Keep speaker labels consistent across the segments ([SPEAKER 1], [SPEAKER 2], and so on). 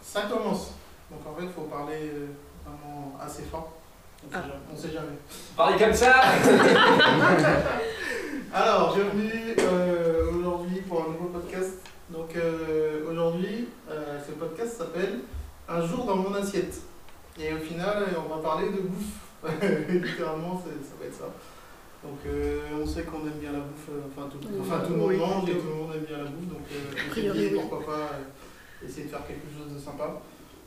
[SPEAKER 1] Ça commence. Donc en fait, il faut parler euh, vraiment assez fort. On
[SPEAKER 2] Ah.
[SPEAKER 1] sait jamais- on sait jamais.
[SPEAKER 3] Parlez comme ça
[SPEAKER 1] Alors, bienvenue euh, aujourd'hui pour un nouveau podcast. Donc euh, aujourd'hui, euh, ce podcast s'appelle Un jour dans mon assiette. Et au final, euh, on va parler de bouffe. Littéralement, c'est- ça va être ça. Donc euh, on sait qu'on aime bien la bouffe, euh, enfin tout,
[SPEAKER 2] Oui.
[SPEAKER 1] enfin, tout le monde
[SPEAKER 2] Oui.
[SPEAKER 1] mange et tout le monde aime bien la bouffe. Donc euh, on s'est
[SPEAKER 2] priori,
[SPEAKER 1] dit,
[SPEAKER 2] oui.
[SPEAKER 1] pourquoi pas euh, essayer de faire quelque chose de sympa.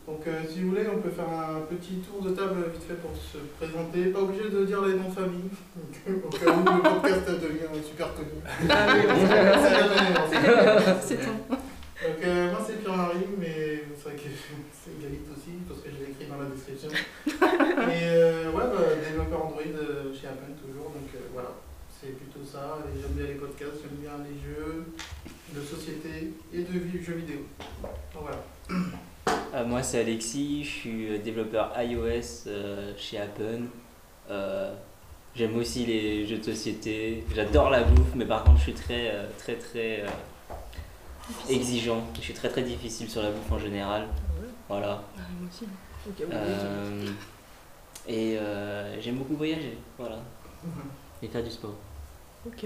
[SPEAKER 1] Donc euh, si vous voulez, on peut faire un petit tour de table vite fait pour se présenter. Pas obligé de dire les noms de famille. euh, Au cas où le podcast devient super connu. Ça n'a pas d'importance.
[SPEAKER 2] C'est ton.
[SPEAKER 1] Donc euh, moi c'est Pierre-Marie, mais c'est vrai que c'est Galit aussi, parce que je l'ai écrit dans la description. Mais euh, ouais, bah, développeur Android euh, chez Apple toujours, donc euh, voilà, c'est plutôt ça. Et J'aime bien les podcasts, j'aime bien les jeux de société et de vi- jeux vidéo. Donc voilà.
[SPEAKER 4] Euh, moi, c'est Alexis, je suis euh, développeur iOS euh, chez Appen. Euh, J'aime aussi les jeux de société, j'adore la bouffe, mais par contre, je suis très, euh, très, très euh, exigeant. Je suis très, très difficile sur la bouffe en général. Voilà. Euh, et euh, j'aime beaucoup voyager, voilà. Et faire du sport.
[SPEAKER 2] Ok.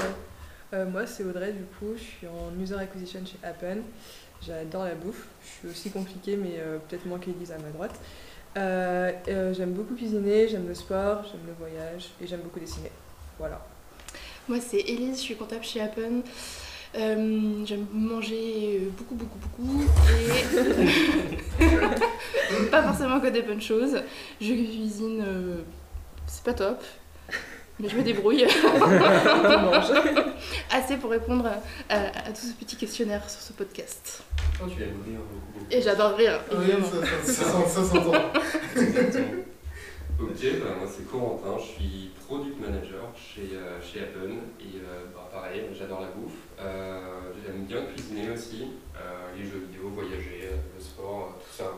[SPEAKER 2] Euh, moi, c'est Audrey, du coup, je suis en user acquisition chez Appen. J'adore la bouffe. Je suis aussi compliquée, mais euh, peut-être moins qu'Élise à ma droite. Euh, euh, j'aime beaucoup cuisiner, j'aime le sport, j'aime le voyage et j'aime beaucoup dessiner. Voilà.
[SPEAKER 5] Moi, c'est Elise, je suis comptable chez Appen. Euh, J'aime manger euh, beaucoup, beaucoup, beaucoup. Et pas forcément que des bonnes choses. Je cuisine, euh, c'est pas top, mais je me débrouille
[SPEAKER 2] Je mange.
[SPEAKER 5] assez pour répondre à, à tout ce petit questionnaire sur ce podcast.
[SPEAKER 3] Toi, tu l'as gommé hein, beaucoup, beaucoup.
[SPEAKER 5] Et j'adore rire,
[SPEAKER 1] Oui,
[SPEAKER 5] évidemment.
[SPEAKER 1] ça, ça, ça, s'en- ça s'entend.
[SPEAKER 3] Exactement. Ok, bah, moi c'est Corentin, je suis product manager chez, euh, chez Apple et euh, bah, pareil, j'adore la bouffe. Euh, J'aime bien cuisiner aussi, euh, les jeux vidéo, voyager, euh, le sport, euh, tout ça.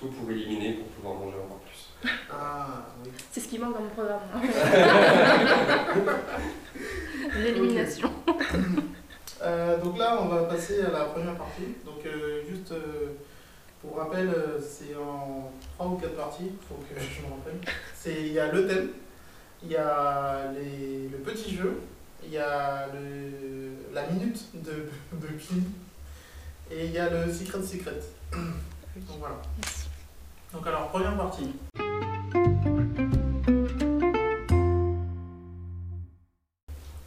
[SPEAKER 3] Tout pour éliminer, pour pouvoir manger encore plus.
[SPEAKER 1] Ah oui.
[SPEAKER 5] C'est ce qui manque dans mon programme. L'élimination.
[SPEAKER 1] Euh, donc là, on va passer à la première partie. Donc euh, juste euh, pour rappel, euh, c'est en trois ou quatre parties, faut que je me rappelle. C'est il y a le thème, il y a les- le petit jeu, il y a le- la minute de, de Kim et il y a le secret secret. Donc voilà. Donc alors première partie.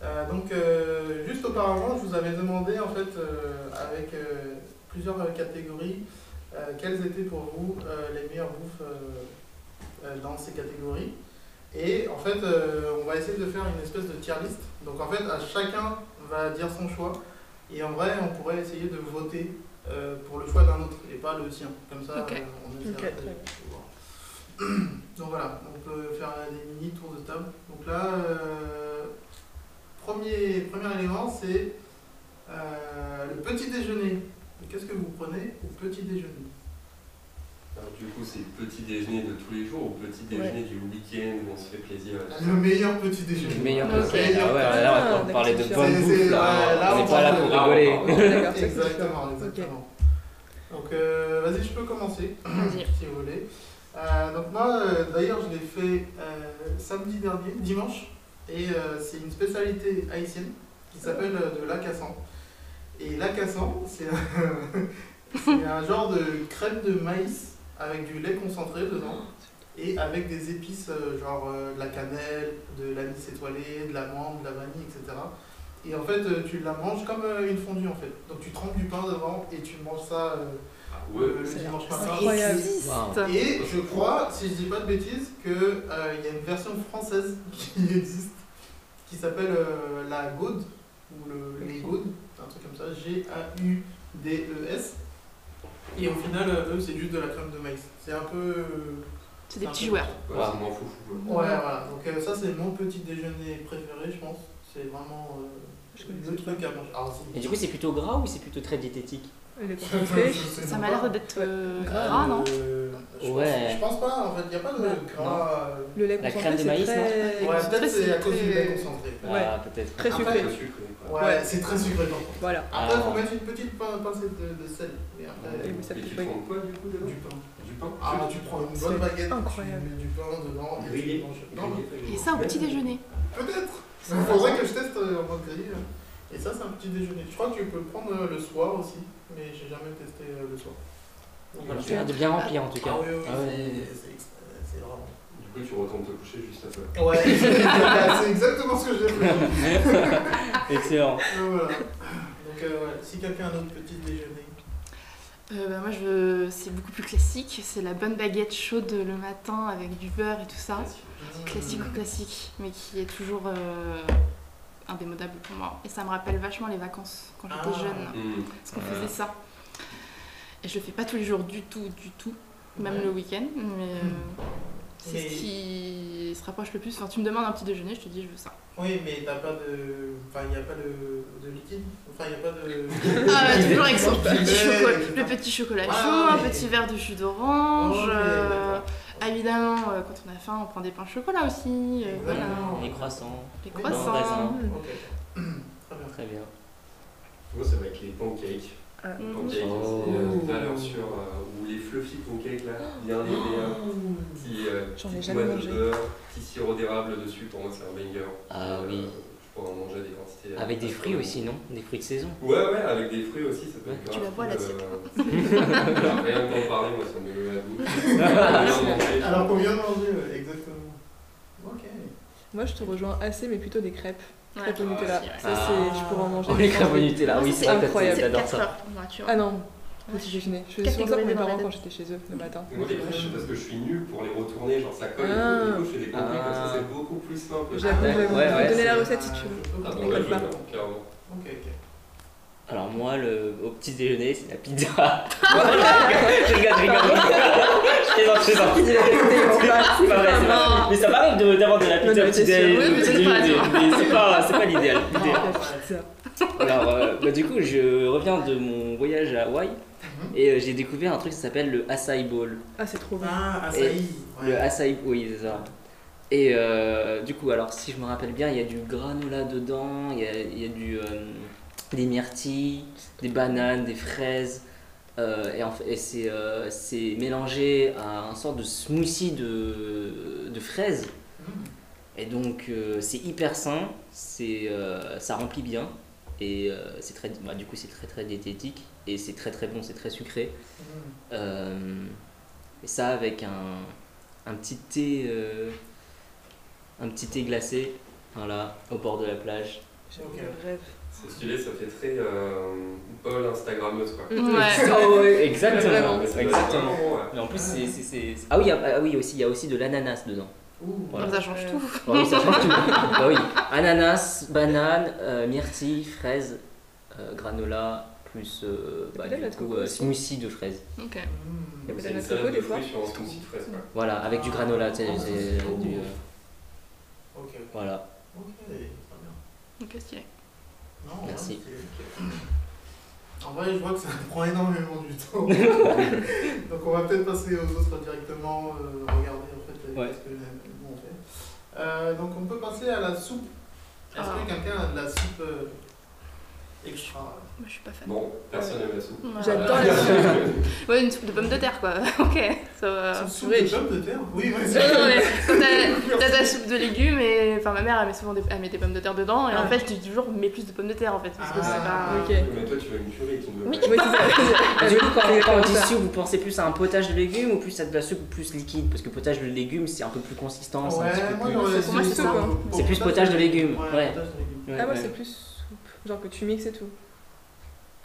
[SPEAKER 1] Euh, donc, euh, juste auparavant, je vous avais demandé, en fait, euh, avec euh, plusieurs euh, catégories, euh, quelles étaient pour vous euh, les meilleures bouffes euh, euh, dans ces catégories. Et en fait, euh, on va essayer de faire une espèce de tier list. Donc, en fait, à chacun va dire son choix. Et en vrai, on pourrait essayer de voter euh, pour le choix d'un autre et pas le sien. Comme ça,
[SPEAKER 5] Ok.
[SPEAKER 1] euh, on essaiera
[SPEAKER 2] Ok,
[SPEAKER 1] de-
[SPEAKER 2] très bien.
[SPEAKER 1] de voir. Donc voilà, on peut faire des mini tours de table. Donc là, euh, premier, premier élément, c'est euh, le petit déjeuner. Qu'est-ce que vous prenez au petit déjeuner
[SPEAKER 3] Alors, du coup, c'est le petit déjeuner de tous les jours ou petit déjeuner du week-end où on se fait plaisir.
[SPEAKER 1] Le meilleur petit déjeuner.
[SPEAKER 4] Meilleur
[SPEAKER 5] Ok.
[SPEAKER 4] conseil. Ah ouais, là, on est en train de parler de
[SPEAKER 2] C'est-
[SPEAKER 4] bonne
[SPEAKER 1] c'est-
[SPEAKER 4] bouffe,
[SPEAKER 1] ouais, là,
[SPEAKER 4] là. On
[SPEAKER 1] on
[SPEAKER 4] n'est pas là
[SPEAKER 1] parle
[SPEAKER 4] pour
[SPEAKER 1] de-
[SPEAKER 4] rigoler.
[SPEAKER 2] D'accord, c'est
[SPEAKER 1] Exactement,
[SPEAKER 2] différent.
[SPEAKER 1] exactement. Donc euh, vas-y, je peux commencer,
[SPEAKER 5] Vas-y.
[SPEAKER 1] si vous voulez. Euh, donc moi, euh, d'ailleurs, je l'ai fait euh, samedi dernier, dimanche, et euh, c'est une spécialité haïtienne qui s'appelle euh, de l'acassan. Et l'acassan, c'est un, c'est un genre de crème de maïs avec du lait concentré dedans et avec des épices euh, genre euh, de la cannelle, de l'anis étoilé, de l'amande, de la vanille, etc. Et en fait, euh, tu la manges comme euh, une fondue en fait. Donc tu trempes du pain devant et tu manges ça euh,
[SPEAKER 3] Ah
[SPEAKER 1] le-
[SPEAKER 3] ouais,
[SPEAKER 1] le
[SPEAKER 2] C'est
[SPEAKER 1] dimanche
[SPEAKER 2] c'est
[SPEAKER 1] matin.
[SPEAKER 2] incroyable.
[SPEAKER 4] Wow.
[SPEAKER 1] Et je crois, si je dis pas de bêtises, qu'il y a une version française qui existe qui s'appelle euh, la Gaude ou le, les Gaudes, un truc comme ça, G-A-U-D-E-S. E Et au final, euh, eux, c'est juste de la crème de maïs. C'est un peu. euh,
[SPEAKER 5] C'est des
[SPEAKER 1] un
[SPEAKER 5] petits
[SPEAKER 1] peu-
[SPEAKER 5] joueurs.
[SPEAKER 3] ouais,
[SPEAKER 4] Wow.
[SPEAKER 3] c'est moins fou. fou, ouais.
[SPEAKER 1] Ouais, voilà. Donc, euh, ça, c'est mon petit déjeuner préféré, je pense. C'est vraiment euh,
[SPEAKER 2] Je connais
[SPEAKER 1] le truc à manger. Ah, Alors,
[SPEAKER 4] Et du coup, c'est plutôt gras ou c'est plutôt très diététique
[SPEAKER 2] Les concentrés.
[SPEAKER 5] Ça m'a l'air d'être euh,
[SPEAKER 1] Ah,
[SPEAKER 5] gras, non
[SPEAKER 1] euh, je
[SPEAKER 4] Ouais.
[SPEAKER 1] Pense, je pense pas, en fait, il n'y a pas de
[SPEAKER 2] Non.
[SPEAKER 1] gras. euh,
[SPEAKER 2] Le lait
[SPEAKER 4] La
[SPEAKER 2] concentré,
[SPEAKER 4] crème de
[SPEAKER 2] c'est
[SPEAKER 4] maïs, non
[SPEAKER 2] très...
[SPEAKER 1] Ouais, peut-être
[SPEAKER 5] Très
[SPEAKER 1] c'est à cause du
[SPEAKER 5] sucré.
[SPEAKER 1] lait concentré.
[SPEAKER 2] Ouais.
[SPEAKER 4] Ah, peut-être.
[SPEAKER 2] Très
[SPEAKER 1] Après,
[SPEAKER 2] sucré.
[SPEAKER 3] Le sucre, ouais.
[SPEAKER 1] Ouais,
[SPEAKER 2] Ouais.
[SPEAKER 1] c'est très sucré par contre.
[SPEAKER 2] Voilà.
[SPEAKER 1] Après,
[SPEAKER 4] Ah.
[SPEAKER 1] faut mettre une petite pin- pincée de, de sel. Mais après,
[SPEAKER 2] Et vous savez
[SPEAKER 3] Et tu
[SPEAKER 2] pas-
[SPEAKER 3] prends quoi du coup dedans
[SPEAKER 1] du pain.
[SPEAKER 3] Du pain
[SPEAKER 1] Ah, tu prends une bonne baguette,
[SPEAKER 2] incroyable.
[SPEAKER 1] tu mets du pain dedans et tu
[SPEAKER 3] Grillé.
[SPEAKER 1] manges. Non,
[SPEAKER 3] Grillé.
[SPEAKER 5] Et ça au petit déjeuner.
[SPEAKER 1] Peut-être. Il faudrait que je teste euh, en mode grillé. Et ça, c'est un petit déjeuner. Je crois que tu peux le prendre euh, le soir aussi, mais j'ai jamais testé euh, le soir. Donc,
[SPEAKER 4] Voilà,
[SPEAKER 1] voilà.
[SPEAKER 4] c'est de bien rempli en tout cas.
[SPEAKER 1] Ah oui, oui,
[SPEAKER 4] Ah ouais.
[SPEAKER 1] c'est- c'est ex- euh, c'est vraiment.
[SPEAKER 3] Du coup, tu retournes te coucher juste après.
[SPEAKER 1] Ouais, c'est exactement ce que j'ai fait.
[SPEAKER 4] Excellent.
[SPEAKER 1] Donc, voilà. Donc, euh, ouais, si quelqu'un a un autre petit déjeuner.
[SPEAKER 5] Euh, bah, moi, je veux- c'est beaucoup plus classique. C'est la bonne baguette chaude le matin avec du beurre et tout ça. Classique ou classique, mais qui est toujours euh, indémodable pour moi. Et ça me rappelle vachement les vacances quand j'étais
[SPEAKER 1] Ah.
[SPEAKER 5] jeune.
[SPEAKER 4] Hmm.
[SPEAKER 3] Mmh.
[SPEAKER 5] Parce qu'on
[SPEAKER 3] Ouais.
[SPEAKER 5] faisait ça. Et je le fais pas tous les jours du tout, du tout. Même
[SPEAKER 1] Ouais.
[SPEAKER 5] le week-end. Mais euh, c'est
[SPEAKER 1] Mais-
[SPEAKER 5] ce qui se rapproche le plus. Enfin, tu me demandes un petit déjeuner, je te dis je veux ça.
[SPEAKER 1] Oui, mais t'as pas de. Enfin, il n'y a pas de, de liquide. Enfin, il n'y a pas de.
[SPEAKER 5] Ah, bah, toujours avec son
[SPEAKER 1] Ouais,
[SPEAKER 5] petit chocolat,
[SPEAKER 1] ouais,
[SPEAKER 5] le petit chocolat
[SPEAKER 1] Ouais,
[SPEAKER 5] chaud, un
[SPEAKER 1] ouais.
[SPEAKER 5] petit verre de jus
[SPEAKER 1] Oh,
[SPEAKER 5] d'orange.
[SPEAKER 1] mais-
[SPEAKER 5] euh, évidemment, euh, quand on a faim, on prend des pains au chocolat aussi. euh, voilà.
[SPEAKER 1] Exactement.
[SPEAKER 4] Les croissants.
[SPEAKER 5] Les
[SPEAKER 1] Oui,
[SPEAKER 5] croissants.
[SPEAKER 4] non,
[SPEAKER 1] Ok. Très bien.
[SPEAKER 4] Très bien.
[SPEAKER 3] Moi, ça va être les pancakes.
[SPEAKER 2] Ah.
[SPEAKER 3] Les
[SPEAKER 5] Mm.
[SPEAKER 3] pancakes,
[SPEAKER 4] Oh.
[SPEAKER 3] c'est, euh, tout à l'heure sur. euh, ou les fluffy pancakes là, bien les meilleurs. Petit, euh,
[SPEAKER 2] J'en ai
[SPEAKER 3] petite
[SPEAKER 2] jamais
[SPEAKER 3] noix de
[SPEAKER 2] mangé.
[SPEAKER 3] beurre, petit sirop d'érable dessus, pour moi, c'est un banger.
[SPEAKER 4] Ah
[SPEAKER 3] Euh,
[SPEAKER 4] oui.
[SPEAKER 3] Je pourrais en manger des quantités. euh,
[SPEAKER 4] Avec des fruits
[SPEAKER 3] absolument.
[SPEAKER 4] aussi, non Des fruits de saison.
[SPEAKER 3] Ouais, ouais, avec des fruits aussi, ça peut être
[SPEAKER 5] Tu
[SPEAKER 3] grave
[SPEAKER 5] la vois,
[SPEAKER 3] cool,
[SPEAKER 5] l'assiette.
[SPEAKER 3] euh, alors, Rien que d'en parler, moi, ça me met la bouche.
[SPEAKER 1] Alors qu'on vient de manger, ouais, exactement. Ok.
[SPEAKER 2] Moi, je te rejoins assez, mais plutôt des crêpes.
[SPEAKER 5] Ouais.
[SPEAKER 2] Crêpes au Nutella.
[SPEAKER 5] Ah,
[SPEAKER 2] Ça,
[SPEAKER 4] Ah.
[SPEAKER 2] c'est, je pourrais en manger.
[SPEAKER 4] Oh, les
[SPEAKER 2] je
[SPEAKER 4] crèmes
[SPEAKER 2] pense.
[SPEAKER 4] au Nutella, oui,
[SPEAKER 5] Ça,
[SPEAKER 4] c'est
[SPEAKER 2] c'est
[SPEAKER 4] incroyable,
[SPEAKER 2] incroyable.
[SPEAKER 5] C'est
[SPEAKER 4] j'adore
[SPEAKER 5] 4
[SPEAKER 4] ça.
[SPEAKER 5] heures pour moi, tu vois.
[SPEAKER 2] Ah non, petit déjeuner. Je faisais souvent ça
[SPEAKER 5] Catégorie
[SPEAKER 2] pour mes parents
[SPEAKER 5] de
[SPEAKER 2] quand j'étais chez eux le matin.
[SPEAKER 3] Moi, les crèches, c'est parce que je suis nul pour les retourner, genre ça colle et
[SPEAKER 2] Ah.
[SPEAKER 3] tout. Du coup, je fais des pancakes comme ça,
[SPEAKER 4] Ah.
[SPEAKER 3] c'est beaucoup plus simple.
[SPEAKER 2] J'avoue,
[SPEAKER 4] Ouais,
[SPEAKER 2] j'avoue.
[SPEAKER 4] ouais,
[SPEAKER 2] Je vais
[SPEAKER 4] ouais,
[SPEAKER 2] te donner la
[SPEAKER 1] c'est-
[SPEAKER 2] recette si tu veux.
[SPEAKER 3] Ah,
[SPEAKER 1] Ok,
[SPEAKER 3] bon, là, je veux
[SPEAKER 2] Pas.
[SPEAKER 3] bien, clairement.
[SPEAKER 1] bah, ok. ok.
[SPEAKER 4] Alors moi, le... au petit déjeuner, c'est la pizza. je rigole, je rigole. je plaisante, je
[SPEAKER 5] Ah,
[SPEAKER 4] plaisante. C'est pas vrai, c'est pas vrai. Mais ça m'arrive de- d'avoir de la pizza
[SPEAKER 2] Non,
[SPEAKER 4] au
[SPEAKER 2] mais
[SPEAKER 4] petit
[SPEAKER 2] t'es
[SPEAKER 4] déjeuner.
[SPEAKER 2] sûr.
[SPEAKER 5] Oui, mais c'est pas la
[SPEAKER 4] mais c'est pas, c'est pas l'idéal.
[SPEAKER 1] Ah,
[SPEAKER 2] La pizza.
[SPEAKER 4] Alors, euh, bah, du coup, je reviens de mon voyage à Hawaï et euh, j'ai découvert un truc qui s'appelle le acai bowl.
[SPEAKER 2] Ah, c'est trop bon.
[SPEAKER 1] Ah, açaï.
[SPEAKER 4] Le
[SPEAKER 1] Ouais.
[SPEAKER 4] acai, oui, c'est ça. Et euh, du coup, alors si je me rappelle bien, il y a du granola dedans, il y a, il y a du, euh, des myrtilles, des bananes, des fraises. euh, et en fait- et c'est euh, c'est mélangé à un sorte de smoothie de, de fraises.
[SPEAKER 1] Mmh.
[SPEAKER 4] Et donc, euh, c'est hyper sain, c'est euh, ça remplit bien. Et euh, c'est très, bah, du coup, c'est très très diététique. Et c'est très très bon, c'est très sucré.
[SPEAKER 1] Mmh.
[SPEAKER 4] Euh, et ça avec un, un petit thé euh, un petit thé glacé voilà au bord de la plage
[SPEAKER 2] J'avoue,
[SPEAKER 1] Ok.
[SPEAKER 2] le rêve.
[SPEAKER 3] C'est stylé, ça fait très euh, Paul Instagrammeuse quoi.
[SPEAKER 5] Ouais.
[SPEAKER 4] Oh, ouais,
[SPEAKER 2] Vraiment.
[SPEAKER 4] exactement
[SPEAKER 3] Mais ça doit être
[SPEAKER 4] exactement
[SPEAKER 3] vraiment, ouais.
[SPEAKER 4] mais en plus c'est, c'est- c'est- c'est- ah oui ah, ah oui aussi il y a aussi de l'ananas dedans
[SPEAKER 1] Ouh.
[SPEAKER 4] Voilà.
[SPEAKER 5] Donc, Ça change
[SPEAKER 2] Euh,
[SPEAKER 5] tout.
[SPEAKER 4] Ah oui, ça change tout. Bah oui ananas banane euh, myrtille fraise euh, granola plus euh, bah,
[SPEAKER 2] Et là,
[SPEAKER 4] du
[SPEAKER 2] la
[SPEAKER 4] coup
[SPEAKER 2] coco
[SPEAKER 4] euh,
[SPEAKER 2] aussi.
[SPEAKER 4] smoothie de fraises
[SPEAKER 5] Ok.
[SPEAKER 1] Mmh.
[SPEAKER 2] Il y a pas
[SPEAKER 3] C'est
[SPEAKER 2] de
[SPEAKER 3] une
[SPEAKER 2] la
[SPEAKER 3] salade
[SPEAKER 2] coco,
[SPEAKER 3] de
[SPEAKER 2] des fois.
[SPEAKER 3] fruits sur un smoothie de fraises quoi.
[SPEAKER 4] voilà avec du granola tu sais,
[SPEAKER 1] Ah,
[SPEAKER 4] c'est-
[SPEAKER 1] c'est
[SPEAKER 4] du,
[SPEAKER 1] bon.
[SPEAKER 4] euh,
[SPEAKER 1] Ok, ok.
[SPEAKER 4] voilà
[SPEAKER 1] Ok, très bien.
[SPEAKER 5] Ok, stylé.
[SPEAKER 1] Non,
[SPEAKER 4] Merci.
[SPEAKER 1] ouais, c'est- En vrai, je vois que ça prend énormément du temps. Donc, on va peut-être passer aux autres directement, euh, regarder en fait euh,
[SPEAKER 4] Ouais.
[SPEAKER 1] qu'est-ce que nous on fait. Euh, donc, on peut passer à la soupe. Est-ce
[SPEAKER 5] Ah.
[SPEAKER 1] que quelqu'un a de la soupe euh, extra
[SPEAKER 5] Moi, je suis pas fan.
[SPEAKER 3] Non, personne n'aime la soupe.
[SPEAKER 5] Ouais.
[SPEAKER 2] J'adore la
[SPEAKER 5] Ouais, une soupe de pommes de terre, quoi. ok, ça va.
[SPEAKER 1] Une soupe
[SPEAKER 2] oui.
[SPEAKER 1] de pommes de terre Oui, oui,
[SPEAKER 5] Non, non, mais quand t'as- t'as ta soupe de légumes et enfin ma mère elle met souvent des, elle met des pommes de terre dedans et en
[SPEAKER 2] Ah.
[SPEAKER 5] fait je dis toujours mets plus de pommes de terre en fait parce que
[SPEAKER 1] Ah,
[SPEAKER 5] c'est pas
[SPEAKER 2] ok.
[SPEAKER 3] Mais toi, tu vas une purée qui me
[SPEAKER 5] Oui.
[SPEAKER 2] Ouais, c'est ça.
[SPEAKER 4] Du coup, quand,
[SPEAKER 2] C'est
[SPEAKER 4] quand on
[SPEAKER 2] exactement
[SPEAKER 4] dit
[SPEAKER 2] ça.
[SPEAKER 4] soupe, vous pensez plus à un potage de légumes ou plus à de la soupe ou plus liquide Parce que potage de légumes, c'est un peu plus consistant, c'est un petit peu plus...
[SPEAKER 1] j'aurais
[SPEAKER 2] c'est-
[SPEAKER 5] pour moi,
[SPEAKER 1] dit
[SPEAKER 5] c'est
[SPEAKER 1] soupe,
[SPEAKER 5] ça.
[SPEAKER 1] euh, pour
[SPEAKER 4] C'est plus potage de légumes, ouais.
[SPEAKER 1] potage de légumes.
[SPEAKER 4] Ouais,
[SPEAKER 2] Ah, moi,
[SPEAKER 4] ouais.
[SPEAKER 2] c'est plus soupe. Genre que tu mixes et tout.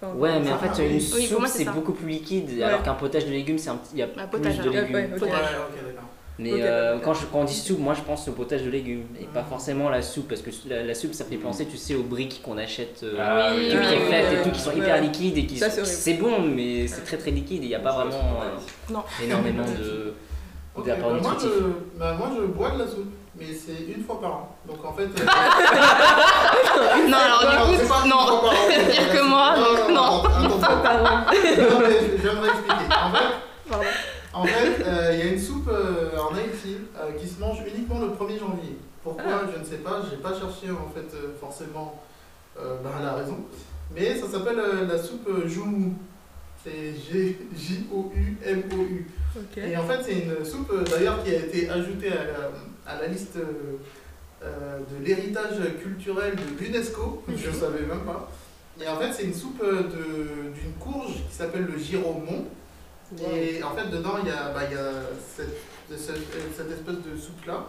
[SPEAKER 2] Enfin,
[SPEAKER 4] Ouais, mais en
[SPEAKER 1] Ah,
[SPEAKER 4] fait,
[SPEAKER 1] oui.
[SPEAKER 4] une
[SPEAKER 5] Oui, pour
[SPEAKER 4] soupe,
[SPEAKER 5] moi, c'est
[SPEAKER 4] c'est
[SPEAKER 5] ça.
[SPEAKER 4] beaucoup plus liquide,
[SPEAKER 2] Ouais.
[SPEAKER 4] alors qu'un potage de légumes, c'est un petit... Il y a
[SPEAKER 5] Un
[SPEAKER 4] plus
[SPEAKER 5] potage,
[SPEAKER 4] de
[SPEAKER 5] ouais.
[SPEAKER 4] légumes.
[SPEAKER 2] Ouais,
[SPEAKER 1] Ouais,
[SPEAKER 5] Potage.
[SPEAKER 1] ok, d'accord.
[SPEAKER 4] Mais
[SPEAKER 2] Ok,
[SPEAKER 4] euh,
[SPEAKER 2] d'accord.
[SPEAKER 4] quand, je- quand on dit soupe, moi, je pense au potage de légumes et pas
[SPEAKER 1] Mm.
[SPEAKER 4] forcément à la soupe, parce que la, la soupe, ça fait penser, tu sais, aux briques qu'on achète... euh,
[SPEAKER 3] Ah
[SPEAKER 5] oui,
[SPEAKER 4] qui
[SPEAKER 5] oui,
[SPEAKER 4] sont
[SPEAKER 5] oui,
[SPEAKER 4] faites
[SPEAKER 5] oui,
[SPEAKER 4] et tout, qui sont hyper
[SPEAKER 2] ouais.
[SPEAKER 4] liquides et qui
[SPEAKER 2] Ça,
[SPEAKER 4] sont-
[SPEAKER 2] c'est horrible.
[SPEAKER 4] c'est bon, mais c'est très très liquide et il n'y a pas vraiment euh, énormément de
[SPEAKER 1] Ok,
[SPEAKER 4] d'apport
[SPEAKER 1] bah, moi,
[SPEAKER 4] nutritif.
[SPEAKER 1] je, bah, moi je bois de la soupe, mais c'est une fois par an. Donc en fait. euh,
[SPEAKER 5] non alors du
[SPEAKER 1] c'est
[SPEAKER 5] coup
[SPEAKER 1] pas une
[SPEAKER 5] Bah, non
[SPEAKER 1] fois par an.
[SPEAKER 5] Pire que moi, donc non.
[SPEAKER 1] attends, attends.
[SPEAKER 2] Pardon.
[SPEAKER 1] Non, mais je viens de réexpliquer. En fait,
[SPEAKER 2] Pardon.
[SPEAKER 1] en fait, euh, il y a une soupe euh, en Haïti euh, qui
[SPEAKER 5] Ah.
[SPEAKER 1] se mange uniquement le 1er janvier. Pourquoi Je ne sais pas, j'ai pas cherché en fait euh, forcément Euh, ben, elle a raison. Mais ça s'appelle euh, la soupe euh, Joumou. C'est G- J-O-U-M-O-U.
[SPEAKER 2] Ok.
[SPEAKER 1] Et en fait, c'est une soupe euh, d'ailleurs qui a été ajoutée à la, à la liste euh, euh, de l'héritage culturel de l'UNESCO. Je ne savais même pas. Et en fait, c'est une soupe euh, de- d'une courge qui s'appelle le giromon. Et en fait, dedans, il y a, bah, il y a cette, de ce- cette espèce de soupe-là,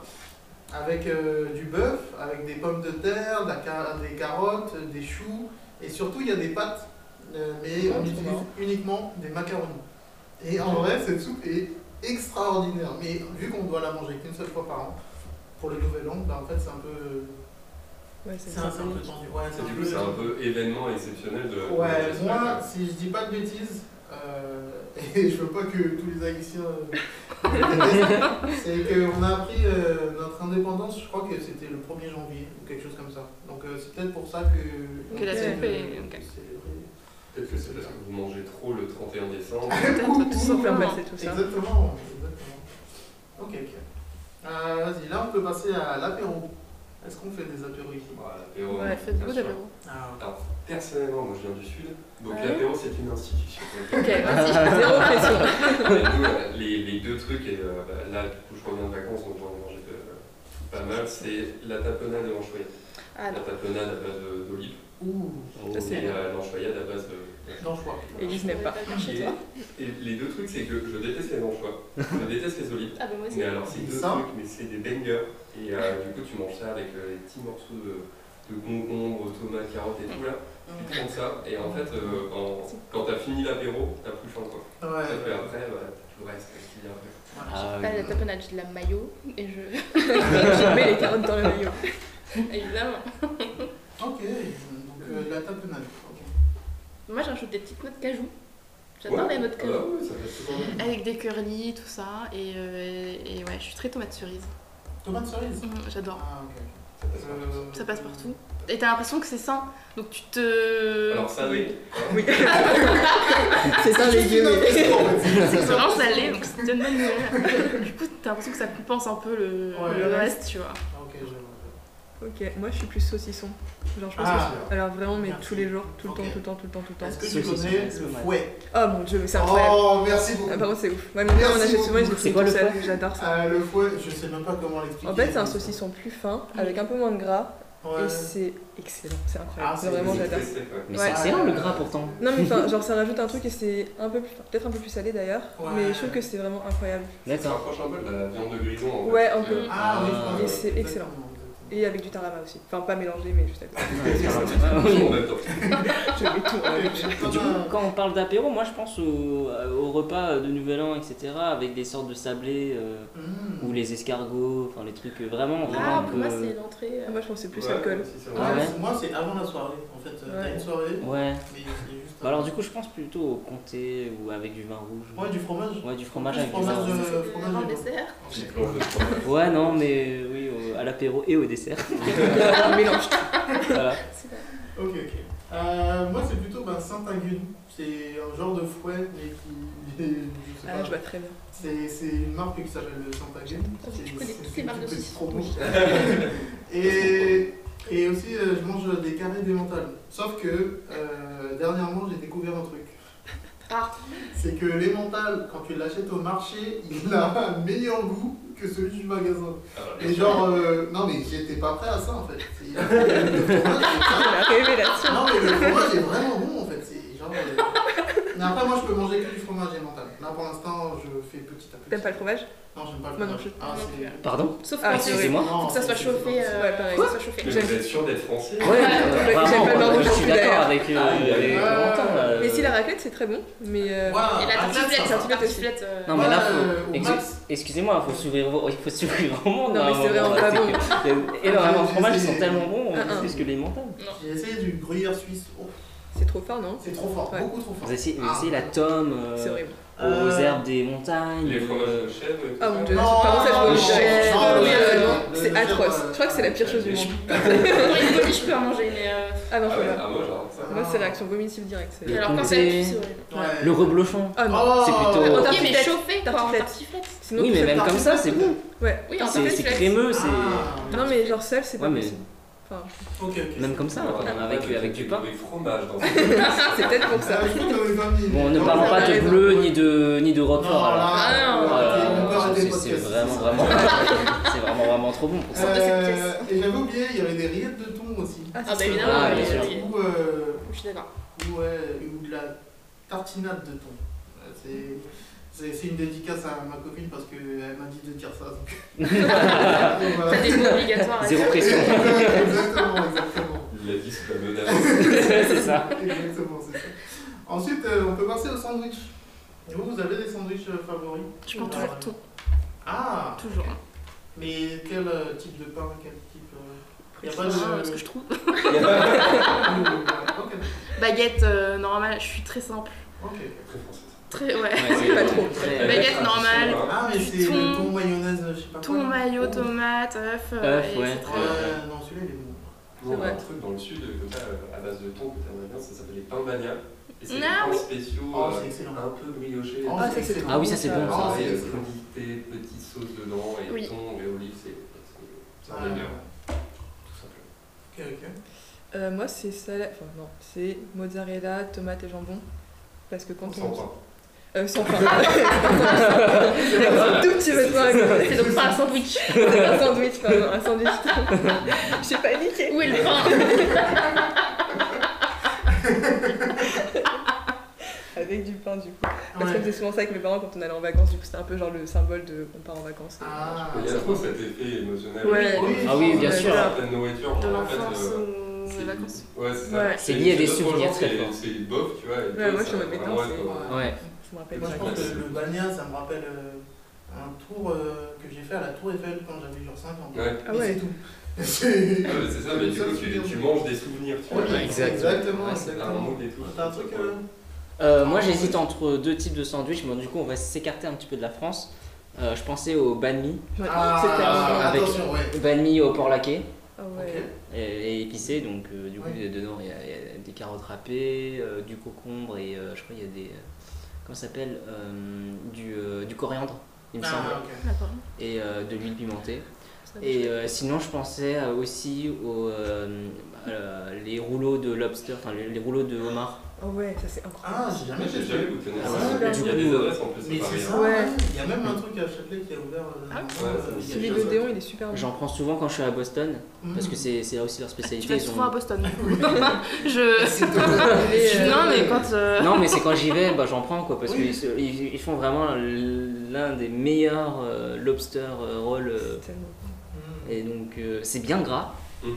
[SPEAKER 1] avec euh, du bœuf, avec des pommes de terre, de la ca- des carottes, des choux, et surtout, il y a des pâtes, euh, mais
[SPEAKER 2] Ouais,
[SPEAKER 1] on
[SPEAKER 2] trop
[SPEAKER 1] utilise
[SPEAKER 2] marrant.
[SPEAKER 1] uniquement des macaronis. Et en vrai, cette soupe est extraordinaire, mais vu qu'on doit la manger qu'une seule fois par an, pour le nouvel an, bah, en fait, c'est un peu...
[SPEAKER 2] Ouais, c'est
[SPEAKER 1] C'est un, c'est un peu
[SPEAKER 2] symbolique.
[SPEAKER 1] tendu. Ouais, c'est
[SPEAKER 3] Du coup, c'est un peu événement exceptionnel de la
[SPEAKER 1] Ouais,
[SPEAKER 3] de la-
[SPEAKER 1] moi, si je dis pas de bêtises, euh, et je veux pas que tous les Haïtiens euh, me détestent, c'est qu'on a appris euh, notre indépendance, je crois que c'était le 1er janvier, ou quelque chose comme ça. Donc euh, c'est peut-être pour ça que... euh,
[SPEAKER 5] Que la
[SPEAKER 1] on essaie
[SPEAKER 5] soupe
[SPEAKER 1] de-
[SPEAKER 5] est- ok.
[SPEAKER 1] de célébrer.
[SPEAKER 3] Peut-être que c'est parce que vous mangez trop le 31 décembre.
[SPEAKER 5] Peut-être
[SPEAKER 2] Tout
[SPEAKER 5] tout
[SPEAKER 2] simplement,
[SPEAKER 5] simplement.
[SPEAKER 2] c'est tout ça.
[SPEAKER 1] Exactement, exactement. Ok, ok. Euh, Vas-y, là on peut passer à l'apéro. Est-ce qu'on fait des apéros ici
[SPEAKER 3] Voilà, l'apéro,
[SPEAKER 2] Ouais,
[SPEAKER 5] Faites
[SPEAKER 3] bien
[SPEAKER 5] beaucoup
[SPEAKER 3] sûr.
[SPEAKER 5] d'apéro.
[SPEAKER 1] Ah,
[SPEAKER 3] Alors, personnellement, moi je viens du Sud, donc
[SPEAKER 5] Ouais.
[SPEAKER 3] l'apéro c'est une institution.
[SPEAKER 5] Ok, vas-y, zéro pression.
[SPEAKER 3] Et nous, euh, les, les deux trucs, et euh, bah, là du coup je reviens de vacances donc j'en ai mangé de- pas mal, c'est la tapenade et l'enchoyade.
[SPEAKER 5] Ah
[SPEAKER 3] La
[SPEAKER 5] non.
[SPEAKER 3] tapenade à base de- d'olive
[SPEAKER 1] Ouh,
[SPEAKER 4] Oh.
[SPEAKER 2] Ça, c'est-
[SPEAKER 3] et euh, l'enchoyade à base de.
[SPEAKER 1] non, je crois.
[SPEAKER 2] Élise n'aime pas.
[SPEAKER 3] Et, et les deux trucs, c'est que je déteste les anchois, je déteste les olives.
[SPEAKER 5] Ah bah moi aussi.
[SPEAKER 3] Mais alors, c'est deux
[SPEAKER 1] Ça.
[SPEAKER 3] trucs, mais c'est des bangers. Et euh, du coup, tu manges ça avec euh, les petits morceaux de, de concombre, tomates, carottes et tout là.
[SPEAKER 2] Mm.
[SPEAKER 3] Tu prends ça, et en fait, euh, en- quand t'as fini l'apéro, t'as plus faim quoi.
[SPEAKER 1] Ouais,
[SPEAKER 3] Ça fait après, voilà, t'as tout le reste qui vient après.
[SPEAKER 4] Ah,
[SPEAKER 5] Pas
[SPEAKER 4] oui.
[SPEAKER 5] la tapenade, j'ai de la maillot et je.
[SPEAKER 2] Je mets les carottes dans le maillot.
[SPEAKER 5] Évidemment.
[SPEAKER 1] ok, donc euh, la tapenade. ok.
[SPEAKER 5] Moi, j'ai rajouté des petites noix de cajou. J'adore
[SPEAKER 3] Ouais.
[SPEAKER 5] les noix de
[SPEAKER 3] Ah bah
[SPEAKER 5] cajou.
[SPEAKER 3] ouais, ça fait toujours bien.
[SPEAKER 5] Avec des curly, tout ça. Et, euh, et ouais, je suis très tomate cerise.
[SPEAKER 1] Tomate cerise
[SPEAKER 5] Mm, J'adore.
[SPEAKER 1] Ah, ok.
[SPEAKER 3] Ça passe bien.
[SPEAKER 1] Euh,
[SPEAKER 5] Ça passe partout. Et t'as l'impression que c'est sain. Donc tu te.
[SPEAKER 2] Euh,
[SPEAKER 3] Alors, ça, oui.
[SPEAKER 2] Oui. c'est ça, les
[SPEAKER 1] C'est une
[SPEAKER 2] légumes.
[SPEAKER 1] impression, en fait.
[SPEAKER 5] C'est vraiment salé, donc c'est une bonne nouvelle. Du coup, t'as l'impression que ça compense un peu le,
[SPEAKER 1] Ouais.
[SPEAKER 5] le reste, tu vois.
[SPEAKER 1] Ah, ok, je vois.
[SPEAKER 2] Ok, moi je suis plus saucisson. Genre, je pense
[SPEAKER 1] Ah.
[SPEAKER 2] que. Alors vraiment, mais
[SPEAKER 1] Merci.
[SPEAKER 2] tous les jours, tout le
[SPEAKER 1] Ok.
[SPEAKER 2] temps, tout le temps, tout le temps, tout le temps.
[SPEAKER 1] Est-ce que tu
[SPEAKER 4] Saucisson,
[SPEAKER 1] connais
[SPEAKER 4] c'est
[SPEAKER 1] le
[SPEAKER 4] pas mal.
[SPEAKER 1] fouet
[SPEAKER 2] Oh mon dieu, mais c'est incroyable.
[SPEAKER 1] Oh, merci beaucoup.
[SPEAKER 2] Ah, par contre, c'est ouf. Ouais, mais moi, on
[SPEAKER 1] Merci
[SPEAKER 2] achète souvent, je
[SPEAKER 1] beaucoup.
[SPEAKER 2] le
[SPEAKER 4] C'est
[SPEAKER 2] fais
[SPEAKER 4] quoi
[SPEAKER 2] tout
[SPEAKER 4] le
[SPEAKER 2] seul,
[SPEAKER 4] fouet
[SPEAKER 2] j'adore ça.
[SPEAKER 1] Ah, le fouet, je sais même pas comment l'expliquer.
[SPEAKER 2] En fait, c'est un saucisson plus fin, avec un peu moins de gras,
[SPEAKER 1] Ouais.
[SPEAKER 2] et c'est excellent, c'est incroyable.
[SPEAKER 1] Ah, c'est-
[SPEAKER 2] vraiment,
[SPEAKER 1] c'est-
[SPEAKER 2] j'adore.
[SPEAKER 3] C'est très, ouais.
[SPEAKER 4] Mais
[SPEAKER 2] Ouais.
[SPEAKER 4] c'est excellent le gras pourtant.
[SPEAKER 2] Non mais enfin, genre ça rajoute un truc et c'est un peu plus, peut-être un peu plus salé d'ailleurs,
[SPEAKER 1] Ouais.
[SPEAKER 2] mais je trouve que c'est vraiment incroyable.
[SPEAKER 3] Ça se
[SPEAKER 4] D'accord.
[SPEAKER 3] rapproche un peu de la viande de grison en
[SPEAKER 2] Ouais,
[SPEAKER 3] fait.
[SPEAKER 2] un peu.
[SPEAKER 1] Ah, oui, je vois.
[SPEAKER 2] Mais c'est excellent.
[SPEAKER 1] Exactement, exactement.
[SPEAKER 2] Et avec du tarama aussi. Enfin pas mélangé mais juste avec.
[SPEAKER 3] Euh,
[SPEAKER 4] Oui.
[SPEAKER 3] en même temps.
[SPEAKER 2] je mets tout. hein.
[SPEAKER 1] Comme
[SPEAKER 4] Du coup,
[SPEAKER 1] un-
[SPEAKER 4] quand on parle d'apéro, moi je pense au, euh, au repas de Nouvel An, etc., avec des sortes de sablés euh,
[SPEAKER 1] Mm.
[SPEAKER 4] ou les escargots, enfin les trucs euh, vraiment, vraiment
[SPEAKER 5] Ah,
[SPEAKER 4] un
[SPEAKER 5] pour
[SPEAKER 4] peu.
[SPEAKER 5] moi, c'est l'entrée. euh,
[SPEAKER 2] Moi je pensais plus
[SPEAKER 3] Ouais,
[SPEAKER 2] alcool.
[SPEAKER 3] si, c'est
[SPEAKER 1] Ouais,
[SPEAKER 3] vrai.
[SPEAKER 4] Ah ouais.
[SPEAKER 1] c'est- Moi, c'est avant la soirée. En fait, Euh, t'as
[SPEAKER 2] Ouais.
[SPEAKER 1] une soirée,
[SPEAKER 4] Ouais.
[SPEAKER 1] mais c'est juste.
[SPEAKER 4] Bah alors du coup, je pense plutôt au comté ou avec du vin rouge.
[SPEAKER 1] Ouais, du fromage.
[SPEAKER 4] Ouais, du fromage
[SPEAKER 1] Du
[SPEAKER 4] avec du
[SPEAKER 1] fromage,
[SPEAKER 4] vin rouge.
[SPEAKER 1] euh,
[SPEAKER 5] c'est
[SPEAKER 1] fromage
[SPEAKER 5] avant
[SPEAKER 1] et
[SPEAKER 5] le
[SPEAKER 1] bon.
[SPEAKER 5] dessert.
[SPEAKER 3] Petite planche de fromage.
[SPEAKER 4] Ouais, non, mais euh, oui, au- à l'apéro et au dessert.
[SPEAKER 2] On mélange tout.
[SPEAKER 4] Voilà.
[SPEAKER 5] C'est pas-
[SPEAKER 1] Ok, ok. Euh, moi, c'est plutôt ben, Saint-Agune. C'est un genre de fouet, mais qui. je sais
[SPEAKER 2] Ah
[SPEAKER 1] pas.
[SPEAKER 2] je vois très bien.
[SPEAKER 1] C'est c'est une marque qui s'appelle Santagem.
[SPEAKER 5] Je Ah, connais toutes les marques de saucisses.
[SPEAKER 1] Et, et aussi, euh, je mange des carrés mentales. Sauf que euh, dernièrement, j'ai découvert un truc.
[SPEAKER 5] Ah.
[SPEAKER 1] C'est que l'emmental, quand tu l'achètes au marché, il a un meilleur goût que celui du magasin.
[SPEAKER 3] Ah,
[SPEAKER 1] Et genre, euh, non mais j'étais pas prêt à ça en fait. C'est- le fromage, c'est ça.
[SPEAKER 2] La révélation.
[SPEAKER 1] Non mais le fromage est vraiment bon en fait. C'est genre. euh, Mais après, moi je peux manger que du fromage emmental. Là pour l'instant, je fais petit à petit.
[SPEAKER 2] T'aimes pas le fromage
[SPEAKER 1] Non, j'aime pas le
[SPEAKER 2] Moi non
[SPEAKER 1] fromage.
[SPEAKER 2] plus.
[SPEAKER 1] Ah,
[SPEAKER 5] Non
[SPEAKER 1] c'est-
[SPEAKER 5] plus.
[SPEAKER 4] Pardon
[SPEAKER 5] Sauf
[SPEAKER 2] Ah,
[SPEAKER 5] quand
[SPEAKER 2] si,
[SPEAKER 5] c'est-
[SPEAKER 4] Excusez-moi.
[SPEAKER 5] Faut que ça
[SPEAKER 1] Non,
[SPEAKER 5] soit
[SPEAKER 1] c'est-
[SPEAKER 5] chauffé.
[SPEAKER 1] c'est-
[SPEAKER 5] euh,
[SPEAKER 2] Ouais, pareil.
[SPEAKER 5] faut que ça soit chauffé.
[SPEAKER 3] Mais vous êtes sûr d'être français
[SPEAKER 4] Ouais, euh,
[SPEAKER 2] j'aime
[SPEAKER 4] vraiment,
[SPEAKER 2] pas le vin rouge
[SPEAKER 4] je
[SPEAKER 2] non
[SPEAKER 4] suis
[SPEAKER 2] plus,
[SPEAKER 4] d'accord
[SPEAKER 2] d'ailleurs.
[SPEAKER 4] avec euh,
[SPEAKER 3] Ah, oui,
[SPEAKER 4] avec
[SPEAKER 1] oui.
[SPEAKER 4] Corentin, là.
[SPEAKER 2] Mais si la raclette c'est très bon, mais euh,
[SPEAKER 1] Voilà,
[SPEAKER 5] Et la
[SPEAKER 1] un
[SPEAKER 5] tartiflette,
[SPEAKER 1] petit
[SPEAKER 5] c'est
[SPEAKER 1] Ah, ça.
[SPEAKER 5] un petit peu tartiflette. euh,
[SPEAKER 4] Non, mais là,
[SPEAKER 1] Ouais,
[SPEAKER 4] faut-
[SPEAKER 1] euh, au
[SPEAKER 4] ex-
[SPEAKER 1] max.
[SPEAKER 4] Excusez-moi, faut s'ouvrir au- il faut s'ouvrir au monde.
[SPEAKER 2] Non, mais c'est
[SPEAKER 4] hein,
[SPEAKER 2] vraiment pas
[SPEAKER 4] c'est
[SPEAKER 2] bon.
[SPEAKER 4] que- Et non, vraiment, les fromages ils sont tellement bons,
[SPEAKER 2] Ah, ah.
[SPEAKER 4] plus que les mentales.
[SPEAKER 1] J'ai essayé du gruyère suisse. Oh,
[SPEAKER 2] c'est trop fort non
[SPEAKER 1] c'est trop fort,
[SPEAKER 2] Ouais.
[SPEAKER 1] beaucoup trop fort.
[SPEAKER 4] Vous essayez, vous
[SPEAKER 1] Ah.
[SPEAKER 4] essayez la tome euh,
[SPEAKER 2] C'est horrible.
[SPEAKER 4] aux
[SPEAKER 1] Euh,
[SPEAKER 4] herbes des montagnes.
[SPEAKER 3] Les fromages
[SPEAKER 4] euh,
[SPEAKER 3] de chèvre et tout
[SPEAKER 2] Ah mon
[SPEAKER 3] ça.
[SPEAKER 2] dieu,
[SPEAKER 1] Non,
[SPEAKER 2] par contre ça je
[SPEAKER 1] non,
[SPEAKER 2] vois
[SPEAKER 4] non,
[SPEAKER 2] jamais.
[SPEAKER 4] non,
[SPEAKER 2] Ah oui,
[SPEAKER 4] non,
[SPEAKER 1] non,
[SPEAKER 2] vraiment, C'est
[SPEAKER 1] non,
[SPEAKER 2] atroce.
[SPEAKER 1] non,
[SPEAKER 2] Je crois que c'est la pire chose du monde.
[SPEAKER 5] Pour une body, je peux en manger, mais. euh,
[SPEAKER 2] Ah non,
[SPEAKER 3] Ah
[SPEAKER 2] faut
[SPEAKER 3] ouais,
[SPEAKER 2] pas.
[SPEAKER 3] ah, moi j'adore ça.
[SPEAKER 2] Moi c'est réaction vomitive directe. c'est-
[SPEAKER 5] Et alors, quand c'est
[SPEAKER 4] comté.
[SPEAKER 5] la pisse, c'est horrible.
[SPEAKER 1] Ouais.
[SPEAKER 4] Le reblochon.
[SPEAKER 2] Ah non.
[SPEAKER 1] Oh,
[SPEAKER 4] c'est plutôt-
[SPEAKER 5] Ok,
[SPEAKER 2] Tartiflette.
[SPEAKER 5] mais chauffé, quoi, en
[SPEAKER 2] Tartiflette.
[SPEAKER 5] tartiflette.
[SPEAKER 2] Sinon,
[SPEAKER 4] oui,
[SPEAKER 2] tu
[SPEAKER 4] mais
[SPEAKER 2] fais
[SPEAKER 4] même
[SPEAKER 2] pas.
[SPEAKER 4] comme ça, c'est bon.
[SPEAKER 2] Ouais.
[SPEAKER 5] Oui, en
[SPEAKER 4] C'est c'est
[SPEAKER 5] tartiflette.
[SPEAKER 4] crémeux, c'est.
[SPEAKER 1] Ah.
[SPEAKER 2] Non mais genre seul c'est pas
[SPEAKER 4] Ouais, mais
[SPEAKER 2] possible. Enfin,
[SPEAKER 1] Ok, ok.
[SPEAKER 4] Même comme ça,
[SPEAKER 3] Alors,
[SPEAKER 4] quand même,
[SPEAKER 3] on a
[SPEAKER 4] avec,
[SPEAKER 3] des-
[SPEAKER 4] avec du
[SPEAKER 3] des
[SPEAKER 4] pain.
[SPEAKER 3] bruits fromage dans
[SPEAKER 2] c'est peut-être pour ça.
[SPEAKER 1] Ah, je crois qu'on avait pas mis.
[SPEAKER 4] Bon, ne
[SPEAKER 1] Non,
[SPEAKER 4] parlons
[SPEAKER 1] ça
[SPEAKER 4] pas
[SPEAKER 1] va,
[SPEAKER 4] de
[SPEAKER 1] raison.
[SPEAKER 4] bleu ni de, ni de
[SPEAKER 1] Non,
[SPEAKER 4] roquefort alors.
[SPEAKER 1] là,
[SPEAKER 5] Ah,
[SPEAKER 1] on peut arrêter- on peut
[SPEAKER 4] Voilà,
[SPEAKER 1] arrêter
[SPEAKER 4] c'est-
[SPEAKER 1] le
[SPEAKER 4] c'est
[SPEAKER 1] podcast.
[SPEAKER 4] vraiment, vraiment, c'est vraiment, vraiment trop bon pour ça.
[SPEAKER 5] de cette
[SPEAKER 1] Euh, Et j'avais oublié, il y avait des rillettes de thon aussi.
[SPEAKER 5] Ah, bah
[SPEAKER 2] c'est
[SPEAKER 5] évidemment,
[SPEAKER 4] Ah,
[SPEAKER 5] il y a
[SPEAKER 4] bien
[SPEAKER 5] des-
[SPEAKER 1] Ou, euh,
[SPEAKER 5] Je suis d'accord.
[SPEAKER 1] ou, ouais, ou de la tartinade de thon. Euh, c'est- C'est c'est une dédicace à ma copine parce qu'elle m'a dit de dire ça. donc. Donc, voilà.
[SPEAKER 5] T'as des mots obligatoires. hein.
[SPEAKER 4] Zéro pression.
[SPEAKER 1] exactement, exactement.
[SPEAKER 3] Il l'a dit sous la menace.
[SPEAKER 4] c'est ça.
[SPEAKER 1] Exactement, c'est ça. Ensuite, euh, on peut passer au sandwich. Et vous, vous avez des sandwichs euh, favoris
[SPEAKER 5] Je prends toujours tout.
[SPEAKER 1] Ah
[SPEAKER 5] Toujours. hein.
[SPEAKER 1] Mais quel euh, type de pain Quel type euh,
[SPEAKER 5] Je
[SPEAKER 1] y a
[SPEAKER 5] sais
[SPEAKER 1] pas de-
[SPEAKER 5] pas, ce que je trouve.
[SPEAKER 1] Ok,
[SPEAKER 5] Baguette euh, normale, je suis très simple.
[SPEAKER 1] ok.
[SPEAKER 3] Très française.
[SPEAKER 5] Très, ouais.
[SPEAKER 4] Ouais, c'est-
[SPEAKER 2] Pas trop.
[SPEAKER 4] très-
[SPEAKER 5] Baguette
[SPEAKER 3] Tradition,
[SPEAKER 5] normale.
[SPEAKER 3] hein.
[SPEAKER 1] Ah, mais
[SPEAKER 5] Du
[SPEAKER 1] c'est
[SPEAKER 5] thon.
[SPEAKER 1] le thon mayonnaise, euh, je sais pas quoi.
[SPEAKER 5] Thon,
[SPEAKER 1] non
[SPEAKER 5] maillot,
[SPEAKER 1] Oh.
[SPEAKER 5] tomate, œuf, euh,
[SPEAKER 4] Œuf,
[SPEAKER 5] et
[SPEAKER 4] ouais.
[SPEAKER 5] etc.
[SPEAKER 1] Euh, non, celui-là, il est bon.
[SPEAKER 3] Nous, on a un
[SPEAKER 2] vrai.
[SPEAKER 3] truc dans le sud, euh, comme ça, euh, à base de thon, que t'aimerais bien, ça s'appelle les pains mania. Et c'est des
[SPEAKER 5] Ah
[SPEAKER 3] pains
[SPEAKER 5] oui.
[SPEAKER 3] spéciaux,
[SPEAKER 1] Oh,
[SPEAKER 3] euh,
[SPEAKER 1] c'est excellent.
[SPEAKER 3] un peu briochés.
[SPEAKER 1] Oh,
[SPEAKER 2] Ah,
[SPEAKER 1] c'est
[SPEAKER 2] ça, c'est
[SPEAKER 1] excellent.
[SPEAKER 4] Ah oui, ça, c'est bon,
[SPEAKER 1] Ah,
[SPEAKER 3] Pareil,
[SPEAKER 1] c'est
[SPEAKER 3] euh,
[SPEAKER 1] excellent.
[SPEAKER 3] crudité, petite sauce dedans, et
[SPEAKER 5] Oui.
[SPEAKER 3] thon et olives, c'est c'est un
[SPEAKER 1] Ah,
[SPEAKER 3] délire, tout simplement.
[SPEAKER 1] Ok, ok.
[SPEAKER 2] Euh, moi, c'est salade. Enfin, non, c'est mozzarella, tomate et jambon. Parce que quand
[SPEAKER 3] Sans
[SPEAKER 2] on.
[SPEAKER 3] pain.
[SPEAKER 2] Euh, sans pain. C'est un tout petit peu de pain à côté.
[SPEAKER 5] C'est donc pas un sandwich.
[SPEAKER 2] un sandwich, pardon, un sandwich. J'ai paniqué.
[SPEAKER 5] Où est le pain
[SPEAKER 2] Avec du pain, du coup. Parce
[SPEAKER 1] Ouais.
[SPEAKER 2] qu'on faisait souvent ça avec mes parents quand on allait en vacances, du coup, c'était un peu genre le symbole de on part en vacances.
[SPEAKER 1] Ah,
[SPEAKER 3] Il y a trop cet effet émotionnel.
[SPEAKER 2] Ouais.
[SPEAKER 1] Oui,
[SPEAKER 4] Ah oui,
[SPEAKER 1] je
[SPEAKER 4] bien
[SPEAKER 1] pense,
[SPEAKER 4] sûr.
[SPEAKER 1] euh,
[SPEAKER 3] Certaines
[SPEAKER 5] De
[SPEAKER 3] nourritures, en fait,
[SPEAKER 5] l'enfance
[SPEAKER 3] euh,
[SPEAKER 5] ou des vacances
[SPEAKER 3] Ouais, c'est ça.
[SPEAKER 2] Ouais.
[SPEAKER 4] C'est lié à des
[SPEAKER 3] d'autres
[SPEAKER 4] souvenirs
[SPEAKER 3] gens,
[SPEAKER 4] très
[SPEAKER 3] c'est-
[SPEAKER 4] forts.
[SPEAKER 3] C'est bof, tu vois. et
[SPEAKER 2] Ouais,
[SPEAKER 3] toi,
[SPEAKER 2] moi,
[SPEAKER 3] ça
[SPEAKER 2] je me
[SPEAKER 3] va
[SPEAKER 2] mets
[SPEAKER 3] vraiment
[SPEAKER 2] dedans,
[SPEAKER 3] être,
[SPEAKER 2] c'est-
[SPEAKER 3] euh,
[SPEAKER 4] Ouais.
[SPEAKER 2] Je me rappelle
[SPEAKER 1] Moi,
[SPEAKER 2] pas.
[SPEAKER 1] je pense que le bania, ça me rappelle euh, un tour euh, que j'ai fait à la Tour Eiffel quand j'avais genre 5 ans.
[SPEAKER 3] Ouais.
[SPEAKER 2] Ah
[SPEAKER 1] Mais
[SPEAKER 2] ouais.
[SPEAKER 1] c'est tout. C'est-
[SPEAKER 3] Ah, mais c'est ça, mais du coup, tu, tu manges des souvenirs, tu vois.
[SPEAKER 1] Ouais,
[SPEAKER 4] exact.
[SPEAKER 1] Exactement,
[SPEAKER 3] T'as un
[SPEAKER 4] Ouais,
[SPEAKER 1] exactement.
[SPEAKER 3] mood et tout.
[SPEAKER 1] T'as un truc. euh,
[SPEAKER 4] Euh, moi j'hésite entre deux types de sandwich, mais du coup on va s'écarter un petit peu de la France. Euh, je pensais au banh mi,
[SPEAKER 2] Ouais, c'était un-
[SPEAKER 1] Ah,
[SPEAKER 4] avec-
[SPEAKER 1] attention, ouais.
[SPEAKER 4] banh mi au porc laqué
[SPEAKER 2] Ah
[SPEAKER 1] Ok.
[SPEAKER 2] ouais.
[SPEAKER 4] et, et épicé, donc euh, du coup
[SPEAKER 1] Ouais.
[SPEAKER 4] dedans il y, a, il y a des carottes râpées, euh, du concombre et euh, je crois il y a des. euh, comment ça s'appelle Euh, du, euh, du coriandre, il me semble,
[SPEAKER 1] Ah, ok.
[SPEAKER 5] D'accord.
[SPEAKER 4] et euh, de l'huile pimentée.
[SPEAKER 2] Ça me
[SPEAKER 4] Et euh, sinon, je pensais euh, aussi aux euh, euh, les rouleaux de lobster, enfin les, les rouleaux de homard.
[SPEAKER 2] Ah ouais, ça c'est incroyable.
[SPEAKER 1] Ah, j'ai
[SPEAKER 3] Moi,
[SPEAKER 1] jamais
[SPEAKER 3] j'ai
[SPEAKER 1] testé.
[SPEAKER 3] jamais goûté.
[SPEAKER 1] Ah,
[SPEAKER 3] ça.
[SPEAKER 1] ouais,
[SPEAKER 3] Il y a
[SPEAKER 4] du
[SPEAKER 3] des
[SPEAKER 4] coup,
[SPEAKER 3] adresses en plus
[SPEAKER 1] Mais
[SPEAKER 3] à
[SPEAKER 1] c'est
[SPEAKER 3] Paris,
[SPEAKER 1] ça,
[SPEAKER 3] hein.
[SPEAKER 1] ouais. Il y a même un truc à Châtelet qui a ouvert. euh,
[SPEAKER 5] Ah,
[SPEAKER 1] euh,
[SPEAKER 3] ouais,
[SPEAKER 1] il y a
[SPEAKER 3] c'est
[SPEAKER 2] Celui
[SPEAKER 1] quelque
[SPEAKER 2] de
[SPEAKER 1] chose.
[SPEAKER 2] Déon, il est super bon.
[SPEAKER 4] J'en prends souvent quand je suis à Boston,
[SPEAKER 1] Mhm.
[SPEAKER 4] parce que c'est c'est là aussi leur
[SPEAKER 5] Tu
[SPEAKER 4] spécialité.
[SPEAKER 5] vas
[SPEAKER 4] ils ont-
[SPEAKER 5] souvent à Boston. je...
[SPEAKER 1] C'est tout.
[SPEAKER 2] Et, euh,
[SPEAKER 5] Non, mais quand. euh,
[SPEAKER 4] Non, mais c'est quand j'y vais, bah, j'en prends quoi, parce
[SPEAKER 1] Oui.
[SPEAKER 4] qu'ils se- ils, ils font vraiment l'un des meilleurs euh, lobster euh, rolls. euh,
[SPEAKER 2] c'est tellement bon.
[SPEAKER 1] Mm.
[SPEAKER 4] et donc, euh, c'est bien gras,
[SPEAKER 3] Mhm.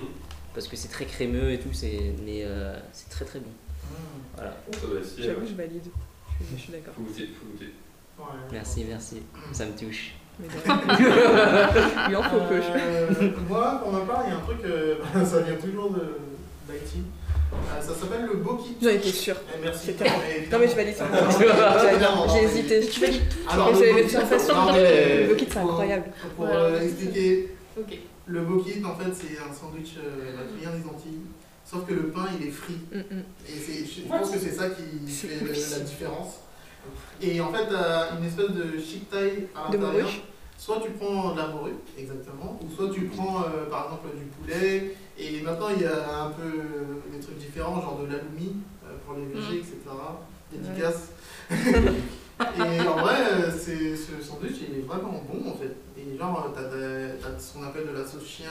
[SPEAKER 4] parce que c'est très crémeux et tout, c'est- mais euh, c'est très très bon.
[SPEAKER 1] Mm.
[SPEAKER 4] Voilà.
[SPEAKER 3] Ça doit être fier,
[SPEAKER 2] J'avoue,
[SPEAKER 3] ouais.
[SPEAKER 2] je valide. Je suis- Je suis d'accord.
[SPEAKER 3] Faut goûter, faut goûter.
[SPEAKER 1] Ouais.
[SPEAKER 4] Merci, merci, ça me touche.
[SPEAKER 2] Mais d'accord. Il en faut peu.
[SPEAKER 1] Euh, moi, pour ma part, il y a un truc, euh, ça vient toujours de- d'Haïti. Euh, ça s'appelle le Boki.
[SPEAKER 2] J'en étais sûre.
[SPEAKER 1] Eh, merci.
[SPEAKER 2] C'est- Non, mais je valide ça.
[SPEAKER 1] Évidemment,
[SPEAKER 2] J'ai
[SPEAKER 1] non,
[SPEAKER 2] hésité. Je valide.
[SPEAKER 1] Alors,
[SPEAKER 2] Et j'avais
[SPEAKER 1] Boki,
[SPEAKER 2] une sensation
[SPEAKER 1] non,
[SPEAKER 2] de-
[SPEAKER 1] mais-
[SPEAKER 2] le Boki, c'est
[SPEAKER 1] pour-
[SPEAKER 2] incroyable.
[SPEAKER 1] Pour
[SPEAKER 5] Voilà.
[SPEAKER 1] euh, expliquer,
[SPEAKER 5] Ok.
[SPEAKER 1] le Boki, en fait, c'est un sandwich euh, bah, qui vient des Antilles. Sauf que le pain, il est frit.
[SPEAKER 2] Mm, mm.
[SPEAKER 1] Et c'est- je pense que c'est ça qui
[SPEAKER 2] C'est
[SPEAKER 1] fait le- la
[SPEAKER 2] ouf.
[SPEAKER 1] différence. Et en fait, t'as une espèce de chic taille à
[SPEAKER 2] De
[SPEAKER 1] l'intérieur.
[SPEAKER 2] morue.
[SPEAKER 1] Soit tu prends de la morue, exactement, ou soit tu prends euh, par exemple du poulet. Et maintenant, il y a un peu euh, des trucs différents, genre de l'aloumi euh, pour les végés,
[SPEAKER 2] Mm.
[SPEAKER 1] etc. Dédicace. et en vrai, euh, c'est- ce sandwich, il est vraiment bon en fait. Et genre, euh, t'as de- t'as ce qu'on appelle de la sauce chien.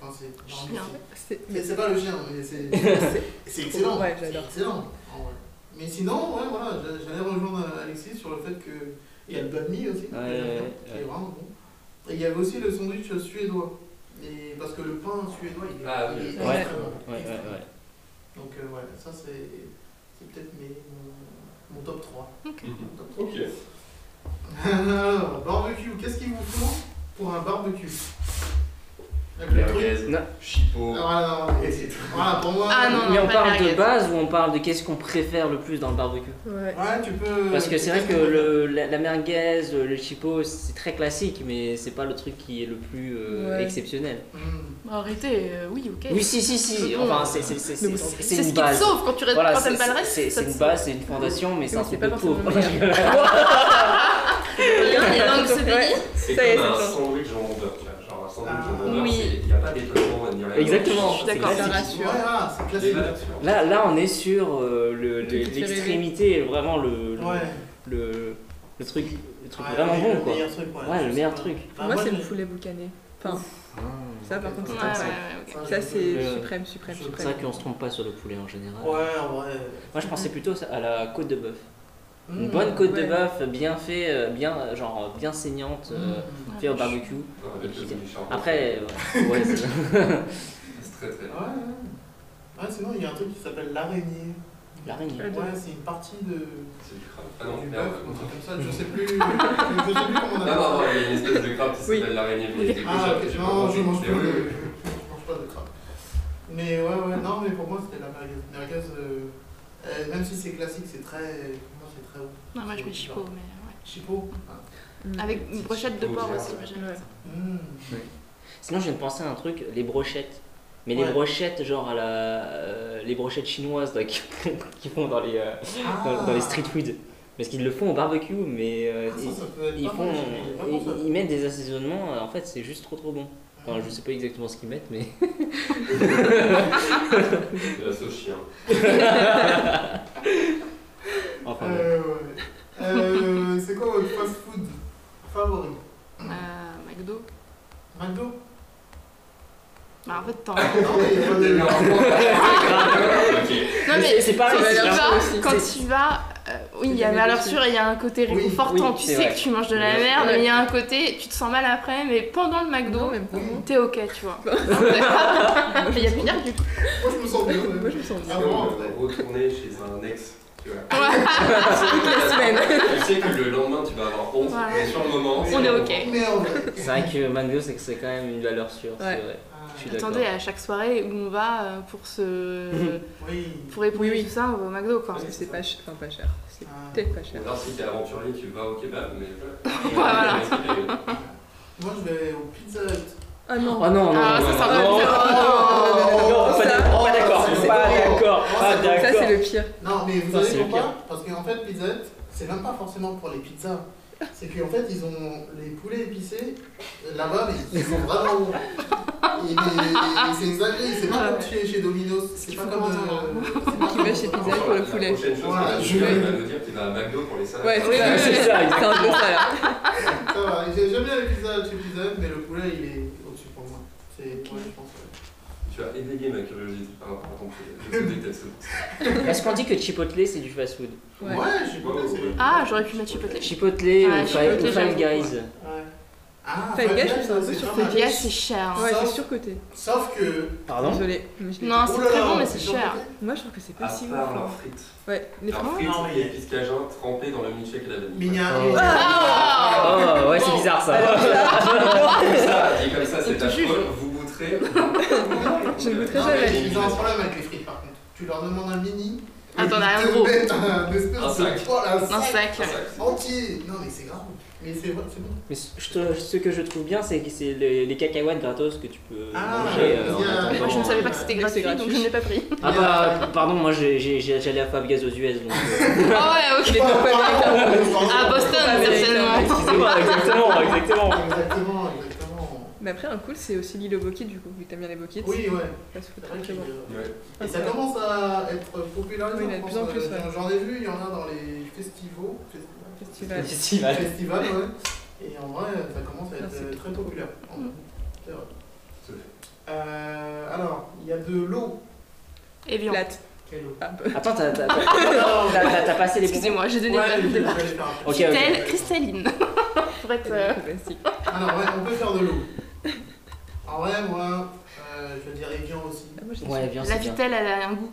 [SPEAKER 1] Enfin, c'est.
[SPEAKER 5] Chien.
[SPEAKER 2] C'est-
[SPEAKER 1] Mais c'est pas le chien, mais c'est.
[SPEAKER 2] c'est-
[SPEAKER 1] C'est excellent.
[SPEAKER 2] Ouais,
[SPEAKER 1] c'est
[SPEAKER 2] j'adore.
[SPEAKER 1] excellent. en vrai. Mais sinon, ouais, voilà, j'a- j'allais rejoindre Alexis sur le fait que il y a le banh mi aussi, que
[SPEAKER 4] Ouais,
[SPEAKER 1] j'aime bien,
[SPEAKER 4] ouais,
[SPEAKER 1] qui
[SPEAKER 4] ouais.
[SPEAKER 1] est vraiment bon. Et il y avait aussi le sandwich suédois. Et parce que le pain suédois, il est,
[SPEAKER 3] Ah,
[SPEAKER 1] il
[SPEAKER 3] oui.
[SPEAKER 1] est
[SPEAKER 4] Ouais,
[SPEAKER 1] extrêmement bon,
[SPEAKER 4] Ouais, ouais,
[SPEAKER 1] extrêmement
[SPEAKER 4] ouais.
[SPEAKER 1] bon. Donc euh, ouais, ça c'est c'est peut-être mes- mon, mon top 3.
[SPEAKER 3] Mhm.
[SPEAKER 1] Mon top
[SPEAKER 3] Ok.
[SPEAKER 1] 3. Alors, barbecue, qu'est-ce qu'il vous faut pour un barbecue Ah, Avec le truc.
[SPEAKER 3] Merguez, chipot.
[SPEAKER 1] Alors, alors,
[SPEAKER 3] Et c'est tout.
[SPEAKER 1] Voilà, pour moi.
[SPEAKER 5] Ah, non,
[SPEAKER 4] Mais on
[SPEAKER 5] pas
[SPEAKER 4] parle de
[SPEAKER 5] merguez. Euh,
[SPEAKER 4] base ou on parle de qu'est-ce qu'on préfère le plus dans le barbecue
[SPEAKER 2] Ouais.
[SPEAKER 1] Ouais, tu peux.
[SPEAKER 4] Parce que c'est vrai que
[SPEAKER 1] Qu'est-ce
[SPEAKER 4] le, la, la merguez, le chipot, c'est très classique, mais c'est pas le truc qui est le plus euh,
[SPEAKER 2] Ouais.
[SPEAKER 4] exceptionnel.
[SPEAKER 1] Hmm.
[SPEAKER 5] Bah, Arrêtez, euh, oui, ok.
[SPEAKER 4] Oui, si, si, si. Enfin, c'est c'est- c'est- c'est-
[SPEAKER 2] Mais
[SPEAKER 4] c'est-
[SPEAKER 5] C'est
[SPEAKER 4] c'est
[SPEAKER 5] ce
[SPEAKER 4] une
[SPEAKER 5] qui te
[SPEAKER 4] base.
[SPEAKER 5] sauve quand tu restes
[SPEAKER 4] Voilà,
[SPEAKER 5] quand t'aimes
[SPEAKER 4] c'est-
[SPEAKER 5] pas le reste.
[SPEAKER 4] c'est
[SPEAKER 5] ça
[SPEAKER 4] c'est
[SPEAKER 5] te
[SPEAKER 4] une
[SPEAKER 5] sauve.
[SPEAKER 4] base, c'est une fondation, mais c'est un
[SPEAKER 2] Oui, c'est
[SPEAKER 4] truc de
[SPEAKER 2] pas
[SPEAKER 4] pauvre.
[SPEAKER 2] forcément
[SPEAKER 5] Rien n'est dans le CDI.
[SPEAKER 2] Ouais.
[SPEAKER 3] C'est
[SPEAKER 2] Ça y est,
[SPEAKER 3] comme un
[SPEAKER 2] c'est le genre.
[SPEAKER 3] sandwich jambon beurre, tu vois, Genre, Alors, sans doute,
[SPEAKER 1] Ah.
[SPEAKER 3] ton honneur,
[SPEAKER 5] Oui.
[SPEAKER 3] c'est- il n'y a pas d'étonnement ni rien.
[SPEAKER 4] Exactement.
[SPEAKER 5] Je suis d'accord.
[SPEAKER 1] Ouais,
[SPEAKER 4] C'est
[SPEAKER 2] classique.
[SPEAKER 1] ouais, ah, c'est
[SPEAKER 3] Les
[SPEAKER 1] classique.
[SPEAKER 3] valeurs sûres.
[SPEAKER 4] Là, là, on est sur euh, le-
[SPEAKER 2] Tout
[SPEAKER 4] le-
[SPEAKER 2] qui te fait
[SPEAKER 4] l'extrémité, vraiment le, le,
[SPEAKER 1] Ouais.
[SPEAKER 4] le, le truc, le truc
[SPEAKER 1] Ouais, Bah,
[SPEAKER 4] vraiment
[SPEAKER 1] le
[SPEAKER 4] bon quoi.
[SPEAKER 1] meilleur truc,
[SPEAKER 4] Ouais, le meilleur
[SPEAKER 1] Enfin,
[SPEAKER 4] truc.
[SPEAKER 2] Pour moi, c'est
[SPEAKER 1] Ah, je-
[SPEAKER 2] le poulet boucané. Enfin, ça par contre,
[SPEAKER 5] Ouais,
[SPEAKER 2] c'est
[SPEAKER 5] ouais,
[SPEAKER 1] Ah,
[SPEAKER 2] pas
[SPEAKER 5] ouais,
[SPEAKER 2] mal.
[SPEAKER 5] ok.
[SPEAKER 1] Ça,
[SPEAKER 2] Ça,
[SPEAKER 1] je-
[SPEAKER 2] c'est
[SPEAKER 4] Euh,
[SPEAKER 2] suprême, suprême,
[SPEAKER 1] c'est
[SPEAKER 4] C'est pour ça
[SPEAKER 2] suprême.
[SPEAKER 4] qu'on se trompe pas sur le poulet en général.
[SPEAKER 1] Ouais, en vrai.
[SPEAKER 4] Moi, je pensais plutôt à la côte de bœuf. Une
[SPEAKER 1] Mmh.
[SPEAKER 4] bonne côte de
[SPEAKER 2] ouais.
[SPEAKER 4] bœuf, bien fait, euh, bien, euh, genre, euh, bien saignante, euh,
[SPEAKER 1] Mmh.
[SPEAKER 4] fait au barbecue.
[SPEAKER 3] Non, avec le menu charmant.
[SPEAKER 4] Après, euh, ouais, c'est-
[SPEAKER 3] C'est très très
[SPEAKER 1] Ouais, ouais. Ouais, sinon, il y a un truc qui s'appelle l'araignée.
[SPEAKER 4] l'araignée.
[SPEAKER 2] Ah,
[SPEAKER 1] Ouais, c'est une partie de.
[SPEAKER 3] C'est du crabe. Ah non,
[SPEAKER 1] du
[SPEAKER 3] merde.
[SPEAKER 1] bœuf, ou un truc comme ça, je sais plus. je sais plus comment on
[SPEAKER 3] Non,
[SPEAKER 1] a
[SPEAKER 3] non, non, il y a une espèce de crabe qui
[SPEAKER 2] Oui.
[SPEAKER 3] s'appelle l'araignée. mais du coup,
[SPEAKER 1] Ah,
[SPEAKER 3] j'ai-
[SPEAKER 1] ok,
[SPEAKER 3] j'ai pas
[SPEAKER 1] non, je
[SPEAKER 3] compris.
[SPEAKER 1] mange pas
[SPEAKER 3] Mais oui,
[SPEAKER 1] de.
[SPEAKER 3] oui.
[SPEAKER 1] Je mange pas de crabe. Mais ouais, ouais, non, mais pour moi, c'était la merguez. Merguez, euh, euh, même si c'est classique, c'est très. Pour moi, c'est très.
[SPEAKER 5] Non, moi je mets chipot, mais ouais.
[SPEAKER 1] Chipot.
[SPEAKER 2] Mm.
[SPEAKER 5] Avec une brochette de porc aussi, moi j'aime bien
[SPEAKER 2] Ouais.
[SPEAKER 5] ça.
[SPEAKER 4] Hmm.
[SPEAKER 1] Mmh.
[SPEAKER 4] Sinon, je viens de penser à un truc, les brochettes. Mais les
[SPEAKER 1] Ouais.
[SPEAKER 4] brochettes, genre à la. euh, les brochettes chinoises là, qui, qui font dans les, euh,
[SPEAKER 1] Ah.
[SPEAKER 4] dans, dans les street food. Parce qu'ils le font au barbecue, mais euh,
[SPEAKER 1] Ah, ça,
[SPEAKER 4] ils,
[SPEAKER 1] ça peut être
[SPEAKER 4] ils
[SPEAKER 1] pas
[SPEAKER 4] font,
[SPEAKER 1] mal, j'ai vraiment ça.
[SPEAKER 4] ils, ils mettent des assaisonnements, euh, en fait, c'est juste trop trop bon. Enfin, je sais pas exactement ce qu'ils mettent, mais.
[SPEAKER 3] De la sauce chien.
[SPEAKER 4] Enfin, bon.
[SPEAKER 1] Euh, ouais. Euh, c'est quoi votre fast food favori
[SPEAKER 5] Euh, McDo.
[SPEAKER 1] McDo
[SPEAKER 5] Bah en fait, t'en.
[SPEAKER 1] Non, mais euh,
[SPEAKER 3] Il y a eu un point. Ok.
[SPEAKER 5] Non,
[SPEAKER 4] Mais c'est- c'est pareil,
[SPEAKER 5] quand tu
[SPEAKER 4] c'est valeur
[SPEAKER 5] vas-
[SPEAKER 2] sûre aussi.
[SPEAKER 5] Quand
[SPEAKER 4] C'est-
[SPEAKER 5] tu vas, euh, oui, il y a
[SPEAKER 2] C'est
[SPEAKER 5] valeur
[SPEAKER 2] dégueu.
[SPEAKER 5] sûre et il y a un côté
[SPEAKER 1] Oui,
[SPEAKER 5] réconfortant.
[SPEAKER 4] oui,
[SPEAKER 5] tu
[SPEAKER 4] c'est
[SPEAKER 5] sais
[SPEAKER 4] vrai.
[SPEAKER 5] que tu manges de la
[SPEAKER 4] Bien sûr.
[SPEAKER 5] merde,
[SPEAKER 2] Ouais.
[SPEAKER 5] mais il y a un côté, tu te sens mal après, mais pendant le McDo, mm,
[SPEAKER 2] Non, même pas. moi.
[SPEAKER 5] t'es ok, tu vois. Il y a pire du coup.
[SPEAKER 1] moi je me sens bien. ouais.
[SPEAKER 2] Moi, je me sens bien.
[SPEAKER 1] Ah bon, en fait.
[SPEAKER 3] Euh, Retourner chez un ex. Tu vois.
[SPEAKER 2] Toute la semaine.
[SPEAKER 3] Tu sais que le lendemain tu vas avoir honte,
[SPEAKER 5] Voilà.
[SPEAKER 3] mais sur le moment.
[SPEAKER 5] On est ok.
[SPEAKER 1] Mais en vrai.
[SPEAKER 4] c'est vrai que McDo, c'est que c'est quand même une valeur sûre,
[SPEAKER 2] Ouais.
[SPEAKER 4] c'est vrai.
[SPEAKER 1] Ah,
[SPEAKER 4] Je suis d'accord.
[SPEAKER 5] Attendez, à chaque soirée où on va euh, pour se.
[SPEAKER 1] Euh, oui.
[SPEAKER 5] pour éprouver
[SPEAKER 2] Oui, oui.
[SPEAKER 5] tout ça, on va au McDo quoi.
[SPEAKER 2] Parce que c'est pas cher. Enfin, pas cher. C'est
[SPEAKER 1] Ah.
[SPEAKER 2] peut-être pas cher.
[SPEAKER 3] Alors si t'es aventurier, tu vas au kebab, mais voilà. euh,
[SPEAKER 5] Voilà.
[SPEAKER 1] Moi je vais au Pizza Hut.
[SPEAKER 2] Ah non.
[SPEAKER 4] Oh non, non,
[SPEAKER 5] Ah,
[SPEAKER 4] non,
[SPEAKER 5] ça sent
[SPEAKER 4] non,
[SPEAKER 5] pas
[SPEAKER 4] non,
[SPEAKER 5] le
[SPEAKER 4] non, non, non,
[SPEAKER 2] Ça,
[SPEAKER 4] pas d'accord, pas d'accord,
[SPEAKER 1] c'est
[SPEAKER 4] pas
[SPEAKER 1] bon.
[SPEAKER 4] d'accord, pas
[SPEAKER 1] Ça,
[SPEAKER 2] Ça,
[SPEAKER 4] d'accord.
[SPEAKER 2] c'est le pire.
[SPEAKER 1] Non, mais vous
[SPEAKER 4] Ça, c'est
[SPEAKER 1] savez
[SPEAKER 4] le
[SPEAKER 1] pourquoi Parce qu'en fait, Pizza Hut, c'est même pas forcément pour les pizzas. C'est qu'en fait, ils ont les poulets épicés euh, là-bas, mais ils sont vraiment bons. Et les- C'est exagéré, c'est pas
[SPEAKER 5] Ah Ouais.
[SPEAKER 1] comme chez, chez Domino's. C'est
[SPEAKER 5] qu'il
[SPEAKER 1] pas
[SPEAKER 5] faut hein.
[SPEAKER 1] comme.
[SPEAKER 5] entendre.
[SPEAKER 1] euh, c'est pas
[SPEAKER 2] Qui
[SPEAKER 1] comme-
[SPEAKER 2] va chez Pizza Hut. pour le poulet.
[SPEAKER 3] La prochaine chose,
[SPEAKER 1] Voilà,
[SPEAKER 3] que
[SPEAKER 1] je
[SPEAKER 3] tu vas
[SPEAKER 1] vais-
[SPEAKER 3] nous dire, il va nous dire qu'il va à McDo pour les salades.
[SPEAKER 2] Ouais,
[SPEAKER 5] Oui, oui,
[SPEAKER 4] C'est
[SPEAKER 5] oui.
[SPEAKER 4] ça,
[SPEAKER 2] C'est un bon ça là.
[SPEAKER 1] Ça va, j'ai- j'aime bien les pizzas chez Pizza Hut, mais le poulet, il est au-dessus pour moi. C'est. Ouais, je pense. ouais.
[SPEAKER 3] Tu as éveillé ma curiosité par rapport à ton poulet. Je te déteste.
[SPEAKER 4] Est-ce qu'on dit que Chipotle c'est du fast food
[SPEAKER 2] Ouais.
[SPEAKER 1] Ouais, je suis content, c'est.
[SPEAKER 5] Ah, j'aurais pu mettre Chipotle.
[SPEAKER 4] Chipotle
[SPEAKER 5] Ah,
[SPEAKER 4] ou Five,
[SPEAKER 5] Chipotle,
[SPEAKER 4] ou Five
[SPEAKER 5] j'avoue.
[SPEAKER 4] Guys
[SPEAKER 1] Ouais. Ah,
[SPEAKER 2] Five Guys,
[SPEAKER 1] Guys,
[SPEAKER 2] c'est un peu
[SPEAKER 1] c'est
[SPEAKER 2] sur
[SPEAKER 1] pas
[SPEAKER 2] Five
[SPEAKER 1] mal.
[SPEAKER 5] Là, c'est cher. hein.
[SPEAKER 2] Ouais,
[SPEAKER 1] Ça-
[SPEAKER 2] c'est surcoté.
[SPEAKER 1] Sauf que.
[SPEAKER 4] Pardon
[SPEAKER 2] Désolée. mais je l'ai
[SPEAKER 5] Non,
[SPEAKER 2] dit.
[SPEAKER 5] Ah, c'est
[SPEAKER 1] Oh là
[SPEAKER 5] très
[SPEAKER 1] là,
[SPEAKER 5] bon, mais c'est cher.
[SPEAKER 1] surcoté.
[SPEAKER 2] Moi, je trouve que c'est
[SPEAKER 3] À
[SPEAKER 2] pas si
[SPEAKER 3] part leurs
[SPEAKER 2] ouf. hein.
[SPEAKER 3] frites.
[SPEAKER 2] Ouais, les
[SPEAKER 3] Leurs
[SPEAKER 2] francs.
[SPEAKER 3] frites
[SPEAKER 1] Non, mais-
[SPEAKER 3] et épices cajun trempés dans le milkshake à la vanille.
[SPEAKER 1] Mais il y a un.
[SPEAKER 4] Oh.
[SPEAKER 5] Ah
[SPEAKER 4] Oh ouais, c'est bizarre ça.
[SPEAKER 3] Comme ça, dit comme ça,
[SPEAKER 5] On
[SPEAKER 3] c'est
[SPEAKER 5] te
[SPEAKER 3] affreux.
[SPEAKER 5] juge.
[SPEAKER 3] Vous goûterez.
[SPEAKER 2] Je ne goûterai
[SPEAKER 1] Non,
[SPEAKER 2] jamais.
[SPEAKER 1] mais Ils ont un problème avec les frites par contre. Tu leur demandes un mini.
[SPEAKER 5] Ah, t'en as un
[SPEAKER 1] ils te
[SPEAKER 5] gros.
[SPEAKER 1] mettent Un espèce
[SPEAKER 3] Un
[SPEAKER 1] de
[SPEAKER 3] sac.
[SPEAKER 1] poil, un
[SPEAKER 5] Un
[SPEAKER 1] sac
[SPEAKER 5] sac.
[SPEAKER 3] Ah, ça,
[SPEAKER 1] entier. Non, mais c'est grave. Mais c'est vrai, c'est bon.
[SPEAKER 4] Mais ce je te- ce que je trouve bien, c'est que c'est les, les cacahuètes gratos que tu peux
[SPEAKER 1] Ah,
[SPEAKER 4] manger euh,
[SPEAKER 1] il y a-
[SPEAKER 4] en
[SPEAKER 5] Moi, Ah, je ne
[SPEAKER 4] attendant.
[SPEAKER 5] savais pas que c'était
[SPEAKER 2] C'est
[SPEAKER 5] gratuit,
[SPEAKER 2] gratuit.
[SPEAKER 5] donc je ne l'ai pas pris.
[SPEAKER 4] Ah
[SPEAKER 1] euh,
[SPEAKER 4] bah, pardon, moi j'ai- j'ai- j'ai- j'allais à Five Guys aux US donc. euh,
[SPEAKER 5] Ah ouais, ok. À Boston, certainement.
[SPEAKER 4] Excusez-moi, exactement, exactement.
[SPEAKER 1] Exactement, exactement.
[SPEAKER 2] Mais après, un cool, c'est aussi l'île aux Bokits, du coup, vu que t'aimes bien les Bokits.
[SPEAKER 1] Oui, ouais.
[SPEAKER 2] Ça se fout
[SPEAKER 1] C'est vrai
[SPEAKER 2] très
[SPEAKER 1] qu'il,
[SPEAKER 2] bon.
[SPEAKER 1] euh,
[SPEAKER 3] Ouais.
[SPEAKER 1] Et ça commence à être popularisé.
[SPEAKER 2] Oui, il y en a de
[SPEAKER 1] en
[SPEAKER 2] plus en
[SPEAKER 1] France,
[SPEAKER 2] plus,
[SPEAKER 1] euh,
[SPEAKER 2] ouais.
[SPEAKER 1] J'en ai vu, il y en a dans les festivals. festivals.
[SPEAKER 4] Festival.
[SPEAKER 2] Festival.
[SPEAKER 1] Festival, ouais. Et en vrai, ça commence à
[SPEAKER 2] Ah,
[SPEAKER 1] être
[SPEAKER 2] c'est
[SPEAKER 1] euh, très populaire. en
[SPEAKER 5] Mm.
[SPEAKER 1] vrai. C'est vrai.
[SPEAKER 3] Tout à fait.
[SPEAKER 1] Euh, alors, il y a de l'eau.
[SPEAKER 5] Et bien.
[SPEAKER 2] Plate.
[SPEAKER 1] Quelle eau
[SPEAKER 2] Ah, bah.
[SPEAKER 4] Attends, t'as t'as- t'as- t'as- t'as passé les bons.
[SPEAKER 5] Excusez-moi, j'ai donné
[SPEAKER 1] Ouais,
[SPEAKER 5] le
[SPEAKER 1] je vais
[SPEAKER 5] débat.
[SPEAKER 1] aller faire un
[SPEAKER 4] Ok, ok.
[SPEAKER 5] Cristal- Cristalline. Pour être. euh,
[SPEAKER 2] Classique.
[SPEAKER 1] Alors, Ah ouais, on peut faire de l'eau. En vrai, moi, euh, je veux dire Evian aussi.
[SPEAKER 2] Ah, moi, je l'ai
[SPEAKER 4] Ouais,
[SPEAKER 2] su.
[SPEAKER 4] bien,
[SPEAKER 5] La hein.
[SPEAKER 4] c'est bien.
[SPEAKER 5] vitelle, elle a un goût.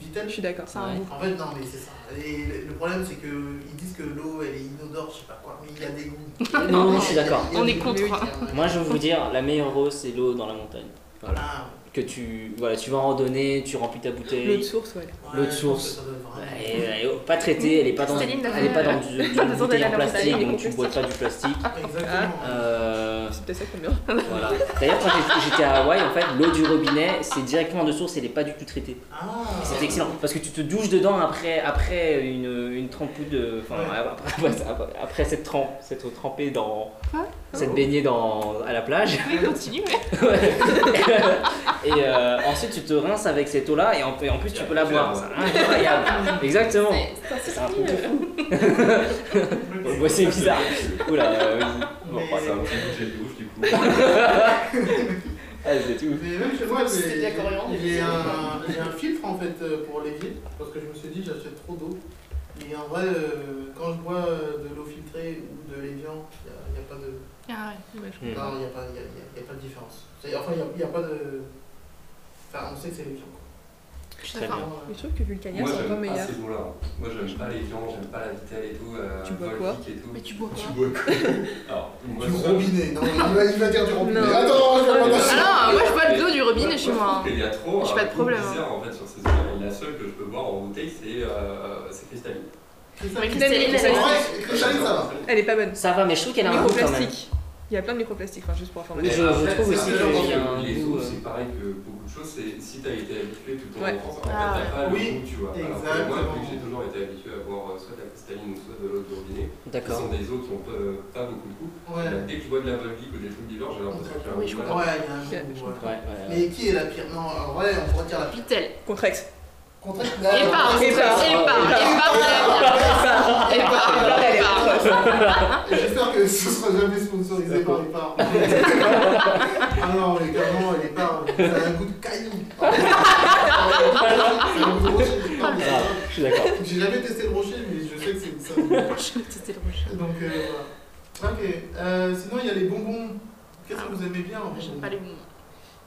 [SPEAKER 1] Vitel
[SPEAKER 2] Je suis d'accord.
[SPEAKER 5] C'est un
[SPEAKER 4] Ouais.
[SPEAKER 5] goût.
[SPEAKER 1] En fait, non, mais c'est ça. Et le- le problème, c'est qu'ils disent que l'eau, elle est inodore, je sais pas quoi, mais il y a des goûts.
[SPEAKER 4] Non, non, je suis d'accord.
[SPEAKER 1] Il y a
[SPEAKER 5] On
[SPEAKER 1] des
[SPEAKER 5] est
[SPEAKER 1] goûts,
[SPEAKER 5] contre.
[SPEAKER 1] il y a-
[SPEAKER 4] Moi, je vais vous dire, la meilleure eau, c'est l'eau dans la montagne. Voilà.
[SPEAKER 1] Ah,
[SPEAKER 4] Que tu, voilà, tu vas en randonnée, tu remplis ta
[SPEAKER 2] L'eau de
[SPEAKER 4] bouteille.
[SPEAKER 2] source, ouais.
[SPEAKER 1] ouais,
[SPEAKER 4] L'eau de
[SPEAKER 1] je pense
[SPEAKER 4] source.
[SPEAKER 1] que ça doit être vraiment-
[SPEAKER 4] Et, et, oh, pas traitée, elle est pas dans,
[SPEAKER 5] Céline l'a
[SPEAKER 4] elle est
[SPEAKER 5] fait,
[SPEAKER 4] pas
[SPEAKER 5] euh,
[SPEAKER 4] dans du, une
[SPEAKER 5] dans un
[SPEAKER 4] bouteille en
[SPEAKER 5] délai,
[SPEAKER 4] plastique,
[SPEAKER 5] dans un
[SPEAKER 4] donc tu bois pas du plastique.
[SPEAKER 1] Exactement.
[SPEAKER 4] Euh,
[SPEAKER 2] C'est peut-être ça qu'on vient.
[SPEAKER 4] voilà. D'ailleurs, quand j'étais- j'étais à Hawaï, en fait, l'eau du robinet, c'est directement de source, elle est pas du tout traitée.
[SPEAKER 1] Ah,
[SPEAKER 4] C'est excellent parce que tu te douches dedans après, après une, une trempouille de. Enfin,
[SPEAKER 1] Ouais.
[SPEAKER 4] après, après, après cette trempe, cette trempée dans.
[SPEAKER 5] Quoi
[SPEAKER 4] cette baignée dans, à la plage.
[SPEAKER 5] Oui, continue, mais.
[SPEAKER 4] et euh, ensuite, tu te rinces avec cette eau-là et en, et en plus, tu peux la
[SPEAKER 3] Tu
[SPEAKER 4] boire.
[SPEAKER 3] la
[SPEAKER 4] C'est incroyable. Exactement. C'est un truc de fou. Bon, c'est bizarre. Oula, euh, oui. Bon,
[SPEAKER 1] Mais-
[SPEAKER 4] enfin,
[SPEAKER 3] c'est un petit budget de bouffe du coup.
[SPEAKER 4] ah, c'est tout.
[SPEAKER 1] Mais même chez moi,
[SPEAKER 5] C'était
[SPEAKER 1] j'ai-
[SPEAKER 5] de la coriandre.
[SPEAKER 1] il y, a un, il y a un filtre en fait euh, pour l'évier parce que je me suis dit j'achète trop d'eau. Et en vrai, euh, quand je bois euh, de l'eau filtrée ou de l'évian, il n'y a, pas de.
[SPEAKER 5] Ah ouais.
[SPEAKER 4] Mm.
[SPEAKER 1] Non, il n'y a, pas- il y a- il y a- il y a pas de différence. C'est- Enfin, il n'y a, il y a pas de. Enfin, on sait que c'est l'évian. quoi.
[SPEAKER 5] Je suis
[SPEAKER 4] Très
[SPEAKER 5] d'accord.
[SPEAKER 4] bien.
[SPEAKER 1] Vraiment, euh,
[SPEAKER 2] Mais je trouve que Vulcania,
[SPEAKER 3] Moi
[SPEAKER 2] c'est encore
[SPEAKER 3] j'aime pas
[SPEAKER 2] meilleur.
[SPEAKER 3] ces mots-là. hein. Moi j'aime pas les viandes, j'aime pas la vitelle et tout. euh,
[SPEAKER 2] Tu bois quoi
[SPEAKER 3] Volvic et tout.
[SPEAKER 5] Mais tu bois
[SPEAKER 3] Tu
[SPEAKER 5] quoi
[SPEAKER 3] bois quoi Alors, moi,
[SPEAKER 1] Du
[SPEAKER 3] je-
[SPEAKER 1] robinet, euh, non, il va, il va dire du robinet.
[SPEAKER 2] Non.
[SPEAKER 1] Attends, je vais pas dire.
[SPEAKER 5] Ah non, moi je bois de l'eau du
[SPEAKER 3] Bah,
[SPEAKER 5] robinet chez moi. hein.
[SPEAKER 3] Il y a trop. euh,
[SPEAKER 5] J'ai
[SPEAKER 3] un
[SPEAKER 5] pas de
[SPEAKER 3] goût
[SPEAKER 5] problème, hein.
[SPEAKER 3] bizarre en fait sur ces eaux. La seule que je peux boire en bouteille, c'est euh, c'est cristalline.
[SPEAKER 5] Ah, Mais
[SPEAKER 1] Cristalline,
[SPEAKER 5] Cristalline, elle
[SPEAKER 1] En
[SPEAKER 5] a-
[SPEAKER 1] vrai, Cristalline, ça va.
[SPEAKER 2] Elle est pas bonne.
[SPEAKER 4] Ça va, mais je trouve qu'elle a un goût quand même.
[SPEAKER 2] Microplastique. Il y a plein de microplastiques, enfin, juste pour
[SPEAKER 4] Oui,
[SPEAKER 3] Mais
[SPEAKER 2] information.
[SPEAKER 4] je- je
[SPEAKER 3] après,
[SPEAKER 4] trouve
[SPEAKER 3] c'est
[SPEAKER 1] aussi
[SPEAKER 3] un
[SPEAKER 1] que il
[SPEAKER 3] peu
[SPEAKER 1] y
[SPEAKER 4] a un
[SPEAKER 3] les
[SPEAKER 4] goût,
[SPEAKER 3] eaux,
[SPEAKER 4] euh,
[SPEAKER 3] c'est pareil que beaucoup de choses. C'est si t'as été habitué toute ton
[SPEAKER 2] Ouais.
[SPEAKER 3] enfance, en fait,
[SPEAKER 5] Ah
[SPEAKER 3] t'as pas le
[SPEAKER 1] Oui,
[SPEAKER 3] goût, tu vois. Alors que moi,
[SPEAKER 1] exactement.
[SPEAKER 3] vu que j'ai toujours été habitué à boire euh, soit de la cristalline ou soit de l'eau de robinet, qui
[SPEAKER 4] D'accord.
[SPEAKER 3] sont des eaux qui ont euh, pas beaucoup de goût.
[SPEAKER 1] Ouais,
[SPEAKER 3] Là, Dès que je bois de la Volvic ou des trucs du genre, j'ai l'impression qu'il y a un
[SPEAKER 5] Oui, je
[SPEAKER 3] goût
[SPEAKER 5] comprends.
[SPEAKER 1] ouais, il y a un
[SPEAKER 2] Je
[SPEAKER 1] goût, ouais.
[SPEAKER 4] Ouais, ouais.
[SPEAKER 1] Mais qui est la pire Non, en vrai, on pourrait dire la pire.
[SPEAKER 5] Vitel.
[SPEAKER 2] Contrex.
[SPEAKER 1] Contre
[SPEAKER 5] Euh, Et par, et par, et par, et par, et par.
[SPEAKER 4] Ah,
[SPEAKER 1] J'espère que ce sera jamais sponsorisé par les parts. ah non, mais clairement, les parts, ça a un goût de caillou. Ça a un goût de rocher, je sais pas, mais ça
[SPEAKER 4] Grave, je suis d'accord.
[SPEAKER 1] va. J'ai jamais testé le rocher, mais je sais que c'est ça. Donc
[SPEAKER 5] Je vais tester le rouge.
[SPEAKER 1] euh, voilà. Ok, euh, sinon il y a les bonbons. Qu'est-ce que vous aimez bien en
[SPEAKER 5] J'aime
[SPEAKER 1] bonbons
[SPEAKER 5] pas les bonbons.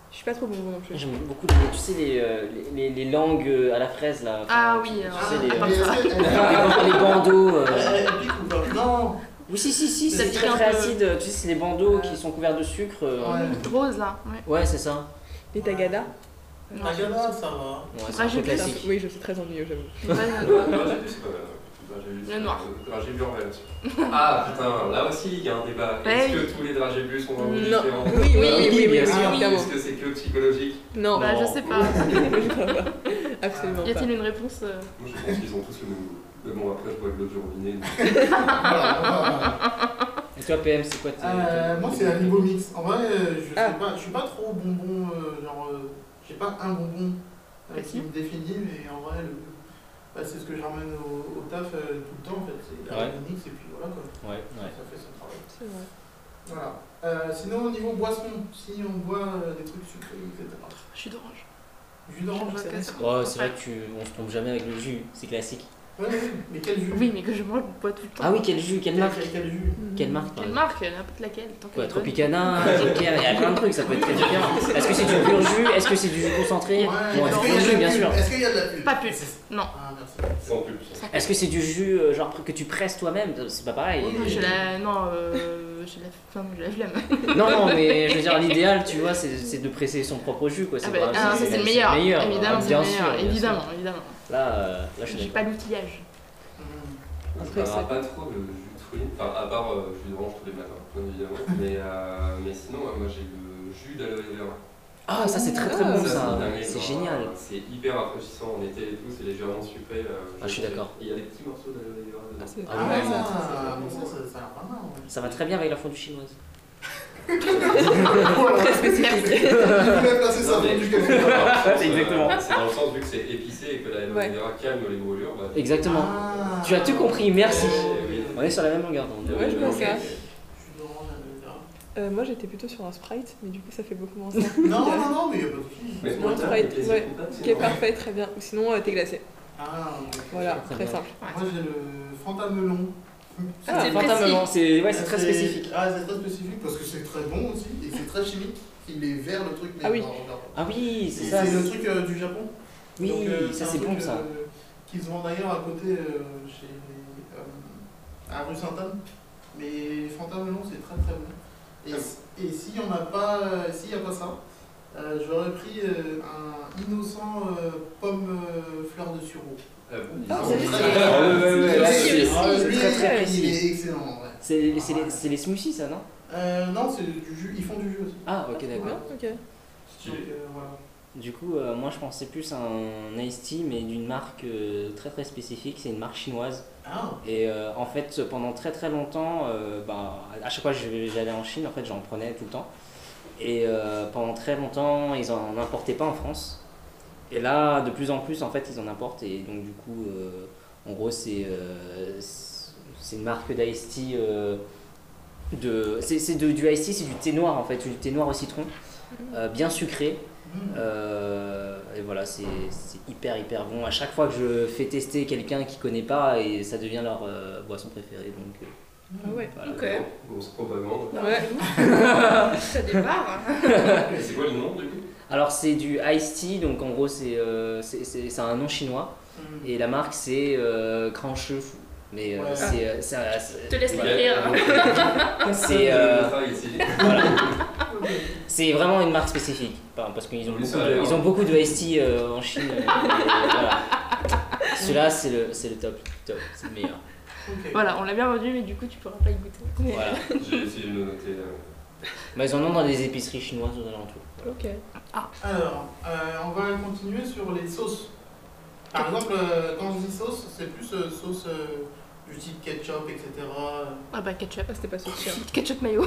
[SPEAKER 2] Je suis pas trop bonbon non plus.
[SPEAKER 4] J'aime beaucoup les, tu sais, les, euh, les, les- les langues euh, à la fraise là.
[SPEAKER 5] Ah oui,
[SPEAKER 4] tu
[SPEAKER 5] alors,
[SPEAKER 1] Ah,
[SPEAKER 4] sais,
[SPEAKER 1] mais
[SPEAKER 4] les,
[SPEAKER 5] part ça.
[SPEAKER 1] est-ce que-
[SPEAKER 4] les bandeaux- les bandeaux. euh,
[SPEAKER 1] Elle est pique ou pas Non
[SPEAKER 4] Oui, si, si, si,
[SPEAKER 5] Ça
[SPEAKER 4] c'est
[SPEAKER 5] pique
[SPEAKER 4] très
[SPEAKER 5] un
[SPEAKER 4] très
[SPEAKER 5] peu.
[SPEAKER 4] acide. euh, Tu sais, c'est les bandeaux
[SPEAKER 2] Ouais.
[SPEAKER 4] qui sont couverts de sucre. euh,
[SPEAKER 1] Ouais.
[SPEAKER 5] Drose là, hein. ouais.
[SPEAKER 4] Ouais, c'est ça.
[SPEAKER 2] Les tagadas.
[SPEAKER 5] Non,
[SPEAKER 1] Tagada, ça va.
[SPEAKER 4] Ouais, c'est un peu
[SPEAKER 5] j'ai vu ça.
[SPEAKER 4] classique.
[SPEAKER 2] Oui, je suis très ennuyeux, j'avoue.
[SPEAKER 5] c'est pas ça. Le
[SPEAKER 3] Le
[SPEAKER 5] noir.
[SPEAKER 3] Dragébus en version. Ah putain, là aussi il y a un débat. Est-ce
[SPEAKER 5] Ouais,
[SPEAKER 3] que tous les Dragébus sont dans le
[SPEAKER 2] Non.
[SPEAKER 3] différent
[SPEAKER 2] Oui, oui, oui,
[SPEAKER 4] bien
[SPEAKER 2] oui, bien
[SPEAKER 4] sûr.
[SPEAKER 2] sûr,
[SPEAKER 3] Ah,
[SPEAKER 2] évidemment.
[SPEAKER 3] Est-ce que c'est que psychologique
[SPEAKER 2] Non,
[SPEAKER 5] Bah, je sais pas.
[SPEAKER 2] absolument
[SPEAKER 5] Y
[SPEAKER 2] pas.
[SPEAKER 5] a-t-il une réponse euh,
[SPEAKER 3] Moi je pense qu'ils ont tous le même goût. Mais bon, après je bois de l'eau du robinet. donc-
[SPEAKER 1] Voilà, voilà.
[SPEAKER 4] Et toi, PM, c'est quoi tes.
[SPEAKER 1] Euh, moi, c'est la Libo Mix. En vrai, euh, je
[SPEAKER 2] Ah.
[SPEAKER 1] sais pas, je suis pas trop bonbon, euh, genre, euh, j'ai pas un bonbon euh,
[SPEAKER 5] Précis.
[SPEAKER 1] qui me définit, mais en vrai, le- bah, c'est ce que je ramène au, au taf euh, tout le temps, en fait. C'est la
[SPEAKER 4] Ouais.
[SPEAKER 1] Libo Mix, et puis voilà, quoi.
[SPEAKER 4] Ouais, ouais.
[SPEAKER 1] Ça fait son travail.
[SPEAKER 2] C'est vrai.
[SPEAKER 1] Voilà. Euh, sinon, au niveau boisson, si on boit euh, des trucs sucrés, etc.
[SPEAKER 5] Jus d'orange.
[SPEAKER 1] Jus d'orange,
[SPEAKER 5] Je
[SPEAKER 1] à
[SPEAKER 5] sais
[SPEAKER 1] casse.
[SPEAKER 5] pas.
[SPEAKER 4] Oh, c'est vrai que tu- on se trompe jamais avec le jus, c'est classique.
[SPEAKER 1] Ouais, ouais, mais quel jus
[SPEAKER 5] Oui, mais que je mange, bois tout le temps.
[SPEAKER 4] Ah oui, quel jus, quelle
[SPEAKER 1] quel,
[SPEAKER 4] marque
[SPEAKER 1] quel, quel jus
[SPEAKER 4] Quelle marque
[SPEAKER 5] Quelle
[SPEAKER 4] ouais.
[SPEAKER 5] marque N'importe laquelle. Tant qu'elle
[SPEAKER 4] Quoi,
[SPEAKER 5] est bonne.
[SPEAKER 4] Tropicana, Joker, il y a plein de trucs, ça peut être très différent. Est-ce que c'est du pur jus Est-ce que c'est du jus concentré
[SPEAKER 1] Ouais,
[SPEAKER 4] Bon,
[SPEAKER 1] est-ce
[SPEAKER 4] c'est
[SPEAKER 1] qu'il y
[SPEAKER 4] du
[SPEAKER 1] a de
[SPEAKER 4] jus,
[SPEAKER 1] la
[SPEAKER 4] bien
[SPEAKER 1] pub
[SPEAKER 4] sûr.
[SPEAKER 1] Est-ce qu'il y a de la pub
[SPEAKER 5] Pas pub. Non.
[SPEAKER 1] Ah, merci.
[SPEAKER 3] Sans pub.
[SPEAKER 4] Est-ce que c'est du jus euh, genre que tu presses toi-même Euh, C'est pas pareil.
[SPEAKER 1] Oui,
[SPEAKER 5] Moi, j'ai la. Non, euh. J'ai la. Enfin, j'ai la flemme.
[SPEAKER 4] Non, non, mais je veux dire, l'idéal, tu vois, c'est c'est de presser son propre jus, quoi.
[SPEAKER 5] Ah
[SPEAKER 4] pas-
[SPEAKER 5] bah, ah, ça c'est le meilleur. Évidemment,
[SPEAKER 4] Ah,
[SPEAKER 5] c'est
[SPEAKER 4] bien
[SPEAKER 5] le meilleur.
[SPEAKER 4] sûr, bien sûr.
[SPEAKER 5] Évidemment, évidemment.
[SPEAKER 4] Là, euh, là, je suis
[SPEAKER 5] J'ai
[SPEAKER 4] d'accord.
[SPEAKER 5] pas l'outillage.
[SPEAKER 1] Hum.
[SPEAKER 3] Ça ne pas trop le jus de fruits, enfin à part euh, jus d'orange tous les matins, bien évidemment. Mais, euh, mais sinon, ouais, moi j'ai le jus d'aloe vera.
[SPEAKER 4] Ah, ça c'est très très bon
[SPEAKER 1] Ah,
[SPEAKER 3] Ça,
[SPEAKER 4] ça,
[SPEAKER 3] dingue,
[SPEAKER 4] c'est
[SPEAKER 3] genre,
[SPEAKER 4] génial.
[SPEAKER 3] euh, C'est hyper rafraîchissant en été et tout, c'est légèrement sucré. euh,
[SPEAKER 4] Ah, je suis d'accord.
[SPEAKER 3] Il y a des petits morceaux d'aloe vera. dedans.
[SPEAKER 2] Ah, c'est
[SPEAKER 4] Ah
[SPEAKER 1] Ah,
[SPEAKER 4] ouais, ça,
[SPEAKER 1] bon, ça, ça, ça a l'air pas mal. ouais.
[SPEAKER 4] Ça va très bien avec la fondue chinoise.
[SPEAKER 2] très spécifique.
[SPEAKER 1] Il voulait placer sa
[SPEAKER 3] Non, mais-
[SPEAKER 1] fond du café.
[SPEAKER 3] Euh,
[SPEAKER 4] Exactement.
[SPEAKER 3] C'est dans le sens, vu que c'est épicé et que l'aloe
[SPEAKER 2] Ouais.
[SPEAKER 3] vera calme les brûlures. bah,
[SPEAKER 4] Exactement.
[SPEAKER 1] Ah.
[SPEAKER 4] Tu as tout compris, merci.
[SPEAKER 3] euh, oui.
[SPEAKER 4] On est sur la même longueur d'onde.
[SPEAKER 2] Ouais, je pense
[SPEAKER 3] Ok.
[SPEAKER 2] ça.
[SPEAKER 1] Je suis d'orange, etc.
[SPEAKER 2] Euh, moi, j'étais plutôt sur un Sprite, mais du coup, ça fait beaucoup moins ça.
[SPEAKER 1] Non, non, non, mais il n'y a pas de soucis.
[SPEAKER 3] Mais
[SPEAKER 2] Non,
[SPEAKER 3] moi,
[SPEAKER 2] tu
[SPEAKER 3] t'as
[SPEAKER 2] vas
[SPEAKER 3] le
[SPEAKER 2] être-
[SPEAKER 3] plaisir
[SPEAKER 2] ouais.
[SPEAKER 3] coupable,
[SPEAKER 2] Ok,
[SPEAKER 3] sinon.
[SPEAKER 2] parfait, très bien. Ou sinon, euh, thé glacé.
[SPEAKER 1] Ah, ok.
[SPEAKER 2] Voilà,
[SPEAKER 4] Très
[SPEAKER 2] très
[SPEAKER 4] bien.
[SPEAKER 2] simple.
[SPEAKER 1] Moi, j'ai le Fanta Melon.
[SPEAKER 2] Ah,
[SPEAKER 5] C'est
[SPEAKER 4] Fanta
[SPEAKER 5] précis.
[SPEAKER 4] Melon, c'est ouais, c'est très spécifique.
[SPEAKER 1] Ah, c'est très spécifique parce que c'est très bon aussi et c'est très chimique. Il est vert le truc, mais
[SPEAKER 2] Ah oui.
[SPEAKER 1] non, non.
[SPEAKER 4] Ah oui, c'est
[SPEAKER 1] C'est
[SPEAKER 4] ça.
[SPEAKER 1] le truc euh, du Japon.
[SPEAKER 4] Oui,
[SPEAKER 1] Donc, euh,
[SPEAKER 4] ça
[SPEAKER 1] un
[SPEAKER 4] c'est
[SPEAKER 1] truc,
[SPEAKER 4] bon ça.
[SPEAKER 1] euh, Qu'ils vendent d'ailleurs à côté euh, chez. euh, à rue Sainte-Anne. Mais Fanta Melon, c'est très très bon. Et,
[SPEAKER 3] Ah
[SPEAKER 1] et s'il n'y en a pas, euh, s'il y a pas ça, Euh, J'aurais pris euh, un innocent euh, pomme euh, fleur de sureau.
[SPEAKER 3] Ah bon,
[SPEAKER 2] Ah,
[SPEAKER 3] disons.
[SPEAKER 2] c'est juste-
[SPEAKER 3] Ah ouais, ouais, ouais, là,
[SPEAKER 5] Précis,
[SPEAKER 3] c'est-
[SPEAKER 1] Ah, lui,
[SPEAKER 4] c'est très, très
[SPEAKER 1] il est
[SPEAKER 4] précis.
[SPEAKER 1] excellent. Ouais.
[SPEAKER 4] C'est c'est les, c'est les smoothies, ça, non
[SPEAKER 1] Euh, non, c'est du jus. Ils font du jus aussi.
[SPEAKER 4] Ah, ok, d'accord.
[SPEAKER 2] Non Ok.
[SPEAKER 1] Donc,
[SPEAKER 3] Stylé.
[SPEAKER 1] euh, voilà.
[SPEAKER 4] Du coup, euh, moi, je pensais plus à un iced tea, mais d'une marque euh, très très spécifique. C'est une marque chinoise.
[SPEAKER 1] Ah,
[SPEAKER 4] Et euh, en fait, pendant très très longtemps, euh, bah, à chaque fois que je vais- j'allais en Chine, en fait, j'en prenais tout le temps. Et euh, pendant très longtemps, ils en importaient pas en France. Et là, de plus en plus, en fait, ils en importent. Et donc, du coup, euh, en gros, c'est euh, c'est une marque d'iced tea. euh, de, c'est c'est de- du iced tea, c'est du thé noir, en fait, du thé noir au citron, euh, bien sucré.
[SPEAKER 1] hmm.
[SPEAKER 4] Euh, et voilà, c'est c'est hyper hyper bon. À chaque fois que je fais tester quelqu'un qui connaît pas, et ça devient leur euh, boisson préférée. Donc euh,
[SPEAKER 2] Ah ouais,
[SPEAKER 4] voilà.
[SPEAKER 2] ok.
[SPEAKER 3] Grosse propagande.
[SPEAKER 2] Ouais.
[SPEAKER 5] Ça démarre.
[SPEAKER 3] Mais c'est quoi le nom du coup
[SPEAKER 4] Alors c'est du Ice Tea, donc en gros c'est euh, c'est- c'est- c'est un nom chinois
[SPEAKER 1] Hmm.
[SPEAKER 4] et la marque c'est euh, Grand Cheu Fou. Mais euh,
[SPEAKER 1] Ouais.
[SPEAKER 4] c'est euh, ça- c'est
[SPEAKER 5] Te laisse
[SPEAKER 4] voilà.
[SPEAKER 5] l'écrire.
[SPEAKER 4] C'est, euh,
[SPEAKER 3] On travaille ici.
[SPEAKER 4] Voilà. Ah, C'est vraiment une marque spécifique enfin, parce qu'ils ont,
[SPEAKER 3] Oui,
[SPEAKER 4] beaucoup
[SPEAKER 3] ça a
[SPEAKER 4] de-
[SPEAKER 3] l'air.
[SPEAKER 4] ils ont beaucoup de Ice Tea euh, en Chine. euh, et voilà. Celui-là c'est le, c'est le top, top, c'est le meilleur.
[SPEAKER 1] Hum. Ok.
[SPEAKER 5] Voilà, on l'a bien vendu, mais du coup, tu pourras pas y goûter.
[SPEAKER 4] Voilà.
[SPEAKER 3] J'ai essayé de me noter. euh,
[SPEAKER 4] Bah, ils en ont dans des épiceries chinoises aux alentours.
[SPEAKER 2] Ok.
[SPEAKER 1] Alors, euh, on va continuer sur les sauces. Par exemple, euh, quand je dis sauce, c'est plus euh, sauce euh, du type ketchup, etc.
[SPEAKER 5] Ah bah, ketchup.
[SPEAKER 2] Ah, c'était pas sauce chien.
[SPEAKER 5] Ketchup mayo.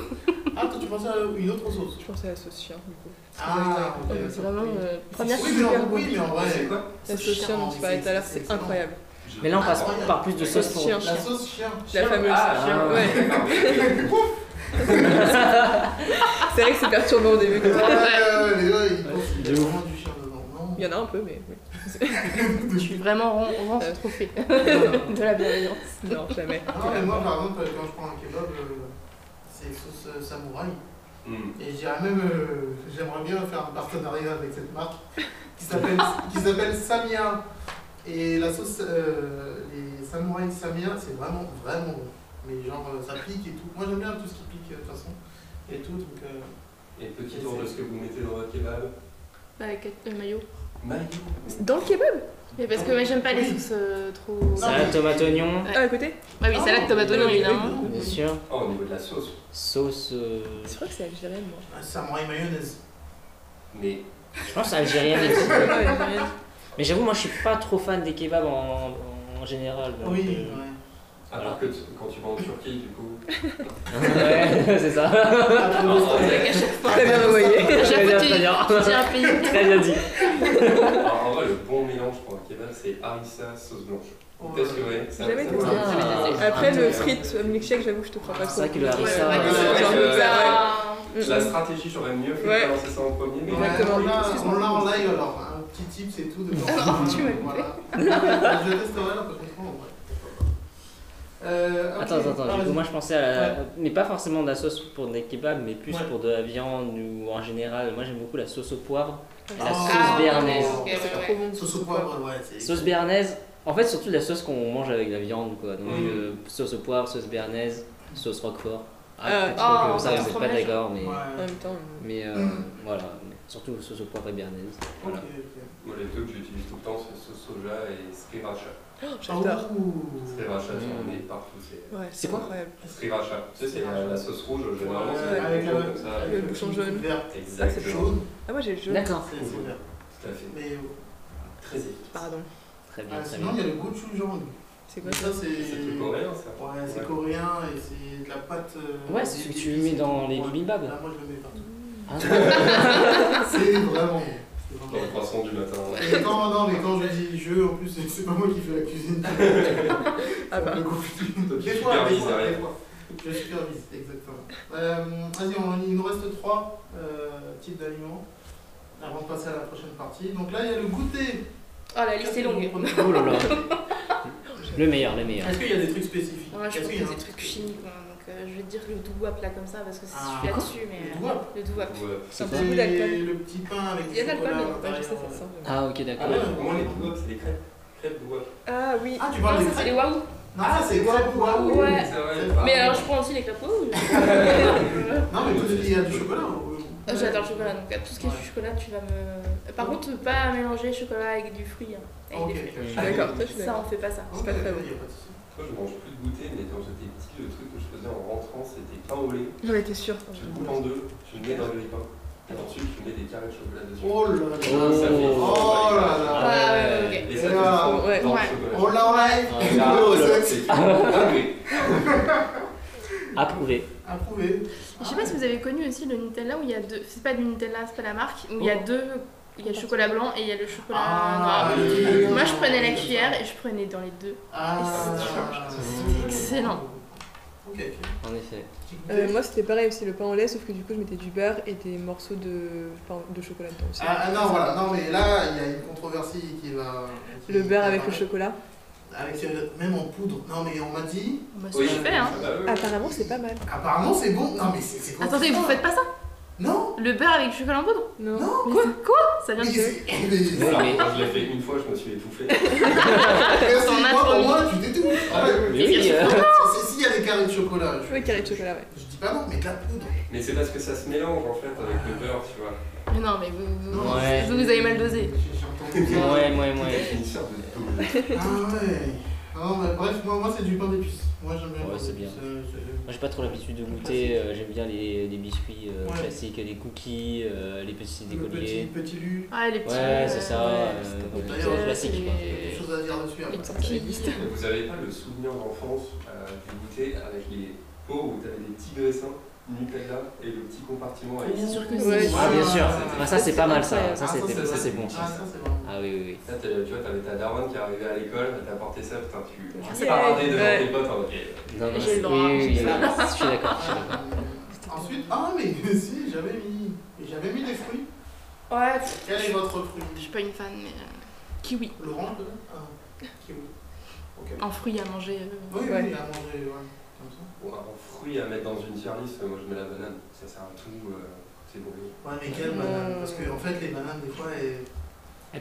[SPEAKER 1] Ah, toi, tu pensais à une autre sauce
[SPEAKER 2] Je pensais à la sauce chien, du coup.
[SPEAKER 1] Ah, ok.
[SPEAKER 2] Ouais,
[SPEAKER 5] C'est vraiment euh, première
[SPEAKER 1] oui, mais
[SPEAKER 5] super
[SPEAKER 1] en,
[SPEAKER 5] goût.
[SPEAKER 1] oui, mais en
[SPEAKER 3] C'est
[SPEAKER 1] vrai,
[SPEAKER 3] quoi
[SPEAKER 2] La sauce chien dont tu parlais tout à l'heure, c'est
[SPEAKER 1] excellent.
[SPEAKER 2] incroyable.
[SPEAKER 3] Je-
[SPEAKER 4] Mais là, on passe
[SPEAKER 1] Incroyable.
[SPEAKER 4] par plus de sauce pour.
[SPEAKER 2] Chien.
[SPEAKER 1] la sauce chien.
[SPEAKER 2] La fameuse.
[SPEAKER 3] Ah,
[SPEAKER 4] chien.
[SPEAKER 2] Ouais. C'est vrai que c'est perturbant au début.
[SPEAKER 1] Ouais, ouais,
[SPEAKER 2] quand-
[SPEAKER 1] ouais, les gars, ils
[SPEAKER 4] Ouais,
[SPEAKER 1] pensent qu'il y
[SPEAKER 4] de
[SPEAKER 1] a
[SPEAKER 4] ouf.
[SPEAKER 1] vraiment du chien dedans. Non.
[SPEAKER 2] Il y en a un peu, mais. oui.
[SPEAKER 5] Je suis vraiment rond, rond ce trophée de la bienveillance.
[SPEAKER 2] Non, jamais.
[SPEAKER 1] Non, mais moi, par exemple, quand je prends un kebab, euh, c'est sauce euh, samouraï.
[SPEAKER 3] Hmm.
[SPEAKER 1] Et je dirais même, euh, j'aimerais bien faire un partenariat avec cette marque qui s'appelle qui s'appelle Samia. Et la sauce, euh, les samouraïs Samia, c'est vraiment, vraiment bon. Mais genre, euh, ça pique et tout. Moi, j'aime bien tout ce qui pique, euh, de toute façon. Et tout, donc. euh,
[SPEAKER 3] Et petit tour de ce que vous mettez dans votre kebab.
[SPEAKER 5] Bah, ketchup mayo.
[SPEAKER 3] Maillot.
[SPEAKER 2] Dans le kebab
[SPEAKER 5] Mais parce que moi, j'aime pas les
[SPEAKER 1] Oui.
[SPEAKER 5] sauces euh, trop.
[SPEAKER 1] Non.
[SPEAKER 4] Salade, tomate, oignon,
[SPEAKER 5] Ouais.
[SPEAKER 2] Ah, à côté
[SPEAKER 5] Bah oui,
[SPEAKER 1] Ah,
[SPEAKER 5] salade, tomate, oignon,
[SPEAKER 1] oui,
[SPEAKER 5] évidemment.
[SPEAKER 1] oui,
[SPEAKER 4] bien sûr.
[SPEAKER 3] Ah, au niveau de la sauce.
[SPEAKER 4] Sauce. euh,
[SPEAKER 2] Je crois que c'est algérienne, moi.
[SPEAKER 1] un Samouraï mayonnaise.
[SPEAKER 3] Mais
[SPEAKER 4] Je pense algérienne aussi.
[SPEAKER 2] Ouais, algérienne.
[SPEAKER 4] Mais j'avoue, moi je suis pas trop fan des kebabs en, en général. donc,
[SPEAKER 1] Oui,
[SPEAKER 4] euh,
[SPEAKER 1] ouais.
[SPEAKER 3] à part que tu- quand tu vas en Turquie, du coup.
[SPEAKER 4] euh, ouais, c'est ça.
[SPEAKER 1] Ah, trop bon, ça.
[SPEAKER 5] À chaque fois,
[SPEAKER 2] Très bien, vous voyez.
[SPEAKER 5] à chaque fois,
[SPEAKER 4] Très bien,
[SPEAKER 5] tu, tu dis un pays.
[SPEAKER 4] Très bien dit.
[SPEAKER 3] Alors, en vrai, le bon mélange pour un kebab, c'est harissa sauce blanche. Vous
[SPEAKER 1] Ouais.
[SPEAKER 3] testeriez ça,
[SPEAKER 2] Jamais
[SPEAKER 3] ça
[SPEAKER 2] testé.
[SPEAKER 3] marche.
[SPEAKER 4] Jamais testé.
[SPEAKER 2] Après le
[SPEAKER 3] Ah,
[SPEAKER 2] frite milkshake, j'avoue que je te crois pas trop.
[SPEAKER 4] C'est vrai que le harissa,
[SPEAKER 2] Ouais,
[SPEAKER 3] euh,
[SPEAKER 2] c'est
[SPEAKER 3] ouais,
[SPEAKER 2] genre
[SPEAKER 3] euh,
[SPEAKER 2] ça,
[SPEAKER 5] Ah.
[SPEAKER 2] ouais.
[SPEAKER 3] La stratégie, j'aurais mieux fait
[SPEAKER 2] Ouais.
[SPEAKER 3] de lancer ça en premier. Mais
[SPEAKER 1] Exactement.
[SPEAKER 2] Exactement.
[SPEAKER 1] On l'a-
[SPEAKER 2] Excuse-moi.
[SPEAKER 1] on l'a en live alors, un petit tip c'est tout. De
[SPEAKER 5] tu m'as
[SPEAKER 1] Voilà. Je testerai là, parce que franchement, en vrai, pourquoi pas. Euh, ok,
[SPEAKER 4] Attends, attends, attends. Du coup,
[SPEAKER 1] vas-y.
[SPEAKER 4] moi je pensais à. la- Mais pas forcément de la sauce pour des kebabs, mais plus
[SPEAKER 1] Ouais.
[SPEAKER 4] pour de la viande ou en général. Moi j'aime beaucoup la sauce au poivre.
[SPEAKER 1] Ah,
[SPEAKER 4] La sauce
[SPEAKER 1] Ah,
[SPEAKER 4] béarnaise.
[SPEAKER 1] ok, ouais,
[SPEAKER 2] C'est trop bon.
[SPEAKER 1] Sauce au poivre, ouais, c'est.
[SPEAKER 4] Sauce béarnaise, en fait, surtout la sauce qu'on mange avec la viande, quoi. Donc,
[SPEAKER 1] Oui.
[SPEAKER 4] euh, sauce au poivre, sauce béarnaise, sauce roquefort.
[SPEAKER 6] Euh,
[SPEAKER 2] Ah,
[SPEAKER 4] peut-être
[SPEAKER 5] ah,
[SPEAKER 4] que
[SPEAKER 6] oh,
[SPEAKER 4] ça,
[SPEAKER 5] ah,
[SPEAKER 4] vous êtes pas
[SPEAKER 5] fromage.
[SPEAKER 4] d'accord, mais.
[SPEAKER 1] Ouais.
[SPEAKER 2] En même temps,
[SPEAKER 4] Mais euh,
[SPEAKER 6] Mm.
[SPEAKER 4] voilà, mais surtout sauce au poivre et béarnaise.
[SPEAKER 1] Ok,
[SPEAKER 4] Voilà.
[SPEAKER 1] ok.
[SPEAKER 3] Moi, les deux que j'utilise tout le temps, c'est sauce soja et sriracha.
[SPEAKER 2] euh, j'adore.
[SPEAKER 1] Ouh.
[SPEAKER 3] Sriracha,
[SPEAKER 4] Mm.
[SPEAKER 3] on est partout. C'est
[SPEAKER 2] Ouais,
[SPEAKER 4] C'est quoi
[SPEAKER 2] incroyable.
[SPEAKER 3] sriracha. Tu sais, c'est la, la sauce rouge, généralement,
[SPEAKER 1] Ouais,
[SPEAKER 3] c'est la
[SPEAKER 1] avec
[SPEAKER 3] rouge
[SPEAKER 1] la-
[SPEAKER 3] comme ça.
[SPEAKER 2] Le bouchon jaune.
[SPEAKER 1] Vert.
[SPEAKER 2] c'est
[SPEAKER 3] Exactement.
[SPEAKER 1] Jaune,
[SPEAKER 2] Ah, moi j'ai le jaune.
[SPEAKER 4] D'accord.
[SPEAKER 1] c'est c'est vert.
[SPEAKER 3] Tout à fait.
[SPEAKER 1] Mais euh,
[SPEAKER 3] Très efficace.
[SPEAKER 2] Pardon.
[SPEAKER 4] Très bien,
[SPEAKER 1] ah,
[SPEAKER 4] très
[SPEAKER 1] sinon,
[SPEAKER 4] bien.
[SPEAKER 1] il y a le gochujang jaune.
[SPEAKER 2] C'est
[SPEAKER 1] Mais
[SPEAKER 2] quoi ça
[SPEAKER 1] ça, c'est.
[SPEAKER 3] C'est plus coréen, ça.
[SPEAKER 1] Ouais, c'est
[SPEAKER 3] Ouais.
[SPEAKER 1] coréen et c'est de la pâte. euh,
[SPEAKER 4] Ouais, c'est ce que tu
[SPEAKER 1] d'épices et
[SPEAKER 4] mets dans
[SPEAKER 1] tout.
[SPEAKER 4] les
[SPEAKER 1] Ouais.
[SPEAKER 4] bibimbap.
[SPEAKER 1] Là, moi, je le mets partout.
[SPEAKER 4] Ah, non.
[SPEAKER 1] C'est vraiment bon. C'est vraiment
[SPEAKER 3] Dans le croissant du matin.
[SPEAKER 1] Et quand, non, mais quand je dis je, en plus, c'est- c'est pas moi qui fais la cuisine.
[SPEAKER 2] Ah bah.
[SPEAKER 1] Le conflit.
[SPEAKER 3] Toi, tu
[SPEAKER 1] Des fois, des
[SPEAKER 3] supervises
[SPEAKER 1] fois, des
[SPEAKER 3] derrière.
[SPEAKER 1] fois. Je supervise, exactement. Euh, Vas-y, on- il nous reste trois euh, types d'aliments avant de passer à la prochaine partie. Donc là, il y a le goûter.
[SPEAKER 5] Oh, la liste est longue.
[SPEAKER 4] Oh là là. Le meilleur, le meilleur.
[SPEAKER 1] Est-ce qu'il y a des trucs spécifiques
[SPEAKER 5] Moi,
[SPEAKER 1] Est-ce
[SPEAKER 5] je pense que
[SPEAKER 1] qu'il y a
[SPEAKER 5] c'est des
[SPEAKER 1] un-
[SPEAKER 5] trucs chimiques. hein, Donc, euh, je vais te dire le doo-wop là comme ça parce que si
[SPEAKER 1] Ah,
[SPEAKER 5] je suis là-dessus, mais. euh,
[SPEAKER 1] Le doigt.
[SPEAKER 5] Le doo-wop.
[SPEAKER 3] Ouais.
[SPEAKER 2] C'est un
[SPEAKER 1] C'est
[SPEAKER 2] petit goût d'alcool.
[SPEAKER 1] le petit pain avec
[SPEAKER 2] Il
[SPEAKER 1] du
[SPEAKER 2] y a de l'alcool,
[SPEAKER 1] chocolat
[SPEAKER 2] mais
[SPEAKER 1] à
[SPEAKER 2] pas je sais
[SPEAKER 1] l'intérieur.
[SPEAKER 2] faire ça. vraiment.
[SPEAKER 4] Ah, ok,
[SPEAKER 3] Ah
[SPEAKER 4] d'accord.
[SPEAKER 3] ouais, pour moi, les doigts, c'est des crêpes. Crêpes doigts.
[SPEAKER 2] Ah oui.
[SPEAKER 1] Ah, tu
[SPEAKER 5] Ah,
[SPEAKER 1] parles des
[SPEAKER 5] ça, c'est les
[SPEAKER 1] crêpes
[SPEAKER 5] waouh.
[SPEAKER 1] Non, ça, c'est crêpes waouh.
[SPEAKER 5] Ouais.
[SPEAKER 3] C'est vrai.
[SPEAKER 5] Mais alors, je prends aussi les crêpes waouh.
[SPEAKER 1] Non, mais tout ce qu'il y a du chocolat. euh,
[SPEAKER 6] Ah, J'adore le chocolat, donc tout ce qui
[SPEAKER 1] Ouais.
[SPEAKER 6] est chocolat, tu vas
[SPEAKER 5] euh,
[SPEAKER 6] me. Par contre, pas mélanger chocolat avec du fruit. hein, avec
[SPEAKER 1] Ah, Ok.
[SPEAKER 6] des fruits.
[SPEAKER 4] Je suis
[SPEAKER 2] Ah, D'accord, toi, je suis
[SPEAKER 6] Ça,
[SPEAKER 2] d'accord.
[SPEAKER 6] on fait pas ça.
[SPEAKER 2] C'est pas très bon.
[SPEAKER 1] il y a pas de souci.
[SPEAKER 3] Moi, je mange plus de goûter, mais quand j'étais petit, le truc que je faisais en rentrant, c'était pain au lait.
[SPEAKER 2] J'en étais sûre.
[SPEAKER 3] Tu le coupes en deux, tu le mets dans le lait pain, et ensuite tu mets des carrés de chocolat dessus.
[SPEAKER 1] Oh là là.
[SPEAKER 3] Ça fait-
[SPEAKER 1] Oh là
[SPEAKER 6] Ouais,
[SPEAKER 4] Ah,
[SPEAKER 1] là.
[SPEAKER 6] Ah, ouais, ouais, ok.
[SPEAKER 3] Et ça,
[SPEAKER 1] Ouais.
[SPEAKER 3] tu le prends
[SPEAKER 2] Ouais.
[SPEAKER 3] dans le
[SPEAKER 5] Ouais.
[SPEAKER 3] chocolat.
[SPEAKER 1] Oh là là.
[SPEAKER 3] Ah,
[SPEAKER 4] Ouais.
[SPEAKER 1] Numéro sept.
[SPEAKER 3] C'est dingue.
[SPEAKER 4] Approuvé.
[SPEAKER 1] Approuvé.
[SPEAKER 6] Je sais pas si vous avez connu aussi le Nutella où il y a deux. C'est pas du Nutella, c'est pas la marque. Où il y a deux. Il y a le chocolat blanc et il y a le chocolat
[SPEAKER 1] Ah,
[SPEAKER 6] noir.
[SPEAKER 1] oui.
[SPEAKER 6] Moi je prenais la cuillère et je prenais dans les deux.
[SPEAKER 1] Ah,
[SPEAKER 4] C'est
[SPEAKER 6] excellent.
[SPEAKER 1] Ok, ok.
[SPEAKER 4] En effet.
[SPEAKER 1] J'ai goûté.
[SPEAKER 2] Euh, moi c'était pareil aussi le pain au lait sauf que du coup je mettais du beurre et des morceaux de, pain- de chocolat dedans aussi.
[SPEAKER 1] Ah, ah, non, voilà, non, mais là, il y a une controversie qui va. qui-
[SPEAKER 2] Le beurre
[SPEAKER 1] qui
[SPEAKER 2] avec le
[SPEAKER 1] apparaît.
[SPEAKER 2] chocolat.
[SPEAKER 1] Avec, euh, même en poudre. Non, mais on m'a dit.
[SPEAKER 6] Bah, c'est
[SPEAKER 3] Oui.
[SPEAKER 6] super, hein.
[SPEAKER 3] Ah bah
[SPEAKER 1] Euh.
[SPEAKER 3] oui.
[SPEAKER 2] Apparemment c'est pas mal.
[SPEAKER 1] Apparemment, c'est bon. Non, mais c'est c'est quoi
[SPEAKER 6] Attendez,
[SPEAKER 1] ça
[SPEAKER 6] vous faites pas ça
[SPEAKER 1] Non
[SPEAKER 6] Le beurre avec du chocolat en poudre
[SPEAKER 2] Non.
[SPEAKER 1] Non,
[SPEAKER 6] Quoi Quoi Ça vient
[SPEAKER 1] Mais
[SPEAKER 6] de
[SPEAKER 1] c'est- mais-
[SPEAKER 3] Voilà,
[SPEAKER 4] Mais-
[SPEAKER 3] quand je l'ai fait une fois, je me suis étouffé.
[SPEAKER 1] Merci,
[SPEAKER 6] T'en as
[SPEAKER 1] moi,
[SPEAKER 6] trop
[SPEAKER 1] pour
[SPEAKER 6] mis.
[SPEAKER 1] moi, tu t'étouffes.
[SPEAKER 3] Ah, mais
[SPEAKER 4] Mais oui, euh,
[SPEAKER 1] Si- S'il y a des carrés de chocolat. je-
[SPEAKER 2] Oui, carré de chocolat, ouais.
[SPEAKER 1] Je dis pas non, mais de la poudre.
[SPEAKER 3] Mais c'est parce que ça se mélange en fait avec le beurre, tu vois.
[SPEAKER 6] Mais non, mais vous, vous,
[SPEAKER 1] Non,
[SPEAKER 4] Ouais.
[SPEAKER 6] vous nous avez mal dosé.
[SPEAKER 1] J'ai j'ai entendu ça.
[SPEAKER 4] euh, ouais, ouais, ouais.
[SPEAKER 3] C'est une sorte de double.
[SPEAKER 1] Ah ouais. Non, mais bref, moi, moi c'est du pain d'épices. Moi j'aime bien. le
[SPEAKER 4] Ouais,
[SPEAKER 1] pain
[SPEAKER 4] c'est
[SPEAKER 1] d'épices,
[SPEAKER 4] bien.
[SPEAKER 1] euh, c'est-
[SPEAKER 4] Moi j'ai pas trop l'habitude de goûter, euh, j'aime bien les, les biscuits euh,
[SPEAKER 1] Ouais.
[SPEAKER 4] classiques, les cookies, euh, les petits
[SPEAKER 1] Le petit,
[SPEAKER 4] écoliers.
[SPEAKER 1] petit lu.
[SPEAKER 6] Ouais, Ah, les petits.
[SPEAKER 4] Ouais, c'est ça,
[SPEAKER 6] euh,
[SPEAKER 4] euh,
[SPEAKER 1] ouais,
[SPEAKER 4] c'est
[SPEAKER 1] d'ailleurs,
[SPEAKER 4] classique. quoi.
[SPEAKER 1] Quelque chose à dire dessus après.
[SPEAKER 6] Les petits.
[SPEAKER 3] Vous avez pas le souvenir d'enfance euh, du goûter avec les pots où t'avais des petits graissins, Nutella et le petit compartiment avec
[SPEAKER 6] Bien sûr que
[SPEAKER 2] Ouais,
[SPEAKER 6] si.
[SPEAKER 4] Ah bien sûr,
[SPEAKER 1] Ah,
[SPEAKER 4] Ah, ça c'est pas mal ça,
[SPEAKER 2] incroyable.
[SPEAKER 4] ça
[SPEAKER 1] Ah,
[SPEAKER 4] c'était-
[SPEAKER 1] c'est
[SPEAKER 4] ça, c'est
[SPEAKER 1] vrai.
[SPEAKER 4] bon
[SPEAKER 1] Ah,
[SPEAKER 4] ça.
[SPEAKER 1] ça c'est bon.
[SPEAKER 4] Ah oui oui oui.
[SPEAKER 3] Ça, t'as- tu vois, t'avais ta daronne qui arrivait à l'école, elle t'a apporté ça, putain, tu
[SPEAKER 6] Ah,
[SPEAKER 3] tu
[SPEAKER 6] c'est
[SPEAKER 3] paradais
[SPEAKER 2] vrai,
[SPEAKER 3] devant
[SPEAKER 2] ouais.
[SPEAKER 3] tes potes en mode, eh,
[SPEAKER 4] Non, non,
[SPEAKER 6] J'ai
[SPEAKER 4] c'est-
[SPEAKER 6] le droit,
[SPEAKER 4] oui, oui,
[SPEAKER 6] j'ai
[SPEAKER 4] oui,
[SPEAKER 6] le
[SPEAKER 4] oui, je suis d'accord.
[SPEAKER 1] Euh, Ah, Ensuite, ah mais si, j'avais mis, j'avais mis des fruits.
[SPEAKER 6] Ouais, pff,
[SPEAKER 1] Quel est votre
[SPEAKER 6] je
[SPEAKER 1] fruit
[SPEAKER 6] suis pas une fan, mais. euh, Kiwi.
[SPEAKER 1] L'orange peut-être Ah, kiwi. Ok.
[SPEAKER 6] Un fruit à manger. euh,
[SPEAKER 1] Oui, oui,
[SPEAKER 2] Ouais.
[SPEAKER 1] à manger, ouais. Comme ça.
[SPEAKER 3] bon, un fruit à mettre dans une tier list, moi je mets la banane, ça sert à tout, euh, c'est bon.
[SPEAKER 1] Ouais, mais quelle
[SPEAKER 2] Euh,
[SPEAKER 1] banane Parce que en fait, les bananes, des fois, elles...
[SPEAKER 4] Elles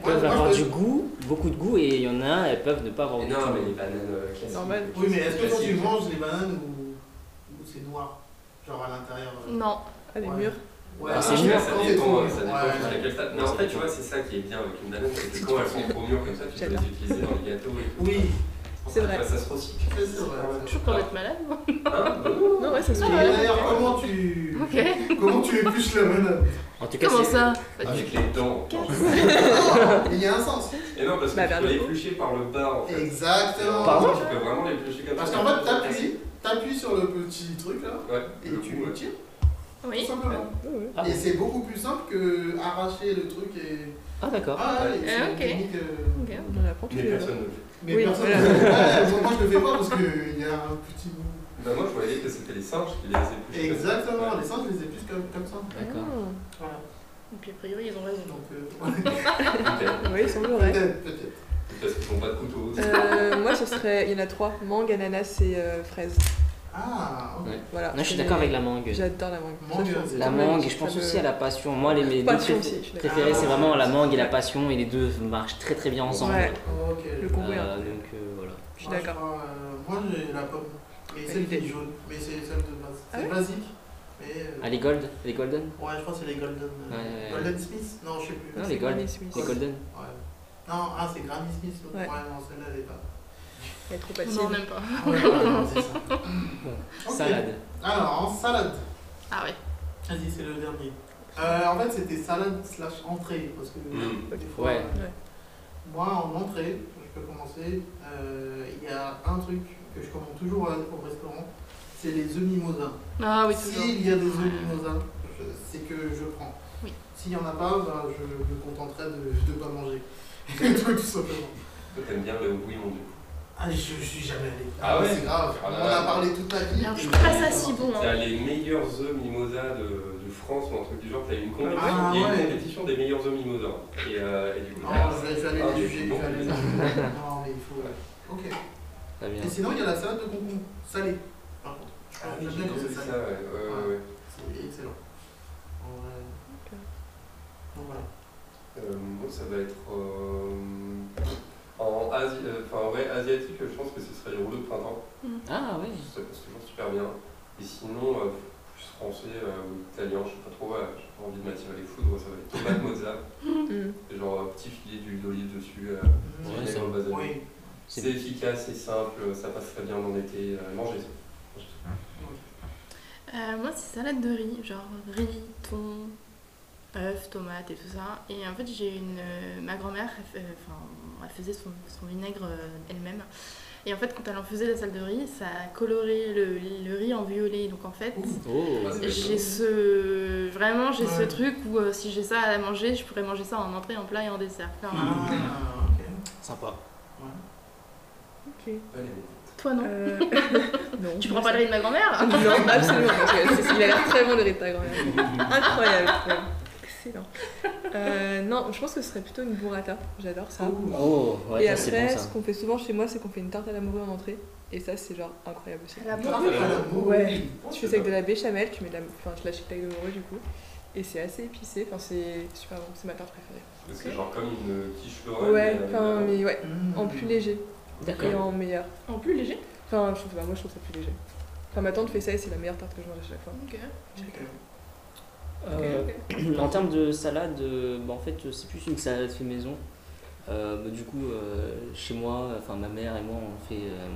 [SPEAKER 1] Ouais,
[SPEAKER 4] peuvent
[SPEAKER 1] moi,
[SPEAKER 4] avoir
[SPEAKER 1] je-
[SPEAKER 4] du goût, beaucoup de goût, et il y en a, elles peuvent ne pas avoir
[SPEAKER 3] Mais
[SPEAKER 4] du
[SPEAKER 3] non, mais les
[SPEAKER 4] goût.
[SPEAKER 3] bananes euh, classiques.
[SPEAKER 2] Normal.
[SPEAKER 1] Oui, mais est-ce que quand tu
[SPEAKER 3] Classiques.
[SPEAKER 1] manges les bananes ou, ou c'est noir Genre à l'intérieur. euh,
[SPEAKER 6] Non.
[SPEAKER 2] Ah, les
[SPEAKER 1] Ouais.
[SPEAKER 2] murs.
[SPEAKER 1] Ouais,
[SPEAKER 3] Ah,
[SPEAKER 4] c'est
[SPEAKER 3] ça
[SPEAKER 1] mieux,
[SPEAKER 3] ça dépend, euh, ça dépend
[SPEAKER 1] Ouais.
[SPEAKER 3] jusqu'à quel stade. Mais en fait, tu vois, c'est ça qui est bien avec une banane, c'est que quand elles sont trop mûres comme ça, tu peux
[SPEAKER 2] J'adore.
[SPEAKER 3] les utiliser dans les gâteaux et tout.
[SPEAKER 1] Oui,
[SPEAKER 3] Pour
[SPEAKER 2] C'est
[SPEAKER 3] ça,
[SPEAKER 2] vrai.
[SPEAKER 3] tu vois, Ça se recycle.
[SPEAKER 1] ça, c'est vrai.
[SPEAKER 6] Toujours pour être malade, moi.
[SPEAKER 3] Hein
[SPEAKER 2] Non, Ah, ouais, ça se
[SPEAKER 1] Et
[SPEAKER 2] fait.
[SPEAKER 1] D'ailleurs, comment tu,
[SPEAKER 6] Ok.
[SPEAKER 1] comment tu épluches la banane
[SPEAKER 4] En tout cas,
[SPEAKER 6] Comment
[SPEAKER 4] c'est
[SPEAKER 6] ça Pas du
[SPEAKER 3] Avec les dents.
[SPEAKER 1] Non, Il y a un sens.
[SPEAKER 3] Et non, parce que
[SPEAKER 2] Bah,
[SPEAKER 3] tu
[SPEAKER 2] vers
[SPEAKER 3] peux
[SPEAKER 2] le haut.
[SPEAKER 3] l'éplucher par le bas en fait.
[SPEAKER 1] Exactement.
[SPEAKER 4] Pardon
[SPEAKER 3] Tu peux vraiment l'éplucher comme ça.
[SPEAKER 1] Parce qu'en fait, t'appuies, t'appuies sur le petit truc là
[SPEAKER 3] Ouais,
[SPEAKER 1] et
[SPEAKER 3] le
[SPEAKER 1] tu
[SPEAKER 3] coup,
[SPEAKER 1] le
[SPEAKER 3] ouais.
[SPEAKER 1] tires, tout
[SPEAKER 6] Oui.
[SPEAKER 1] simplement.
[SPEAKER 2] Ouais, ouais.
[SPEAKER 4] Ah,
[SPEAKER 1] Et
[SPEAKER 4] bon.
[SPEAKER 1] c'est beaucoup plus simple que arracher le truc et.
[SPEAKER 4] Ah, d'accord.
[SPEAKER 1] Ah, ouais, c'est
[SPEAKER 6] Ah,
[SPEAKER 1] une
[SPEAKER 6] ok.
[SPEAKER 1] technique, euh,
[SPEAKER 6] Ok.
[SPEAKER 2] On apprend tous
[SPEAKER 3] Mais
[SPEAKER 2] les jours.
[SPEAKER 3] personne ne le fait.
[SPEAKER 1] Mais
[SPEAKER 2] Oui,
[SPEAKER 1] personne.
[SPEAKER 2] voilà.
[SPEAKER 1] Ouais, moi, je le fais pas parce qu'il y a un petit bout.
[SPEAKER 3] Bah, moi, je voyais que c'était les singes qui les épluchaient. comme ça.
[SPEAKER 1] Exactement, les singes, je les épluche comme, comme ça.
[SPEAKER 4] D'accord.
[SPEAKER 2] Ah.
[SPEAKER 1] Voilà.
[SPEAKER 6] Et puis a priori, ils ont raison.
[SPEAKER 1] Donc, euh,
[SPEAKER 3] Peut-être.
[SPEAKER 2] Ah, Ouais, il semblerait.
[SPEAKER 1] peut-être, peut-être.
[SPEAKER 3] Parce qu'ils n'ont pas de couteau.
[SPEAKER 2] Euh, moi, ce serait. Il y en a trois mangue, ananas et euh, fraise.
[SPEAKER 1] Ah, ok.
[SPEAKER 4] Ouais.
[SPEAKER 2] Voilà.
[SPEAKER 4] Non, je suis d'accord avec la mangue.
[SPEAKER 2] J'adore la mangue.
[SPEAKER 1] Mangue,
[SPEAKER 2] Ça, je pense-
[SPEAKER 1] c'est-
[SPEAKER 4] La
[SPEAKER 2] ça me-
[SPEAKER 4] mangue, et je pense
[SPEAKER 2] ça me-
[SPEAKER 4] aussi à la passion. Moi, les mes deux
[SPEAKER 2] Passion
[SPEAKER 4] préfé-
[SPEAKER 2] aussi, je suis d'accord.
[SPEAKER 4] préférés, c'est
[SPEAKER 1] Ah.
[SPEAKER 4] vraiment la mangue et la passion, et les deux marchent très très bien ensemble.
[SPEAKER 2] Ouais.
[SPEAKER 1] Ok.
[SPEAKER 2] Le combo est
[SPEAKER 4] Euh,
[SPEAKER 2] incroyable.
[SPEAKER 4] donc euh, voilà.
[SPEAKER 2] Je suis d'accord.
[SPEAKER 1] Moi, je prends, euh, moi, j'ai la pomme. Mais celle qui est jaune. Mais c'est celle de base.
[SPEAKER 2] Ah
[SPEAKER 1] C'est
[SPEAKER 2] ouais
[SPEAKER 1] basique. Mais. euh,
[SPEAKER 4] Ah, les gold Les golden
[SPEAKER 1] Ouais, je crois que c'est les Golden. euh,
[SPEAKER 4] Ouais, ouais, ouais.
[SPEAKER 1] Golden Smith Non, je sais plus.
[SPEAKER 4] Non,
[SPEAKER 1] Ouais.
[SPEAKER 4] les gold.
[SPEAKER 2] Granny Smith.
[SPEAKER 4] Les
[SPEAKER 1] Non,
[SPEAKER 4] golden
[SPEAKER 1] ah, c'est Granny Smith. l'autre. Ouais,
[SPEAKER 2] Ouais.
[SPEAKER 1] non, celle-là, elle est pas.
[SPEAKER 2] Elle est trop
[SPEAKER 6] Non,
[SPEAKER 2] facile.
[SPEAKER 6] même pas.
[SPEAKER 1] Ouais, ouais, c'est ça. Ok.
[SPEAKER 4] Salade.
[SPEAKER 1] Alors, en salade.
[SPEAKER 6] Ah ouais.
[SPEAKER 1] Vas-y, c'est le dernier. Euh, en fait, c'était salade slash entrée. Parce que.
[SPEAKER 3] Mm.
[SPEAKER 1] des fois,
[SPEAKER 4] Ouais.
[SPEAKER 1] euh,
[SPEAKER 2] Ouais.
[SPEAKER 1] Moi, en entrée, je peux commencer. euh, Il y a un truc que je commande toujours euh, au restaurant c'est les œufs mimosa.
[SPEAKER 6] Ah oui, toujours.
[SPEAKER 1] S'il y a des œufs mimosa, je- c'est que je prends.
[SPEAKER 6] Oui.
[SPEAKER 1] S'il n'y en a pas, ben, je me contenterai de ne pas manger. Tout simplement.
[SPEAKER 3] Toi, T'aimes bien le bouillon du coup.
[SPEAKER 1] Ah, je, je suis jamais allé.
[SPEAKER 3] Ah ouais
[SPEAKER 1] C'est grave.
[SPEAKER 3] Ah
[SPEAKER 1] On
[SPEAKER 3] là
[SPEAKER 1] en a
[SPEAKER 3] là.
[SPEAKER 1] parlé toute la vie.
[SPEAKER 6] Alors,
[SPEAKER 1] et
[SPEAKER 6] je trouve pas ça si bon.
[SPEAKER 3] T'as
[SPEAKER 6] Hein.
[SPEAKER 3] les meilleurs œufs mimosa de, de France ou un truc du genre, t'as eu une compétition,
[SPEAKER 1] Ah,
[SPEAKER 3] il y a eu
[SPEAKER 1] ouais.
[SPEAKER 3] une compétition des meilleurs œufs mimosa. Et, euh, et du coup,
[SPEAKER 1] Non,
[SPEAKER 3] t'as-
[SPEAKER 1] je vais, je vais aller
[SPEAKER 3] Ah,
[SPEAKER 1] les
[SPEAKER 3] mais
[SPEAKER 1] juger.
[SPEAKER 3] bon.
[SPEAKER 1] je vais aller les juger. non, mais il faut. Ok.
[SPEAKER 4] Très bien.
[SPEAKER 1] Et sinon, il y a la salade de concombre salée. Par contre, je
[SPEAKER 3] Ah,
[SPEAKER 1] prends
[SPEAKER 3] oui,
[SPEAKER 1] jamais
[SPEAKER 3] j'ai
[SPEAKER 1] quand c'est
[SPEAKER 3] goûté ça,
[SPEAKER 1] salé.
[SPEAKER 3] ouais, ouais, ouais, ouais.
[SPEAKER 1] C'est excellent. En vrai.
[SPEAKER 2] Ok.
[SPEAKER 1] Donc voilà.
[SPEAKER 3] Euh, moi, ça va être. euh, en Asie, euh, enfin, ouais, asiatique, je pense que ce serait les rouleaux de printemps.
[SPEAKER 4] Ah ouais.
[SPEAKER 3] Ça passe toujours super bien. Et sinon, euh, plus français euh, ou italien, je sais pas trop, ouais, j'ai pas envie de m'attirer les foudres, ça va être tomate mozza,
[SPEAKER 2] Mm.
[SPEAKER 3] genre un petit filet d'huile d'olive dessus, euh,
[SPEAKER 1] Mm.
[SPEAKER 4] Ouais,
[SPEAKER 3] vinaigre
[SPEAKER 4] ça-
[SPEAKER 3] balsamique.
[SPEAKER 1] Oui.
[SPEAKER 3] c'est efficace, c'est simple, ça passe très bien en été, euh, mangez-en.
[SPEAKER 6] Euh, moi, c'est salade de riz, genre riz, thon, œufs, tomates et tout ça. Et en fait, j'ai une. euh, ma grand-mère, elle, fait- enfin, elle faisait son, son vinaigre euh, elle-même. Et en fait, quand elle en faisait la salade de riz, ça colorait le, le riz en violet. Donc en fait.
[SPEAKER 1] Ouh.
[SPEAKER 4] Oh,
[SPEAKER 3] Ah, c'est
[SPEAKER 6] J'ai ce. Vraiment, j'ai ce
[SPEAKER 1] Ouais.
[SPEAKER 6] truc où euh, si j'ai ça à manger, je pourrais manger ça en entrée, en plat et en dessert. clairement.
[SPEAKER 1] Ah, ok.
[SPEAKER 4] sympa.
[SPEAKER 1] Ouais.
[SPEAKER 2] Ok.
[SPEAKER 3] Allez,
[SPEAKER 6] Toi, non
[SPEAKER 2] Euh, non.
[SPEAKER 6] Tu prends pas le riz de ma grand-mère
[SPEAKER 2] Non, absolument. parce que c'est- il a l'air très bon le riz de ta grand-mère. Incroyable. ouais. Excellent. Euh, non, je pense que ce serait plutôt une burrata. J'adore ça.
[SPEAKER 1] Ouh.
[SPEAKER 4] Oh, ouais,
[SPEAKER 2] et
[SPEAKER 4] ça, c'est
[SPEAKER 2] après,
[SPEAKER 4] bon ça.
[SPEAKER 2] ce qu'on fait souvent chez moi, c'est qu'on fait une tarte à la morue en entrée. Et ça, c'est genre incroyable aussi.
[SPEAKER 6] La
[SPEAKER 1] Ah,
[SPEAKER 6] bourre.
[SPEAKER 1] mais t'as la boue.
[SPEAKER 2] Ouais.
[SPEAKER 3] Oh,
[SPEAKER 2] Tu fais ça avec de la béchamel, tu mets de la, enfin, je lâche avec de la morue du coup. Et c'est assez épicé. Enfin, c'est super bon. C'est ma tarte préférée.
[SPEAKER 3] Parce que genre comme une quiche
[SPEAKER 2] Ouais,
[SPEAKER 3] lorraine. mais,
[SPEAKER 2] enfin,
[SPEAKER 3] euh,
[SPEAKER 2] mais ouais.
[SPEAKER 1] Mm.
[SPEAKER 2] En plus léger et en meilleur.
[SPEAKER 6] En plus léger
[SPEAKER 2] Enfin, je trouve, bah, moi, je trouve ça plus léger. Enfin, ma tante fait ça et c'est la meilleure tarte que je mange à chaque fois.
[SPEAKER 6] Ok.
[SPEAKER 1] Ok.
[SPEAKER 4] Euh, en termes de salade, euh, bah, en fait, euh, c'est plus une salade fait maison. Euh, bah, du coup, euh, chez moi, enfin ma mère et moi, on fait euh,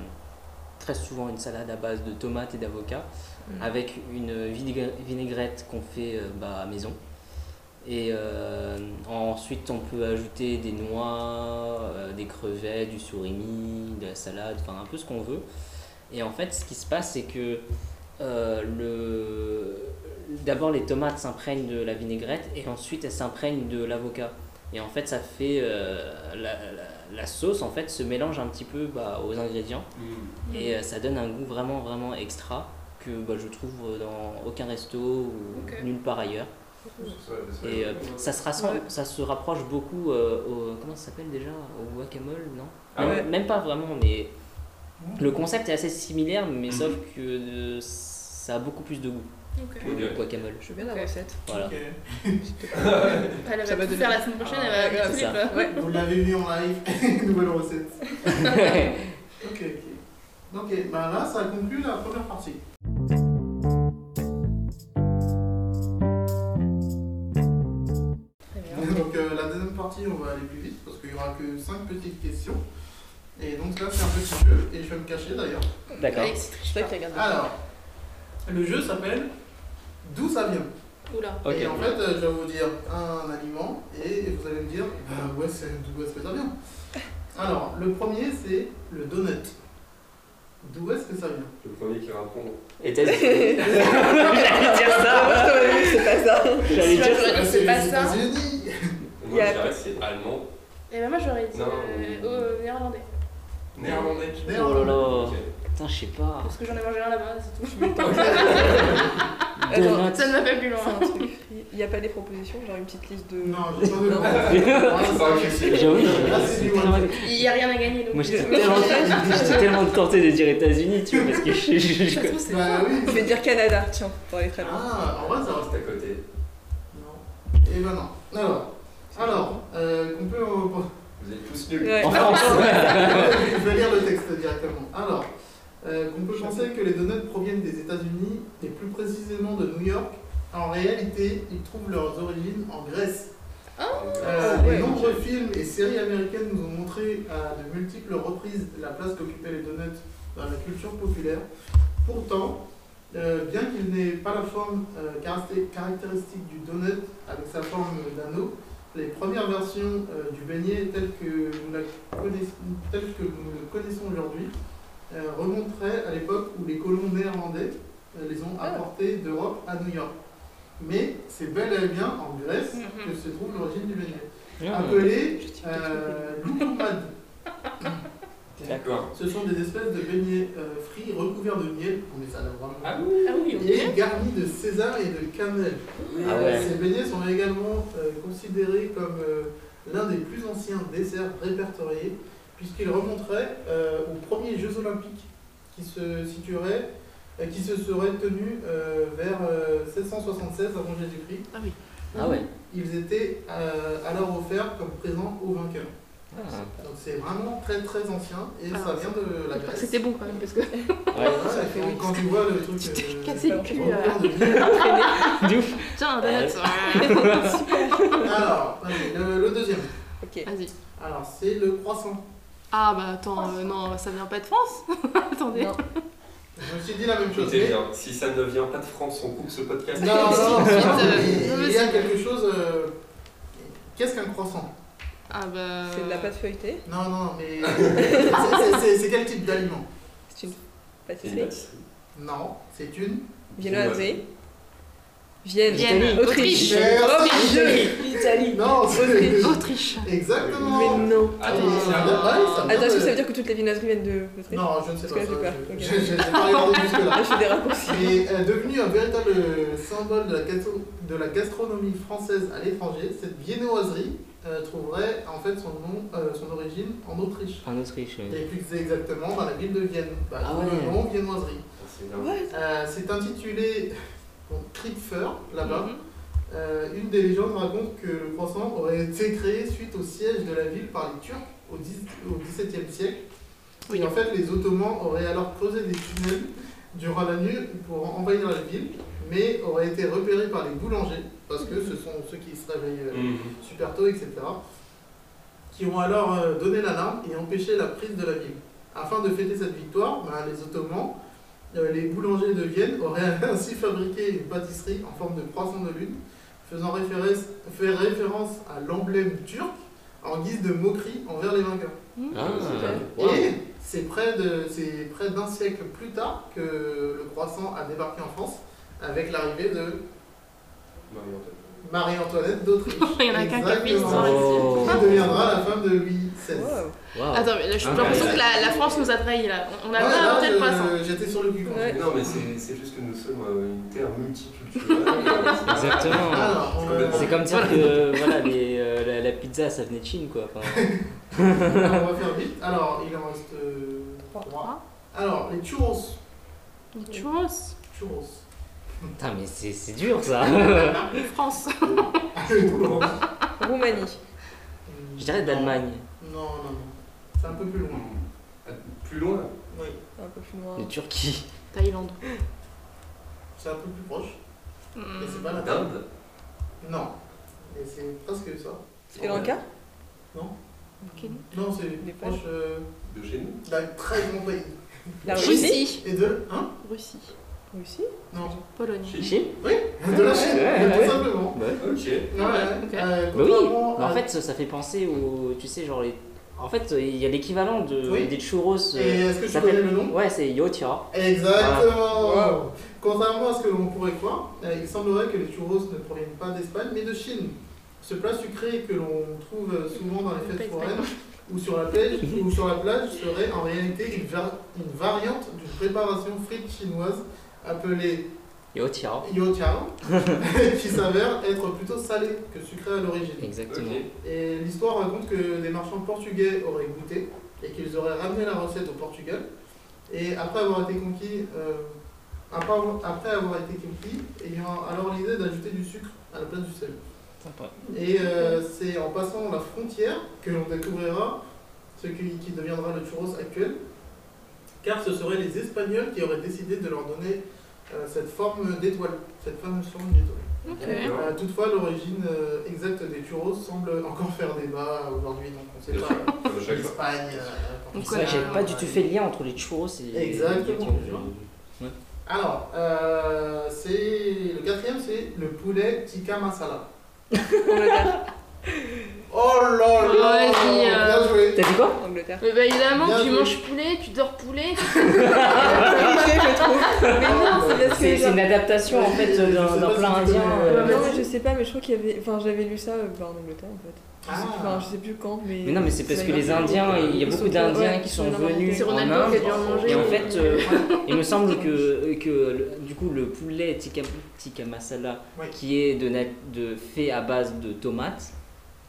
[SPEAKER 4] très souvent une salade à base de tomates et d'avocats
[SPEAKER 2] Mm.
[SPEAKER 4] avec une vinaigre- vinaigrette qu'on fait euh, bah, à maison. Et euh, ensuite, on peut ajouter des noix, euh, des crevets, du surimi, de la salade, enfin un peu ce qu'on veut. Et en fait, ce qui se passe, c'est que euh, le... d'abord les tomates s'imprègnent de la vinaigrette et ensuite elles s'imprègnent de l'avocat. Et en fait, ça fait euh, la, la- la sauce en fait se mélange un petit peu bah, aux ingrédients
[SPEAKER 3] mm.
[SPEAKER 4] et euh, ça donne un goût vraiment vraiment extra que bah, je trouve dans aucun resto ou
[SPEAKER 6] Ok.
[SPEAKER 4] nulle part ailleurs.
[SPEAKER 3] C'est ça, c'est ça.
[SPEAKER 4] Et euh, ça, se rassemble-
[SPEAKER 2] Ouais.
[SPEAKER 4] ça se rapproche beaucoup euh, au. Comment ça s'appelle déjà Au guacamole, non
[SPEAKER 3] Ah
[SPEAKER 4] même,
[SPEAKER 3] ouais.
[SPEAKER 4] même pas vraiment, mais
[SPEAKER 1] Mm.
[SPEAKER 4] le concept est assez similaire, mais
[SPEAKER 3] Mhm.
[SPEAKER 4] sauf que euh, ça a beaucoup plus de goût que le
[SPEAKER 3] Ok.
[SPEAKER 4] guacamole.
[SPEAKER 2] Je veux bien la
[SPEAKER 6] Ok.
[SPEAKER 2] recette.
[SPEAKER 4] Voilà.
[SPEAKER 1] Ok.
[SPEAKER 6] Elle va
[SPEAKER 2] Ça va
[SPEAKER 6] tout
[SPEAKER 2] donner-
[SPEAKER 6] faire la semaine prochaine,
[SPEAKER 1] Ah,
[SPEAKER 6] elle va
[SPEAKER 4] grave,
[SPEAKER 6] tous les
[SPEAKER 4] ça.
[SPEAKER 6] plats.
[SPEAKER 2] Ouais.
[SPEAKER 1] Vous l'avez vu en live, nouvelle recette.
[SPEAKER 4] ouais,
[SPEAKER 1] Ok, ok. Ok, bah là, ça conclut la première partie.
[SPEAKER 2] Très bien.
[SPEAKER 1] Donc euh, la deuxième partie, on va aller plus vite parce qu'il n'y aura que 5 petites questions. Et donc là, c'est un petit jeu et je vais me cacher d'ailleurs.
[SPEAKER 4] d'accord.
[SPEAKER 6] Alex, il
[SPEAKER 2] Je
[SPEAKER 6] triche
[SPEAKER 2] sais
[SPEAKER 6] pas.
[SPEAKER 5] hein.
[SPEAKER 2] qu'il regarde.
[SPEAKER 1] Alors, le jeu s'appelle D'où ça vient
[SPEAKER 6] Oula.
[SPEAKER 4] Ok.
[SPEAKER 1] Et en fait, euh, je vais vous dire un aliment et vous allez me dire bah, où est-ce d'où est-ce que ça vient Alors, le premier, c'est le donut. D'où est-ce que ça vient
[SPEAKER 3] Le premier qui répond.
[SPEAKER 4] Et t'as- J'allais dire
[SPEAKER 2] Ah,
[SPEAKER 4] ça
[SPEAKER 2] c'est pas ça.
[SPEAKER 4] J'allais dire ça
[SPEAKER 6] J'aurais dit, c'est
[SPEAKER 1] Bah,
[SPEAKER 6] pas
[SPEAKER 1] les
[SPEAKER 6] ça.
[SPEAKER 1] États-Unis.
[SPEAKER 3] Moi
[SPEAKER 2] Y
[SPEAKER 3] je
[SPEAKER 2] a-
[SPEAKER 3] dirais que c'est allemand,
[SPEAKER 5] Eh
[SPEAKER 6] Et ben moi j'aurais dit
[SPEAKER 3] Non.
[SPEAKER 6] euh, au néerlandais.
[SPEAKER 3] néerlandais.
[SPEAKER 4] Oh là
[SPEAKER 1] Néerlandais.
[SPEAKER 4] là
[SPEAKER 3] Ok. Ah,
[SPEAKER 4] Putain, je sais pas.
[SPEAKER 6] Parce que j'en ai mangé un là-bas, c'est tout.
[SPEAKER 2] Attends,
[SPEAKER 4] Donuts.
[SPEAKER 6] Ça ne va pas
[SPEAKER 5] hein.
[SPEAKER 6] plus
[SPEAKER 2] C'est
[SPEAKER 6] loin.
[SPEAKER 2] un truc. Il n'y a pas des propositions, genre une petite liste de.
[SPEAKER 1] Non, j'ai pas de
[SPEAKER 2] Non.
[SPEAKER 1] Voilà, c'est
[SPEAKER 3] Pas
[SPEAKER 1] un
[SPEAKER 3] que
[SPEAKER 1] classique.
[SPEAKER 4] Ah, J'avoue,
[SPEAKER 1] Là, c'est du
[SPEAKER 4] tellement-
[SPEAKER 1] one.
[SPEAKER 6] Il n'y a rien à gagner donc.
[SPEAKER 4] moi
[SPEAKER 5] euh,
[SPEAKER 4] j'étais tellement, j'étais tellement tenté de dire États-Unis, tu vois, parce que je, je- je-
[SPEAKER 6] Ça se trouve, c'est
[SPEAKER 1] Bah
[SPEAKER 2] Je
[SPEAKER 1] oui.
[SPEAKER 2] vais dire Canada, tiens, pour aller très loin.
[SPEAKER 1] Ah, en vrai, ça
[SPEAKER 3] C'est à côté.
[SPEAKER 1] Non. Eh ben non. Alors, alors euh, qu'on peut.
[SPEAKER 3] Vous êtes tous nuls.
[SPEAKER 2] Ouais.
[SPEAKER 4] En France,
[SPEAKER 1] je vais lire le texte directement. Alors, euh, qu'on peut penser que les donuts proviennent des États-Unis et plus précisément de New York. En réalité, ils trouvent leurs origines en Grèce. Euh,
[SPEAKER 2] Ah ouais,
[SPEAKER 1] de nombreux films et séries américaines nous ont montré à de multiples reprises la place qu'occupaient les donuts dans la culture populaire. Pourtant, euh, bien qu'il n'ait pas la forme euh, caracté- caractéristique du donut avec sa forme d'anneau, les premières versions euh, du beignet telles que nous, la connaiss- telles que nous le connaissons aujourd'hui euh, remonteraient à l'époque où les colons néerlandais euh, les ont
[SPEAKER 2] Ah.
[SPEAKER 1] apportés d'Europe à New York. Mais c'est bel et bien en Grèce
[SPEAKER 6] Mhm.
[SPEAKER 1] que se trouve l'origine du beignet,
[SPEAKER 4] ouais.
[SPEAKER 1] appelé
[SPEAKER 2] Je dis peut-être
[SPEAKER 1] euh, loukoumad.
[SPEAKER 3] D'accord.
[SPEAKER 1] Ce sont des espèces de beignets euh, frits recouverts de miel, on met ça là vraiment,
[SPEAKER 3] Ah
[SPEAKER 6] Ah oui, ok.
[SPEAKER 1] et garnis de sésame et de cannelle.
[SPEAKER 4] Ah
[SPEAKER 1] Euh,
[SPEAKER 4] ouais.
[SPEAKER 1] Ces beignets sont également euh, considérés comme euh, l'un des plus anciens desserts répertoriés, puisqu'ils remonteraient euh, aux premiers Jeux Olympiques qui se situeraient, euh, qui se seraient tenus euh, vers euh, 776 avant Jésus-Christ.
[SPEAKER 5] Ah oui.
[SPEAKER 4] Ah ouais.
[SPEAKER 1] Ils étaient euh, alors offerts comme présent aux vainqueurs.
[SPEAKER 4] Ah,
[SPEAKER 1] Donc c'est vraiment très très ancien et ça
[SPEAKER 5] Ah.
[SPEAKER 1] vient de la Grèce.
[SPEAKER 5] C'était bon quand même, parce que
[SPEAKER 4] Ah. ouais.
[SPEAKER 1] Ouais,
[SPEAKER 5] ça
[SPEAKER 1] et
[SPEAKER 5] fait
[SPEAKER 1] quand-
[SPEAKER 5] oui.
[SPEAKER 1] quand tu vois le truc.
[SPEAKER 5] Tu t'es
[SPEAKER 1] euh,
[SPEAKER 5] cassé le cul,
[SPEAKER 1] au
[SPEAKER 5] euh.
[SPEAKER 1] cours de-
[SPEAKER 4] De ouf.
[SPEAKER 5] tiens,
[SPEAKER 4] Ouais.
[SPEAKER 5] Internet
[SPEAKER 1] Alors, vas-y, le, le deuxième.
[SPEAKER 2] Ok.
[SPEAKER 5] Vas-y.
[SPEAKER 1] Alors, c'est le croissant.
[SPEAKER 5] Ah bah attends, euh, non, ça vient pas de France Attendez.
[SPEAKER 2] Non.
[SPEAKER 1] Je me suis dit la même chose.
[SPEAKER 3] Écoutez
[SPEAKER 1] mais-
[SPEAKER 3] bien, si ça ne vient pas de France, on coupe ce podcast.
[SPEAKER 1] Non, non, non, non, mais
[SPEAKER 5] Vite, euh,
[SPEAKER 1] il y a
[SPEAKER 5] vas-y.
[SPEAKER 1] quelque chose. euh, Qu'est-ce qu'un croissant
[SPEAKER 5] Ah bah.
[SPEAKER 2] C'est de la pâte feuilletée,
[SPEAKER 1] Non, non, mais. c'est- c'est- c'est- C'est quel type d'aliment
[SPEAKER 2] c'est une
[SPEAKER 3] C'est
[SPEAKER 2] pâtisserie.
[SPEAKER 3] une
[SPEAKER 1] Non, c'est une.
[SPEAKER 2] Viennoiserie. Vienne,
[SPEAKER 5] Vienne,
[SPEAKER 2] Autriche.
[SPEAKER 1] Autriche.
[SPEAKER 2] Oh, mon Dieu. L'Italie.
[SPEAKER 1] Non, c'est.
[SPEAKER 5] Autriche.
[SPEAKER 1] Exactement
[SPEAKER 2] Mais non.
[SPEAKER 3] Ah,
[SPEAKER 1] Et ça
[SPEAKER 5] Attends, euh,
[SPEAKER 1] vient de là, et ça vient
[SPEAKER 2] Attention,
[SPEAKER 1] de-
[SPEAKER 2] ça veut dire que toutes les viennoiseries viennent de l'Autriche
[SPEAKER 1] Non, je ne sais
[SPEAKER 2] Parce
[SPEAKER 1] pas
[SPEAKER 2] que
[SPEAKER 1] ça.
[SPEAKER 2] j'ai peur,
[SPEAKER 1] je-
[SPEAKER 2] ok.
[SPEAKER 1] Je je n'ai pas regardé jusque-là.
[SPEAKER 2] Ah, je fais des raccourcis.
[SPEAKER 1] Et euh, devenu un véritable symbole de la, gastro- de la gastronomie française à l'étranger, cette viennoiserie euh, trouverait en fait son nom, euh, son origine en Autriche.
[SPEAKER 4] En Autriche, oui.
[SPEAKER 1] Et plus exactement dans la ville de Vienne, bah,
[SPEAKER 4] Ah
[SPEAKER 1] d'où le
[SPEAKER 4] ouais.
[SPEAKER 1] nom viennoiserie.
[SPEAKER 3] C'est dingue.
[SPEAKER 2] What
[SPEAKER 1] Euh, c'est intitulé bon, Kripfer là-bas.
[SPEAKER 5] Mhm.
[SPEAKER 1] Euh, une des légendes raconte que le croissant aurait été créé suite au siège de la ville par les Turcs au, 10 au XVIIe siècle.
[SPEAKER 5] Oui.
[SPEAKER 1] Et en fait, les Ottomans auraient alors creusé des tunnels durant la nuit pour envahir la ville, mais auraient été repérés par les boulangers, parce que ce sont ceux qui se réveillent euh,
[SPEAKER 3] Mhm.
[SPEAKER 1] super tôt, etc., qui ont alors euh, donné l'alarme et empêché la prise de la ville. Afin de fêter cette victoire, ben, les Ottomans, euh, les boulangers de Vienne auraient ainsi fabriqué une pâtisserie en forme de croissant de lune, faisant référence, fait référence à l'emblème turc en guise de moquerie envers les vainqueurs.
[SPEAKER 4] Ah,
[SPEAKER 3] c'est
[SPEAKER 4] wow.
[SPEAKER 1] Et c'est près de- c'est près d'un siècle plus tard que le croissant a débarqué en France avec l'arrivée de
[SPEAKER 3] Marie-Antoinette.
[SPEAKER 1] Marie-Antoinette d'Autriche.
[SPEAKER 5] Il y en a qu'un qui a fait
[SPEAKER 1] Exactement.
[SPEAKER 5] l'histoire ici.
[SPEAKER 4] Oh.
[SPEAKER 1] Qui deviendra la femme de Louis XVI.
[SPEAKER 2] Wow.
[SPEAKER 4] Wow.
[SPEAKER 5] Attends, mais là, j'ai
[SPEAKER 3] Ah,
[SPEAKER 5] l'impression
[SPEAKER 3] ouais.
[SPEAKER 5] que la, la France nous a trahis là. On- On
[SPEAKER 1] Ouais,
[SPEAKER 5] a
[SPEAKER 1] là,
[SPEAKER 5] pas inventé le
[SPEAKER 1] je-
[SPEAKER 5] croissant.
[SPEAKER 1] J'étais sur le cul. quand
[SPEAKER 2] Ouais.
[SPEAKER 1] même.
[SPEAKER 3] Non, mais c'est c'est juste que nous sommes euh, une terre multiculturelle. euh,
[SPEAKER 1] Alors,
[SPEAKER 4] Exactement.
[SPEAKER 1] Ah, on,
[SPEAKER 3] C'est
[SPEAKER 4] C'est comme dire que voilà, les, euh, la, la pizza ça venait de Chine quoi. Enfin,
[SPEAKER 1] Alors, on va faire vite. Alors, il en reste euh, trois. Alors, les churros.
[SPEAKER 5] Les Churros,
[SPEAKER 1] Churros.
[SPEAKER 4] putain, mais c'est c'est dur ça.
[SPEAKER 5] France.
[SPEAKER 2] Roumanie.
[SPEAKER 4] Je dirais d'Allemagne.
[SPEAKER 1] Non, non, non. C'est un peu plus loin.
[SPEAKER 3] Ah, Plus loin
[SPEAKER 1] Oui,
[SPEAKER 2] Un peu plus loin.
[SPEAKER 4] De Turquie.
[SPEAKER 5] Thaïlande.
[SPEAKER 1] c'est un peu plus proche.
[SPEAKER 5] Hmm.
[SPEAKER 1] Mais c'est pas la Thaïlande.
[SPEAKER 3] D'Inde
[SPEAKER 1] Non. Mais c'est presque ça.
[SPEAKER 2] Sri Lanka
[SPEAKER 5] Ok.
[SPEAKER 1] Non, c'est
[SPEAKER 2] Mais pas-
[SPEAKER 1] proche euh,
[SPEAKER 3] De chez nous
[SPEAKER 1] d'un très bon pays.
[SPEAKER 2] La Russie
[SPEAKER 5] Russie.
[SPEAKER 1] Et de. Hein
[SPEAKER 5] Russie.
[SPEAKER 2] Russie
[SPEAKER 1] Non.
[SPEAKER 5] Pologne.
[SPEAKER 4] Chine
[SPEAKER 1] De la Chine,
[SPEAKER 4] Ah, Ouais, ouais.
[SPEAKER 1] tout simplement.
[SPEAKER 4] Bah
[SPEAKER 3] Ok.
[SPEAKER 1] Ouais, ouais.
[SPEAKER 5] Ok.
[SPEAKER 1] Euh,
[SPEAKER 4] oui.
[SPEAKER 1] contrairement
[SPEAKER 4] En
[SPEAKER 1] à-
[SPEAKER 4] fait, ça, ça fait penser au. Tu sais, genre les. En fait, il y a l'équivalent de,
[SPEAKER 1] Oui.
[SPEAKER 4] des churros. euh,
[SPEAKER 1] Et est-ce que tu
[SPEAKER 4] ça
[SPEAKER 1] connais
[SPEAKER 4] s'appelle-
[SPEAKER 1] le nom
[SPEAKER 4] Ouais, c'est Yotia.
[SPEAKER 1] Exactement
[SPEAKER 4] Voilà.
[SPEAKER 1] Contrairement à ce que l'on pourrait croire, euh, il semblerait que les churros ne proviennent pas d'Espagne mais de Chine. Ce plat sucré que l'on trouve euh, souvent dans les
[SPEAKER 5] Pas
[SPEAKER 1] fêtes
[SPEAKER 5] espagnol.
[SPEAKER 1] foraines ou sur la plage, ou sur la plage serait en réalité une, var- une variante d'une préparation frite chinoise appelée
[SPEAKER 4] Yotia.
[SPEAKER 1] youtiao, qui s'avère être plutôt salée que sucrée à l'origine.
[SPEAKER 4] Exactement.
[SPEAKER 3] Ok.
[SPEAKER 1] Et l'histoire raconte que des marchands portugais auraient goûté et qu'ils auraient ramené la recette au Portugal. Et après avoir été conquis, euh, après, avoir, après avoir été conquis, ayant alors l'idée d'ajouter du sucre à la place du sel.
[SPEAKER 4] Sympa.
[SPEAKER 1] Et euh, c'est en passant la frontière que l'on découvrira ce qui, qui deviendra le churros actuel, car ce seraient les Espagnols qui auraient décidé de leur donner euh, cette forme d'étoile, cette fameuse forme d'étoile.
[SPEAKER 5] Ok.
[SPEAKER 1] Euh, toutefois, l'origine euh, exacte des churros semble encore faire débat aujourd'hui, donc on sait
[SPEAKER 3] Bien
[SPEAKER 1] pas.
[SPEAKER 3] sûr. Comme à chaque fois.
[SPEAKER 1] L'Espagne. euh,
[SPEAKER 5] On
[SPEAKER 1] quand
[SPEAKER 4] C'est vrai que j'avais
[SPEAKER 5] Ouais.
[SPEAKER 4] pas du tout fait le lien entre les churros et.
[SPEAKER 1] Exactement.
[SPEAKER 4] Je-
[SPEAKER 1] Alors, euh, c'est le quatrième, c'est le poulet tikka masala.
[SPEAKER 2] Angleterre.
[SPEAKER 1] Oh là là,
[SPEAKER 5] Ouais, si, euh,
[SPEAKER 1] bien joué.
[SPEAKER 4] T'as dit quoi
[SPEAKER 2] Angleterre.
[SPEAKER 5] Mais bah évidemment,
[SPEAKER 1] Bien
[SPEAKER 5] tu
[SPEAKER 1] joué.
[SPEAKER 5] manges poulet, tu dors poulet.
[SPEAKER 2] je trouve. Mais non, c'est parce que
[SPEAKER 4] C'est c'est
[SPEAKER 2] genre-
[SPEAKER 4] une adaptation en
[SPEAKER 1] Ah,
[SPEAKER 4] fait
[SPEAKER 1] Je
[SPEAKER 4] d'un
[SPEAKER 1] sais
[SPEAKER 4] d'un
[SPEAKER 1] pas
[SPEAKER 4] plat
[SPEAKER 1] si tu
[SPEAKER 4] indien.
[SPEAKER 1] connais.
[SPEAKER 4] euh,
[SPEAKER 2] Non, mais je sais pas, mais je crois qu'il y avait. Enfin, j'avais lu ça euh, bah, en Angleterre en fait. Je sais- Enfin,
[SPEAKER 1] Ah,
[SPEAKER 2] je sais plus quand, mais.
[SPEAKER 4] Mais non, mais c'est parce que les
[SPEAKER 2] Indiens.
[SPEAKER 4] Indiens, il y a
[SPEAKER 2] Ils
[SPEAKER 4] beaucoup
[SPEAKER 2] sont-
[SPEAKER 4] d'Indiens
[SPEAKER 2] ouais,
[SPEAKER 4] qui
[SPEAKER 2] ils
[SPEAKER 4] sont
[SPEAKER 2] sont dans la-
[SPEAKER 4] venus
[SPEAKER 5] C'est
[SPEAKER 4] en
[SPEAKER 5] Ronaldo qui a
[SPEAKER 4] Inde.
[SPEAKER 5] dû en manger.
[SPEAKER 4] Et en fait, euh, il me semble que, que le- du coup, le poulet tikka, tikka masala,
[SPEAKER 1] Ouais.
[SPEAKER 4] qui est de, na- de fait à base de tomates,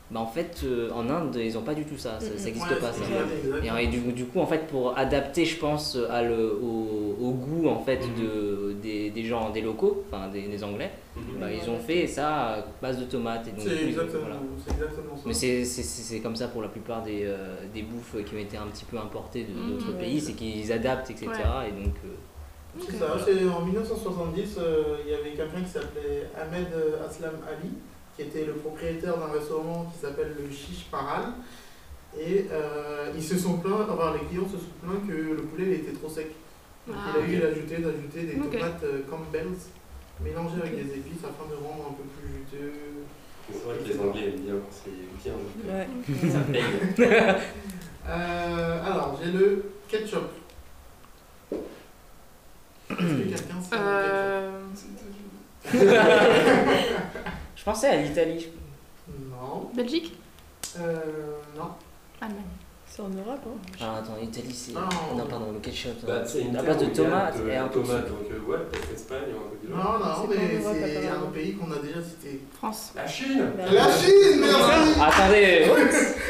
[SPEAKER 4] bah en fait, euh, en Inde, ils ont pas du tout ça. Ça
[SPEAKER 2] Mm, mm.
[SPEAKER 4] n'existe
[SPEAKER 1] ouais,
[SPEAKER 4] pas.
[SPEAKER 1] c'est ça,
[SPEAKER 4] ça. Et,
[SPEAKER 1] exactement.
[SPEAKER 4] euh, et du, du coup, en fait, pour adapter, je pense, à le, au, au goût en fait
[SPEAKER 3] Mhm.
[SPEAKER 4] de, des, des gens, des locaux, enfin des, des Anglais,
[SPEAKER 3] Mhm.
[SPEAKER 4] Bah, ils ont fait ça à base de tomates. Et donc,
[SPEAKER 1] C'est
[SPEAKER 4] oui,
[SPEAKER 1] exactement,
[SPEAKER 4] voilà.
[SPEAKER 1] c'est exactement ça.
[SPEAKER 4] Mais c'est- c'est c'est- c'est comme ça pour la plupart des, euh, des bouffes qui ont été un petit peu importées de-
[SPEAKER 6] Mhm,
[SPEAKER 4] d'autres
[SPEAKER 2] ouais.
[SPEAKER 4] pays, c'est qu'ils adaptent, etc. Et donc, euh,
[SPEAKER 1] C'est ça, c'est en 1970, euh, il y avait quelqu'un qui s'appelait Ahmed euh, Aslam Ali, qui était le propriétaire d'un restaurant qui s'appelle le Chiche Paral. Et euh, ils se sont plaints, enfin les clients se sont plaints que le poulet il était trop sec. Donc
[SPEAKER 5] Ah.
[SPEAKER 1] il a eu l'ajouté d'ajouter des
[SPEAKER 5] Ok.
[SPEAKER 1] tomates euh, Campbell's mélangées avec des épices afin de rendre un peu plus juteux.
[SPEAKER 3] C'est vrai que les Anglais aiment bien quand c'est bien. euh,
[SPEAKER 2] Ouais.
[SPEAKER 3] Ça paye.
[SPEAKER 1] Euh, alors j'ai le ketchup. Est-ce que quelqu'un sait le
[SPEAKER 5] Euh,
[SPEAKER 4] je pensais à l'Italie.
[SPEAKER 1] ketchup Non.
[SPEAKER 5] Belgique
[SPEAKER 1] Euh, non.
[SPEAKER 5] Allemagne.
[SPEAKER 2] C'est en Europe, hein
[SPEAKER 4] Ah, attends, l'Italie, c'est.
[SPEAKER 1] Non.
[SPEAKER 4] Non, pardon, le ketchup.
[SPEAKER 3] Bah,
[SPEAKER 4] euh,
[SPEAKER 3] c'est une
[SPEAKER 4] à
[SPEAKER 3] terre
[SPEAKER 4] base
[SPEAKER 3] où il
[SPEAKER 4] de
[SPEAKER 3] y a
[SPEAKER 4] tomates
[SPEAKER 3] de-
[SPEAKER 4] et un peu de
[SPEAKER 3] tomates,
[SPEAKER 4] sucre.
[SPEAKER 3] donc euh, ouais, peut-être l'Espagne ou un peu du genre.
[SPEAKER 1] Non, non,
[SPEAKER 2] C'est
[SPEAKER 1] mais
[SPEAKER 2] pas en Europe,
[SPEAKER 1] c'est
[SPEAKER 2] apparemment.
[SPEAKER 1] un pays qu'on a déjà cité.
[SPEAKER 5] France.
[SPEAKER 3] La Chine
[SPEAKER 2] Bah,
[SPEAKER 1] La Chine, merci
[SPEAKER 4] Attendez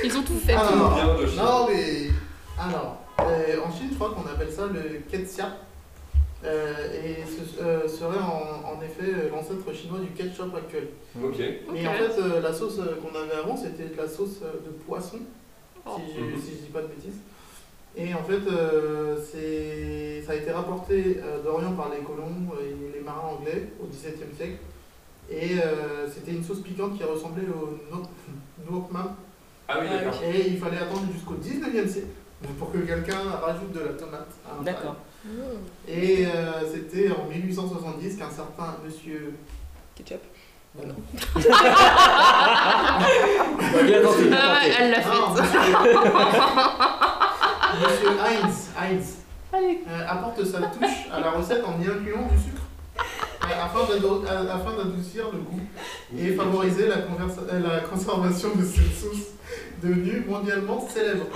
[SPEAKER 5] Ils ont tout fait.
[SPEAKER 1] Ah, non,
[SPEAKER 3] Bien de Chine.
[SPEAKER 1] Non, mais. Alors, euh, en Chine, je crois qu'on appelle ça le ketsia. Euh, et ce euh, serait en, en effet euh, l'ancêtre chinois du ketchup actuel.
[SPEAKER 3] Ok.
[SPEAKER 1] Mais
[SPEAKER 5] Ok.
[SPEAKER 1] en fait, euh, la sauce euh, qu'on avait avant, c'était de la sauce euh, de poisson,
[SPEAKER 5] Oh.
[SPEAKER 1] si, je,
[SPEAKER 3] Mhm.
[SPEAKER 1] si je dis pas de bêtises. Et en fait, euh, c'est- ça a été rapporté euh, d'Orient par les colons euh, et les marins anglais au XVIIe siècle. Et euh, c'était une sauce piquante qui ressemblait au no- Nookmam.
[SPEAKER 3] Ah oui,
[SPEAKER 2] Ah,
[SPEAKER 3] d'accord.
[SPEAKER 1] Et il fallait attendre jusqu'au 19e siècle pour que quelqu'un rajoute de la tomate. à un
[SPEAKER 4] D'accord.
[SPEAKER 2] Mmh.
[SPEAKER 1] plat. Et euh, c'était en 1870 qu'un certain monsieur.
[SPEAKER 2] Ketchup.
[SPEAKER 1] Bah non.
[SPEAKER 4] Bien tenté, bien
[SPEAKER 5] Ah,
[SPEAKER 4] tenté.
[SPEAKER 5] elle l'a
[SPEAKER 1] Non,
[SPEAKER 5] faite.
[SPEAKER 1] monsieur- monsieur Heinz, Heinz
[SPEAKER 5] Allez.
[SPEAKER 1] euh, apporte sa touche à la recette en y incluant du sucre euh, afin d'ado- euh, afin d'adoucir le goût et favoriser la, conversa- euh, la conservation de cette sauce devenue mondialement célèbre.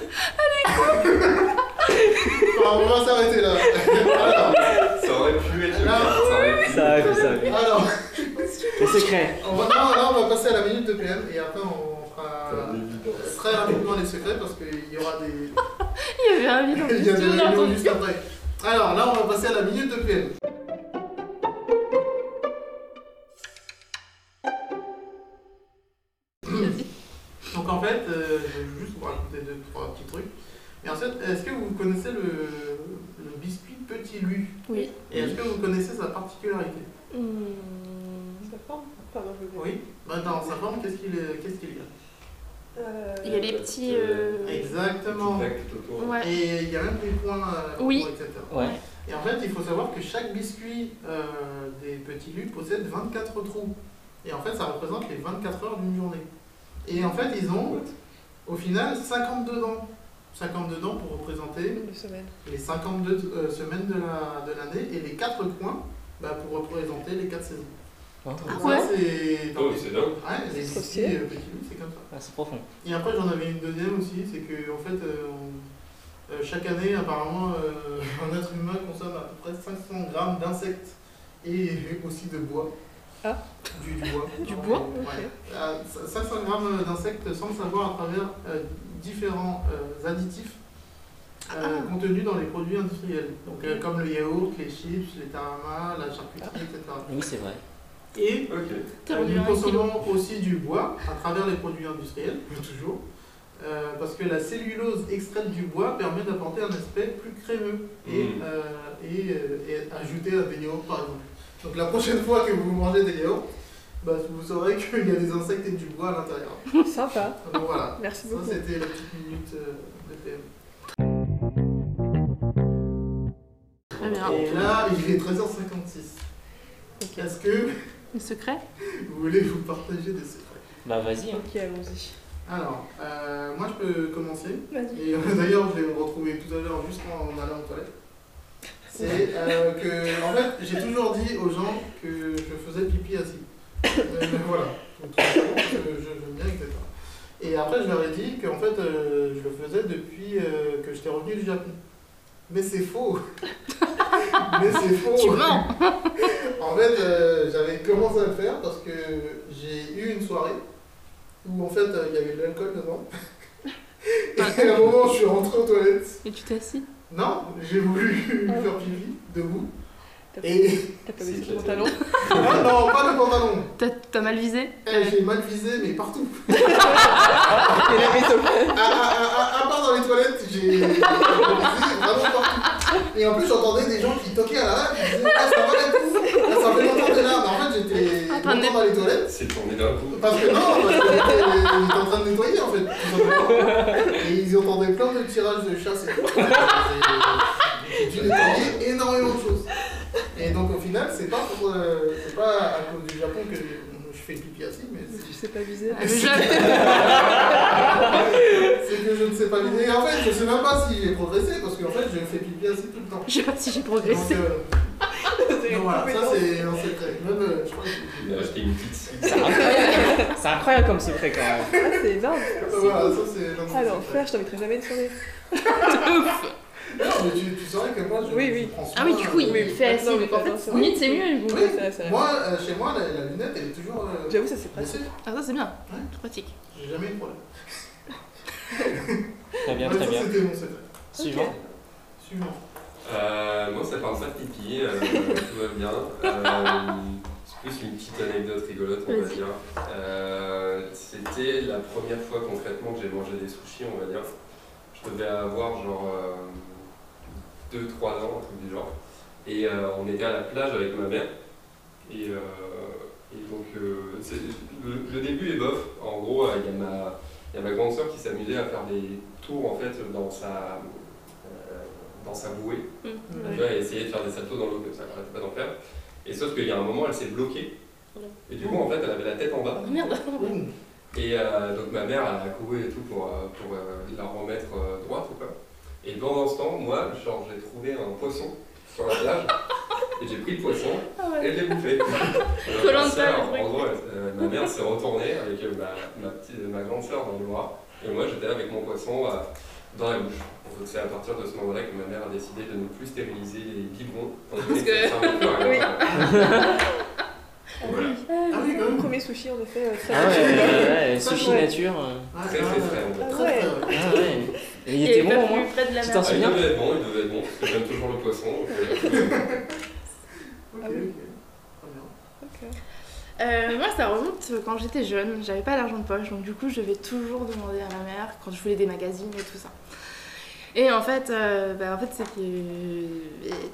[SPEAKER 1] Allez, On va s'arrêter là. Alors,
[SPEAKER 3] Ah, Ça aurait pu être le
[SPEAKER 1] Non.
[SPEAKER 3] cas, ça aurait pu.
[SPEAKER 4] Ça arrive, ça arrive.
[SPEAKER 1] alors,
[SPEAKER 4] Le secret
[SPEAKER 1] on va, non, non, on va passer à la minute de PM et après on fera très rapidement les secrets parce qu'il y aura des,
[SPEAKER 5] Il y avait un vide en
[SPEAKER 1] Il y a des
[SPEAKER 5] plus, on a
[SPEAKER 1] réunions
[SPEAKER 5] entendu.
[SPEAKER 1] juste après. Alors là, on va passer à la minute de PM. Donc en fait, euh, je vais juste vous raconter deux, trois petits trucs. Mais en fait, est-ce que vous connaissez le, le biscuit Petit Lu
[SPEAKER 5] Oui.
[SPEAKER 1] Et est-ce que vous connaissez sa particularité
[SPEAKER 5] Hmm.
[SPEAKER 2] Ça forme Pardon, je veux dire.
[SPEAKER 1] Oui. Bah, dans sa forme, qu'est-ce qu'il est- qu'est-ce qu'il y a
[SPEAKER 2] Euh,
[SPEAKER 5] Il y a les petits. euh,
[SPEAKER 1] Exactement.
[SPEAKER 5] Ouais.
[SPEAKER 1] Et il y a même des points, euh,
[SPEAKER 5] Oui.
[SPEAKER 1] etc.
[SPEAKER 4] Ouais.
[SPEAKER 1] Et en fait, il faut savoir que chaque biscuit euh, des petits lus possède 24 trous. Et en fait, ça représente les 24 heures d'une journée. Et en fait, ils ont au final 52 dents. 52 dents pour représenter
[SPEAKER 2] une semaine.
[SPEAKER 1] les 52 euh, semaines de la- de l'année et les 4 coins bah, pour représenter les 4 saisons.
[SPEAKER 4] Ah,
[SPEAKER 1] Donc
[SPEAKER 5] ouais
[SPEAKER 1] ça, c'est.
[SPEAKER 3] Oh, c'est dingue.
[SPEAKER 1] Ouais, les
[SPEAKER 2] C'est trop
[SPEAKER 1] biscuits
[SPEAKER 2] stylé.
[SPEAKER 1] euh, petits lus, c'est comme ça.
[SPEAKER 4] Ah, c'est profond.
[SPEAKER 1] Et après, j'en avais une deuxième aussi, c'est que en fait, euh, on- euh, chaque année, apparemment, euh, un être humain consomme à peu près 500 grammes d'insectes et aussi de bois.
[SPEAKER 2] Ah.
[SPEAKER 1] Du, du bois.
[SPEAKER 5] Du bois
[SPEAKER 1] Ouais. Euh, 500 grammes d'insectes sans le savoir à travers euh, différents euh, additifs euh, contenus dans les produits industriels. Donc, euh, comme le yaourt, les chips, les taramas, la charcuterie, etc.
[SPEAKER 4] Oui, c'est vrai.
[SPEAKER 1] Et
[SPEAKER 3] Ok.
[SPEAKER 5] T'as
[SPEAKER 1] euh,
[SPEAKER 5] rendu
[SPEAKER 1] Nous
[SPEAKER 5] un kilo.
[SPEAKER 1] consommons aussi du bois à travers les produits industriels, toujours, euh, parce que la cellulose extraite du bois permet d'apporter un aspect plus crémeux et,
[SPEAKER 3] Mm.
[SPEAKER 1] euh, et, euh, et ajouter à des yaourts par exemple. Donc la prochaine fois que vous mangez des yaourts, bah, vous saurez qu'il y a des insectes et du bois à l'intérieur.
[SPEAKER 2] Sympa.
[SPEAKER 1] Donc voilà,
[SPEAKER 2] Merci
[SPEAKER 1] ça
[SPEAKER 2] beaucoup.
[SPEAKER 1] c'était la petite minute euh, de PM.
[SPEAKER 5] Très
[SPEAKER 2] Ah,
[SPEAKER 5] bien.
[SPEAKER 1] Et là, il est 13h56.
[SPEAKER 2] Ok.
[SPEAKER 1] Est-ce que
[SPEAKER 5] Le secret
[SPEAKER 1] vous voulez vous partager des secrets
[SPEAKER 4] Bah, vas-y. hein.
[SPEAKER 2] Ok, allons-y.
[SPEAKER 1] Alors, euh, moi je peux commencer.
[SPEAKER 2] Vas-y.
[SPEAKER 1] Et euh, d'ailleurs, je l'ai retrouvé tout à l'heure juste en allant aux toilettes. C'est euh, que, en fait, j'ai toujours dit aux gens que je faisais pipi assis. Euh, voilà. Donc, tout simplement, parce que je, j'aime bien, etc. Et après, je leur ai dit qu'en fait, euh, je le faisais depuis euh, que j'étais revenu du Japon. Mais c'est faux Mais c'est faux
[SPEAKER 5] Tu mens
[SPEAKER 1] En fait, euh, j'avais commencé à le faire parce que j'ai eu une soirée où en fait, euh, il y avait de l'alcool dedans. Et à un moment, je suis rentré aux toilettes.
[SPEAKER 5] Et tu t'es assis
[SPEAKER 1] Non, j'ai voulu faire pipi debout.
[SPEAKER 2] T'as
[SPEAKER 1] Et.
[SPEAKER 2] t'as pas baissé
[SPEAKER 3] C'est
[SPEAKER 2] ton pantalon
[SPEAKER 1] Ah non, pas le pantalon
[SPEAKER 5] T'as- T'as mal visé
[SPEAKER 1] Eh, J'ai mal visé, mais partout
[SPEAKER 2] Et la baisse au
[SPEAKER 1] à, à- à- à part dans les toilettes, j'ai j'ai vraiment partout. Et en plus, j'entendais des gens qui toquaient à la rage, qui disaient Ah, ça va la coupe Ah, ça fait longtemps que t'es là. Mais en fait, j'étais
[SPEAKER 5] En train de
[SPEAKER 1] longtemps dans les toilettes.
[SPEAKER 3] C'est tourné d'un coup.
[SPEAKER 1] Parce que non, parce que j'étais j'étais en train de nettoyer en fait. tout simplement. Et ils entendaient plein de tirages de chasse et tout. J'ai- J'ai dû nettoyer énormément de choses. Et donc, au final, c'est pas, pour, euh, c'est pas à cause du Japon que je fais pipi assis, mais c'est
[SPEAKER 2] Je sais pas viser.
[SPEAKER 5] Ah, le jeu.
[SPEAKER 1] C'est que je ne sais pas viser. Et en fait, je sais même pas si j'ai progressé parce qu'en fait, je fais pipi assis tout le temps.
[SPEAKER 5] Je sais pas si j'ai
[SPEAKER 1] Donc,
[SPEAKER 5] progressé.
[SPEAKER 1] euh,
[SPEAKER 2] C'est
[SPEAKER 1] donc voilà, ça
[SPEAKER 2] compétent.
[SPEAKER 1] c'est un secret. Même, euh, je crois que
[SPEAKER 3] Il a acheté une petite scie.
[SPEAKER 4] C'est incroyable. C'est incroyable comme secret quand même.
[SPEAKER 2] Ah, c'est énorme.
[SPEAKER 1] Euh, voilà, ça c'est l'un de mes
[SPEAKER 2] Ah non,
[SPEAKER 1] secrets.
[SPEAKER 2] frère, je t'inviterai jamais une soirée.
[SPEAKER 1] Non, mais tu, tu saurais que moi, je,
[SPEAKER 2] Oui,
[SPEAKER 1] je
[SPEAKER 2] oui.
[SPEAKER 1] prends soin,
[SPEAKER 5] Ah oui, du coup, il
[SPEAKER 1] euh,
[SPEAKER 5] fait assis.
[SPEAKER 2] Non, Eh, mais
[SPEAKER 5] donc en
[SPEAKER 2] pas
[SPEAKER 5] fait,
[SPEAKER 2] ça.
[SPEAKER 5] limite, c'est mieux. du coup.
[SPEAKER 1] Oui,
[SPEAKER 2] Ça, ça,
[SPEAKER 1] moi, euh, chez moi, la, la lunette elle est toujours euh,
[SPEAKER 2] J'avoue, ça c'est pratique.
[SPEAKER 1] baissée.
[SPEAKER 5] Ah, ça, c'est bien.
[SPEAKER 1] Ouais.
[SPEAKER 5] Pratique.
[SPEAKER 1] J'ai jamais eu de problème.
[SPEAKER 4] Très bien,
[SPEAKER 1] Ouais,
[SPEAKER 4] très
[SPEAKER 1] ça
[SPEAKER 4] bien.
[SPEAKER 1] c'était mon secret.
[SPEAKER 4] Suivant.
[SPEAKER 1] Suivant.
[SPEAKER 3] Euh, moi, ça parle pas de pipi, euh, tout va bien. Euh, c'est plus une petite anecdote rigolote, on va
[SPEAKER 5] Vas-y.
[SPEAKER 3] dire. Euh, C'était la première fois concrètement que j'ai mangé des sushis, on va dire. Je devais avoir genre 2-3 ans, un truc du genre. Et euh, on était à la plage avec ma mère. Et, euh, et donc, euh, c'est- le, le début est bof. En gros, euh, il y a ma, il y a ma grande sœur qui s'amusait à faire des tours en fait dans sa, euh, dans sa bouée. Tu vois, elle essayait de faire des saltos dans l'eau comme ça, elle arrêtait pas d'en faire. Et sauf qu'il y a un moment, elle s'est bloquée. Et du coup, en fait, elle avait la tête en bas.
[SPEAKER 5] Oh, merde.
[SPEAKER 1] Ouh.
[SPEAKER 3] Et euh, donc ma mère, elle a couru et tout pour, euh, pour euh, la remettre euh, droite ou pas. Et pendant ce temps, moi, genre, j'ai trouvé un poisson sur la plage. et j'ai pris le poisson
[SPEAKER 5] Ah ouais.
[SPEAKER 3] et je l'ai bouffé. Alors, ma,
[SPEAKER 5] Koh-Lanta,
[SPEAKER 3] sœur,
[SPEAKER 5] le truc.
[SPEAKER 3] en gros, elle- euh, ma mère s'est retournée avec euh, ma, ma, petite- ma grande sœur dans le bras. Et moi, j'étais avec mon poisson euh, dans la bouche. Donc c'est à partir de ce moment-là que ma mère a décidé de ne plus stériliser les biberons.
[SPEAKER 2] Parce que- Oui. Ah
[SPEAKER 3] Voilà.
[SPEAKER 2] oui.
[SPEAKER 1] Ah oui, quand
[SPEAKER 2] Mon
[SPEAKER 1] même.
[SPEAKER 2] premier sushi, en effet, euh, très
[SPEAKER 4] Ah ouais,
[SPEAKER 2] bien.
[SPEAKER 4] ouais, ouais,
[SPEAKER 2] Ça,
[SPEAKER 4] sushi
[SPEAKER 2] ouais.
[SPEAKER 4] nature. euh.
[SPEAKER 1] Ah,
[SPEAKER 3] Très,
[SPEAKER 1] ah,
[SPEAKER 3] très,
[SPEAKER 1] ouais.
[SPEAKER 3] très bon.
[SPEAKER 2] Ah
[SPEAKER 1] Très,
[SPEAKER 2] ouais.
[SPEAKER 1] très, ouais.
[SPEAKER 4] Ah ouais. Et il
[SPEAKER 5] Il
[SPEAKER 4] était
[SPEAKER 5] est
[SPEAKER 4] bon
[SPEAKER 5] pas
[SPEAKER 4] au moins.
[SPEAKER 5] plus près de la
[SPEAKER 4] Tu
[SPEAKER 5] mer.
[SPEAKER 4] t'en
[SPEAKER 3] Ah, il
[SPEAKER 4] souviens
[SPEAKER 3] devait être bon, il devait être bon, parce que j'aime toujours le poisson. donc, euh,
[SPEAKER 1] Ok,
[SPEAKER 2] Ah
[SPEAKER 1] ok.
[SPEAKER 2] oui.
[SPEAKER 1] Très bien.
[SPEAKER 2] Ok.
[SPEAKER 5] Euh, moi, ça remonte euh, quand j'étais jeune, j'avais pas d'argent de poche, donc du coup, je devais toujours demander à ma mère quand je voulais des magazines et tout ça. Et en fait, euh, bah, en fait c'est que euh,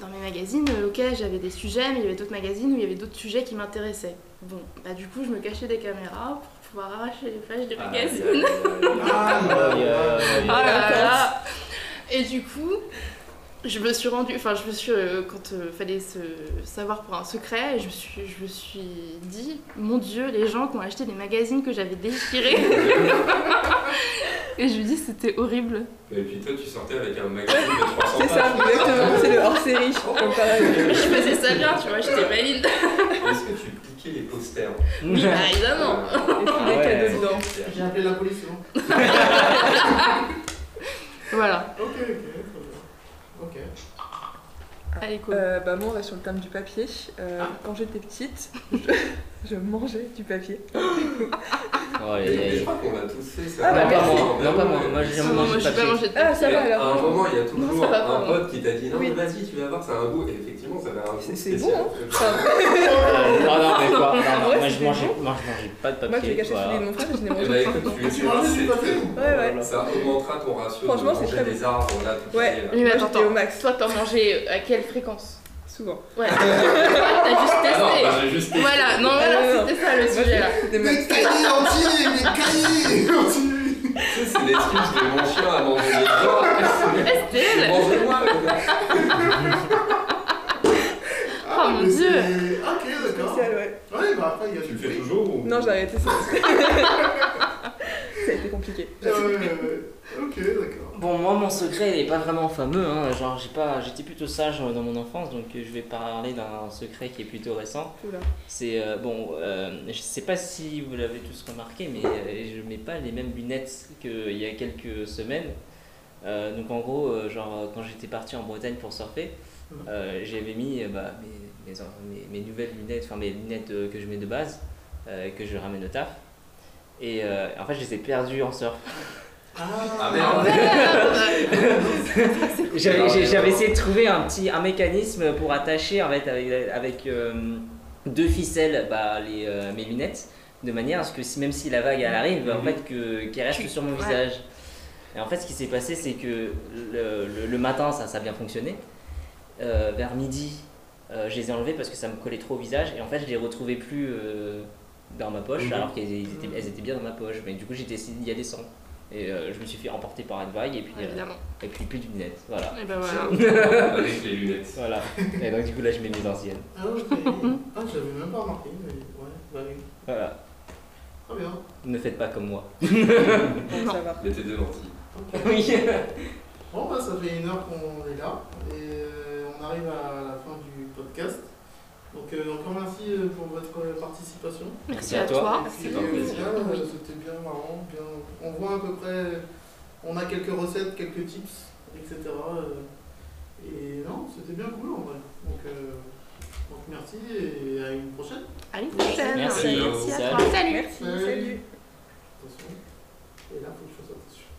[SPEAKER 5] dans mes magazines, euh, ok, j'avais des sujets, mais il y avait d'autres magazines où il y avait d'autres sujets qui m'intéressaient. Bon, bah du coup, je me cachais des caméras pour pouvoir arracher les pages des
[SPEAKER 3] ah,
[SPEAKER 5] magazines.
[SPEAKER 3] il y a- il y a-
[SPEAKER 1] Ah, bah,
[SPEAKER 4] Aïe,
[SPEAKER 1] bah,
[SPEAKER 4] aïe,
[SPEAKER 5] Oh
[SPEAKER 4] aïe.
[SPEAKER 5] là là Et du coup, je me suis rendue, enfin, je me suis, euh, quand il fallait se savoir pour un secret, je me suis, je me suis dit, mon Dieu, les gens qui ont acheté des magazines que j'avais déchirés. Et je me dis, c'était horrible.
[SPEAKER 3] Et puis toi, tu sortais avec un magazine de 300
[SPEAKER 2] C'est ça,
[SPEAKER 3] pages.
[SPEAKER 2] exactement. C'est le hors série.
[SPEAKER 5] Je faisais ça bien, tu vois, j'étais maline.
[SPEAKER 3] Est-ce que tu piquais les posters
[SPEAKER 5] Oui, bah, évidemment.
[SPEAKER 3] Euh,
[SPEAKER 4] Ah ouais.
[SPEAKER 2] cadeaux dedans.
[SPEAKER 1] J'ai appelé la police, c'est bon.
[SPEAKER 5] Voilà.
[SPEAKER 1] Ah, Ok, ok, très bien. Ok.
[SPEAKER 5] Allez, cool.
[SPEAKER 2] Euh, bah moi on va sur le thème du papier. Euh, Quand j'étais petite, je, je mangeais du papier.
[SPEAKER 4] Oh, aïe,
[SPEAKER 3] Mais je
[SPEAKER 4] aïe.
[SPEAKER 3] crois qu'on a tous fait ça.
[SPEAKER 2] Ah, bah,
[SPEAKER 4] Non, pas
[SPEAKER 2] merci.
[SPEAKER 4] moi. Non, pas moi. Moi, j'ai jamais
[SPEAKER 5] Non, moi,
[SPEAKER 4] mangé
[SPEAKER 5] je
[SPEAKER 4] de
[SPEAKER 5] suis pas
[SPEAKER 4] papier. Euh,
[SPEAKER 5] mangée de
[SPEAKER 2] Ah ça
[SPEAKER 3] Mais
[SPEAKER 2] va
[SPEAKER 3] à un
[SPEAKER 2] alors.
[SPEAKER 3] moment, il y a toujours
[SPEAKER 5] ça va pas,
[SPEAKER 3] un
[SPEAKER 5] moi.
[SPEAKER 3] pote qui t'a dit Non,
[SPEAKER 2] Oui.
[SPEAKER 3] mais vas-y, tu vas voir, ça a un goût. Et effectivement, ça avait un goût.
[SPEAKER 2] C'est- hein. c'est
[SPEAKER 3] spécial.
[SPEAKER 4] Euh, Non, non, mais quoi Non, non, moi,
[SPEAKER 2] Ouais,
[SPEAKER 4] je
[SPEAKER 2] c'était
[SPEAKER 4] mangeais
[SPEAKER 2] bon.
[SPEAKER 4] moi, je mangeais pas de papier.
[SPEAKER 2] Moi je l'ai caché
[SPEAKER 4] voilà.
[SPEAKER 2] celui de mon frère, je l'ai
[SPEAKER 3] Eh
[SPEAKER 2] mangé.
[SPEAKER 3] ben, écoute, tu,
[SPEAKER 1] Ah, Tu
[SPEAKER 3] tu vois,
[SPEAKER 1] mangeais du
[SPEAKER 3] c'est
[SPEAKER 1] papier
[SPEAKER 3] très
[SPEAKER 1] ou
[SPEAKER 3] bon.
[SPEAKER 2] Ouais, ouais.
[SPEAKER 3] Ça augmentera ton ratio
[SPEAKER 2] Franchement,
[SPEAKER 3] de
[SPEAKER 2] c'est
[SPEAKER 3] manger
[SPEAKER 2] très
[SPEAKER 3] des arbres là tout
[SPEAKER 2] Ouais.
[SPEAKER 3] petit, là.
[SPEAKER 5] Oui, mais
[SPEAKER 2] Moi,
[SPEAKER 5] attends,
[SPEAKER 2] j'étais au
[SPEAKER 5] attends.
[SPEAKER 2] max,
[SPEAKER 5] Toi, t'en mangeais euh, à quelle fréquence
[SPEAKER 2] souvent.
[SPEAKER 5] Ouais. T'as juste
[SPEAKER 3] Ah non,
[SPEAKER 5] testé.
[SPEAKER 3] bah, j'ai juste
[SPEAKER 5] Voilà, non,
[SPEAKER 2] Non, non,
[SPEAKER 5] voilà,
[SPEAKER 2] non.
[SPEAKER 5] c'était ça le
[SPEAKER 2] Moi,
[SPEAKER 5] sujet là.
[SPEAKER 2] C'était
[SPEAKER 1] Mais
[SPEAKER 2] max.
[SPEAKER 1] cahier entier, mais
[SPEAKER 2] Oh
[SPEAKER 1] cahier entier.
[SPEAKER 3] Tu sais, c'est l'excuse de mon chien à manger des arbres.
[SPEAKER 5] C'était elle.
[SPEAKER 3] Mangez-moi, le gars.
[SPEAKER 1] Ah,
[SPEAKER 5] Oh, mon
[SPEAKER 1] mais
[SPEAKER 5] Dieu.
[SPEAKER 1] c'est- Ok, d'accord.
[SPEAKER 2] Spécial, ouais.
[SPEAKER 1] Ouais, bah après, il y a
[SPEAKER 3] Tu
[SPEAKER 1] du
[SPEAKER 3] le fais
[SPEAKER 1] prix.
[SPEAKER 3] toujours ou...
[SPEAKER 2] Non j'ai arrêté ça. ça a été compliqué.
[SPEAKER 1] Ouais, ouais, ouais. Euh, Ok, d'accord.
[SPEAKER 4] Bon, moi, mon secret, il est pas vraiment fameux. Hein. Genre, j'ai pas, j'étais plutôt sage euh, dans mon enfance, donc euh, je vais parler d'un secret qui est plutôt récent.
[SPEAKER 2] Oula.
[SPEAKER 4] C'est euh, bon, euh, je sais pas si vous l'avez tous remarqué, mais euh, je mets pas les mêmes lunettes qu'il y a quelques semaines. Euh, donc, en gros, euh, genre, euh, quand j'étais parti en Bretagne pour surfer, euh, j'avais mis euh, bah, mes, mes, en- mes- mes nouvelles lunettes, enfin mes lunettes euh, que je mets de base, euh, que je ramène au taf. Et euh, en fait, je les ai perdues en surf.
[SPEAKER 3] Ah,
[SPEAKER 1] Ah,
[SPEAKER 3] merde.
[SPEAKER 4] J'avais
[SPEAKER 3] Alors,
[SPEAKER 4] j'ai-
[SPEAKER 3] les-
[SPEAKER 4] j'avais essayé de trouver un petit un mécanisme pour attacher en fait avec, la- avec euh, deux ficelles bah, les, euh, mes lunettes de manière à ce que si, même si la vague elle arrive en
[SPEAKER 3] Mhm.
[SPEAKER 4] fait que- qu'elle reste sur mon
[SPEAKER 5] Ouais.
[SPEAKER 4] visage. Et en fait ce qui s'est passé c'est que le, le- le matin ça, ça a bien fonctionné. Euh, vers midi euh, je les ai enlevées parce que ça me collait trop au visage et en fait je les retrouvais plus euh, dans ma poche
[SPEAKER 3] Mhm.
[SPEAKER 4] alors qu'elles étaient, elles étaient bien dans ma poche mais du coup j'étais il y a des sangs et euh, je me suis fait emporter par une vague et puis euh,
[SPEAKER 5] Évidemment.
[SPEAKER 4] et puis plus de lunettes, voilà.
[SPEAKER 5] Et ben voilà.
[SPEAKER 3] Avec les lunettes.
[SPEAKER 4] Voilà. Et donc du coup là je mets mes anciennes.
[SPEAKER 1] Ah, ok. Ah, j'avais même pas remarqué, mais ouais, bah oui.
[SPEAKER 4] Voilà.
[SPEAKER 1] Très bien.
[SPEAKER 4] Ne faites pas comme moi.
[SPEAKER 2] Pour savoir.
[SPEAKER 3] Mettez deux lentilles.
[SPEAKER 1] Ok.
[SPEAKER 4] Oui.
[SPEAKER 1] Bon, bah, ça fait une heure qu'on est là et euh, on arrive à la fin du podcast. Donc, euh, encore merci euh, pour votre participation.
[SPEAKER 5] Ah, Merci à toi.
[SPEAKER 3] C'était un plaisir.
[SPEAKER 1] Euh, bien, euh, C'était bien marrant. Bien... On voit à peu près. On a quelques recettes, quelques tips, etc. euh, Et non, c'était bien cool en vrai. Donc, euh, donc merci et à une prochaine.
[SPEAKER 5] À une prochaine.
[SPEAKER 3] Merci à
[SPEAKER 4] Merci.
[SPEAKER 5] Merci à
[SPEAKER 4] Salut.
[SPEAKER 5] toi. Salut.
[SPEAKER 2] Merci, salut.
[SPEAKER 1] Attention. Et là, faut que je fasse attention.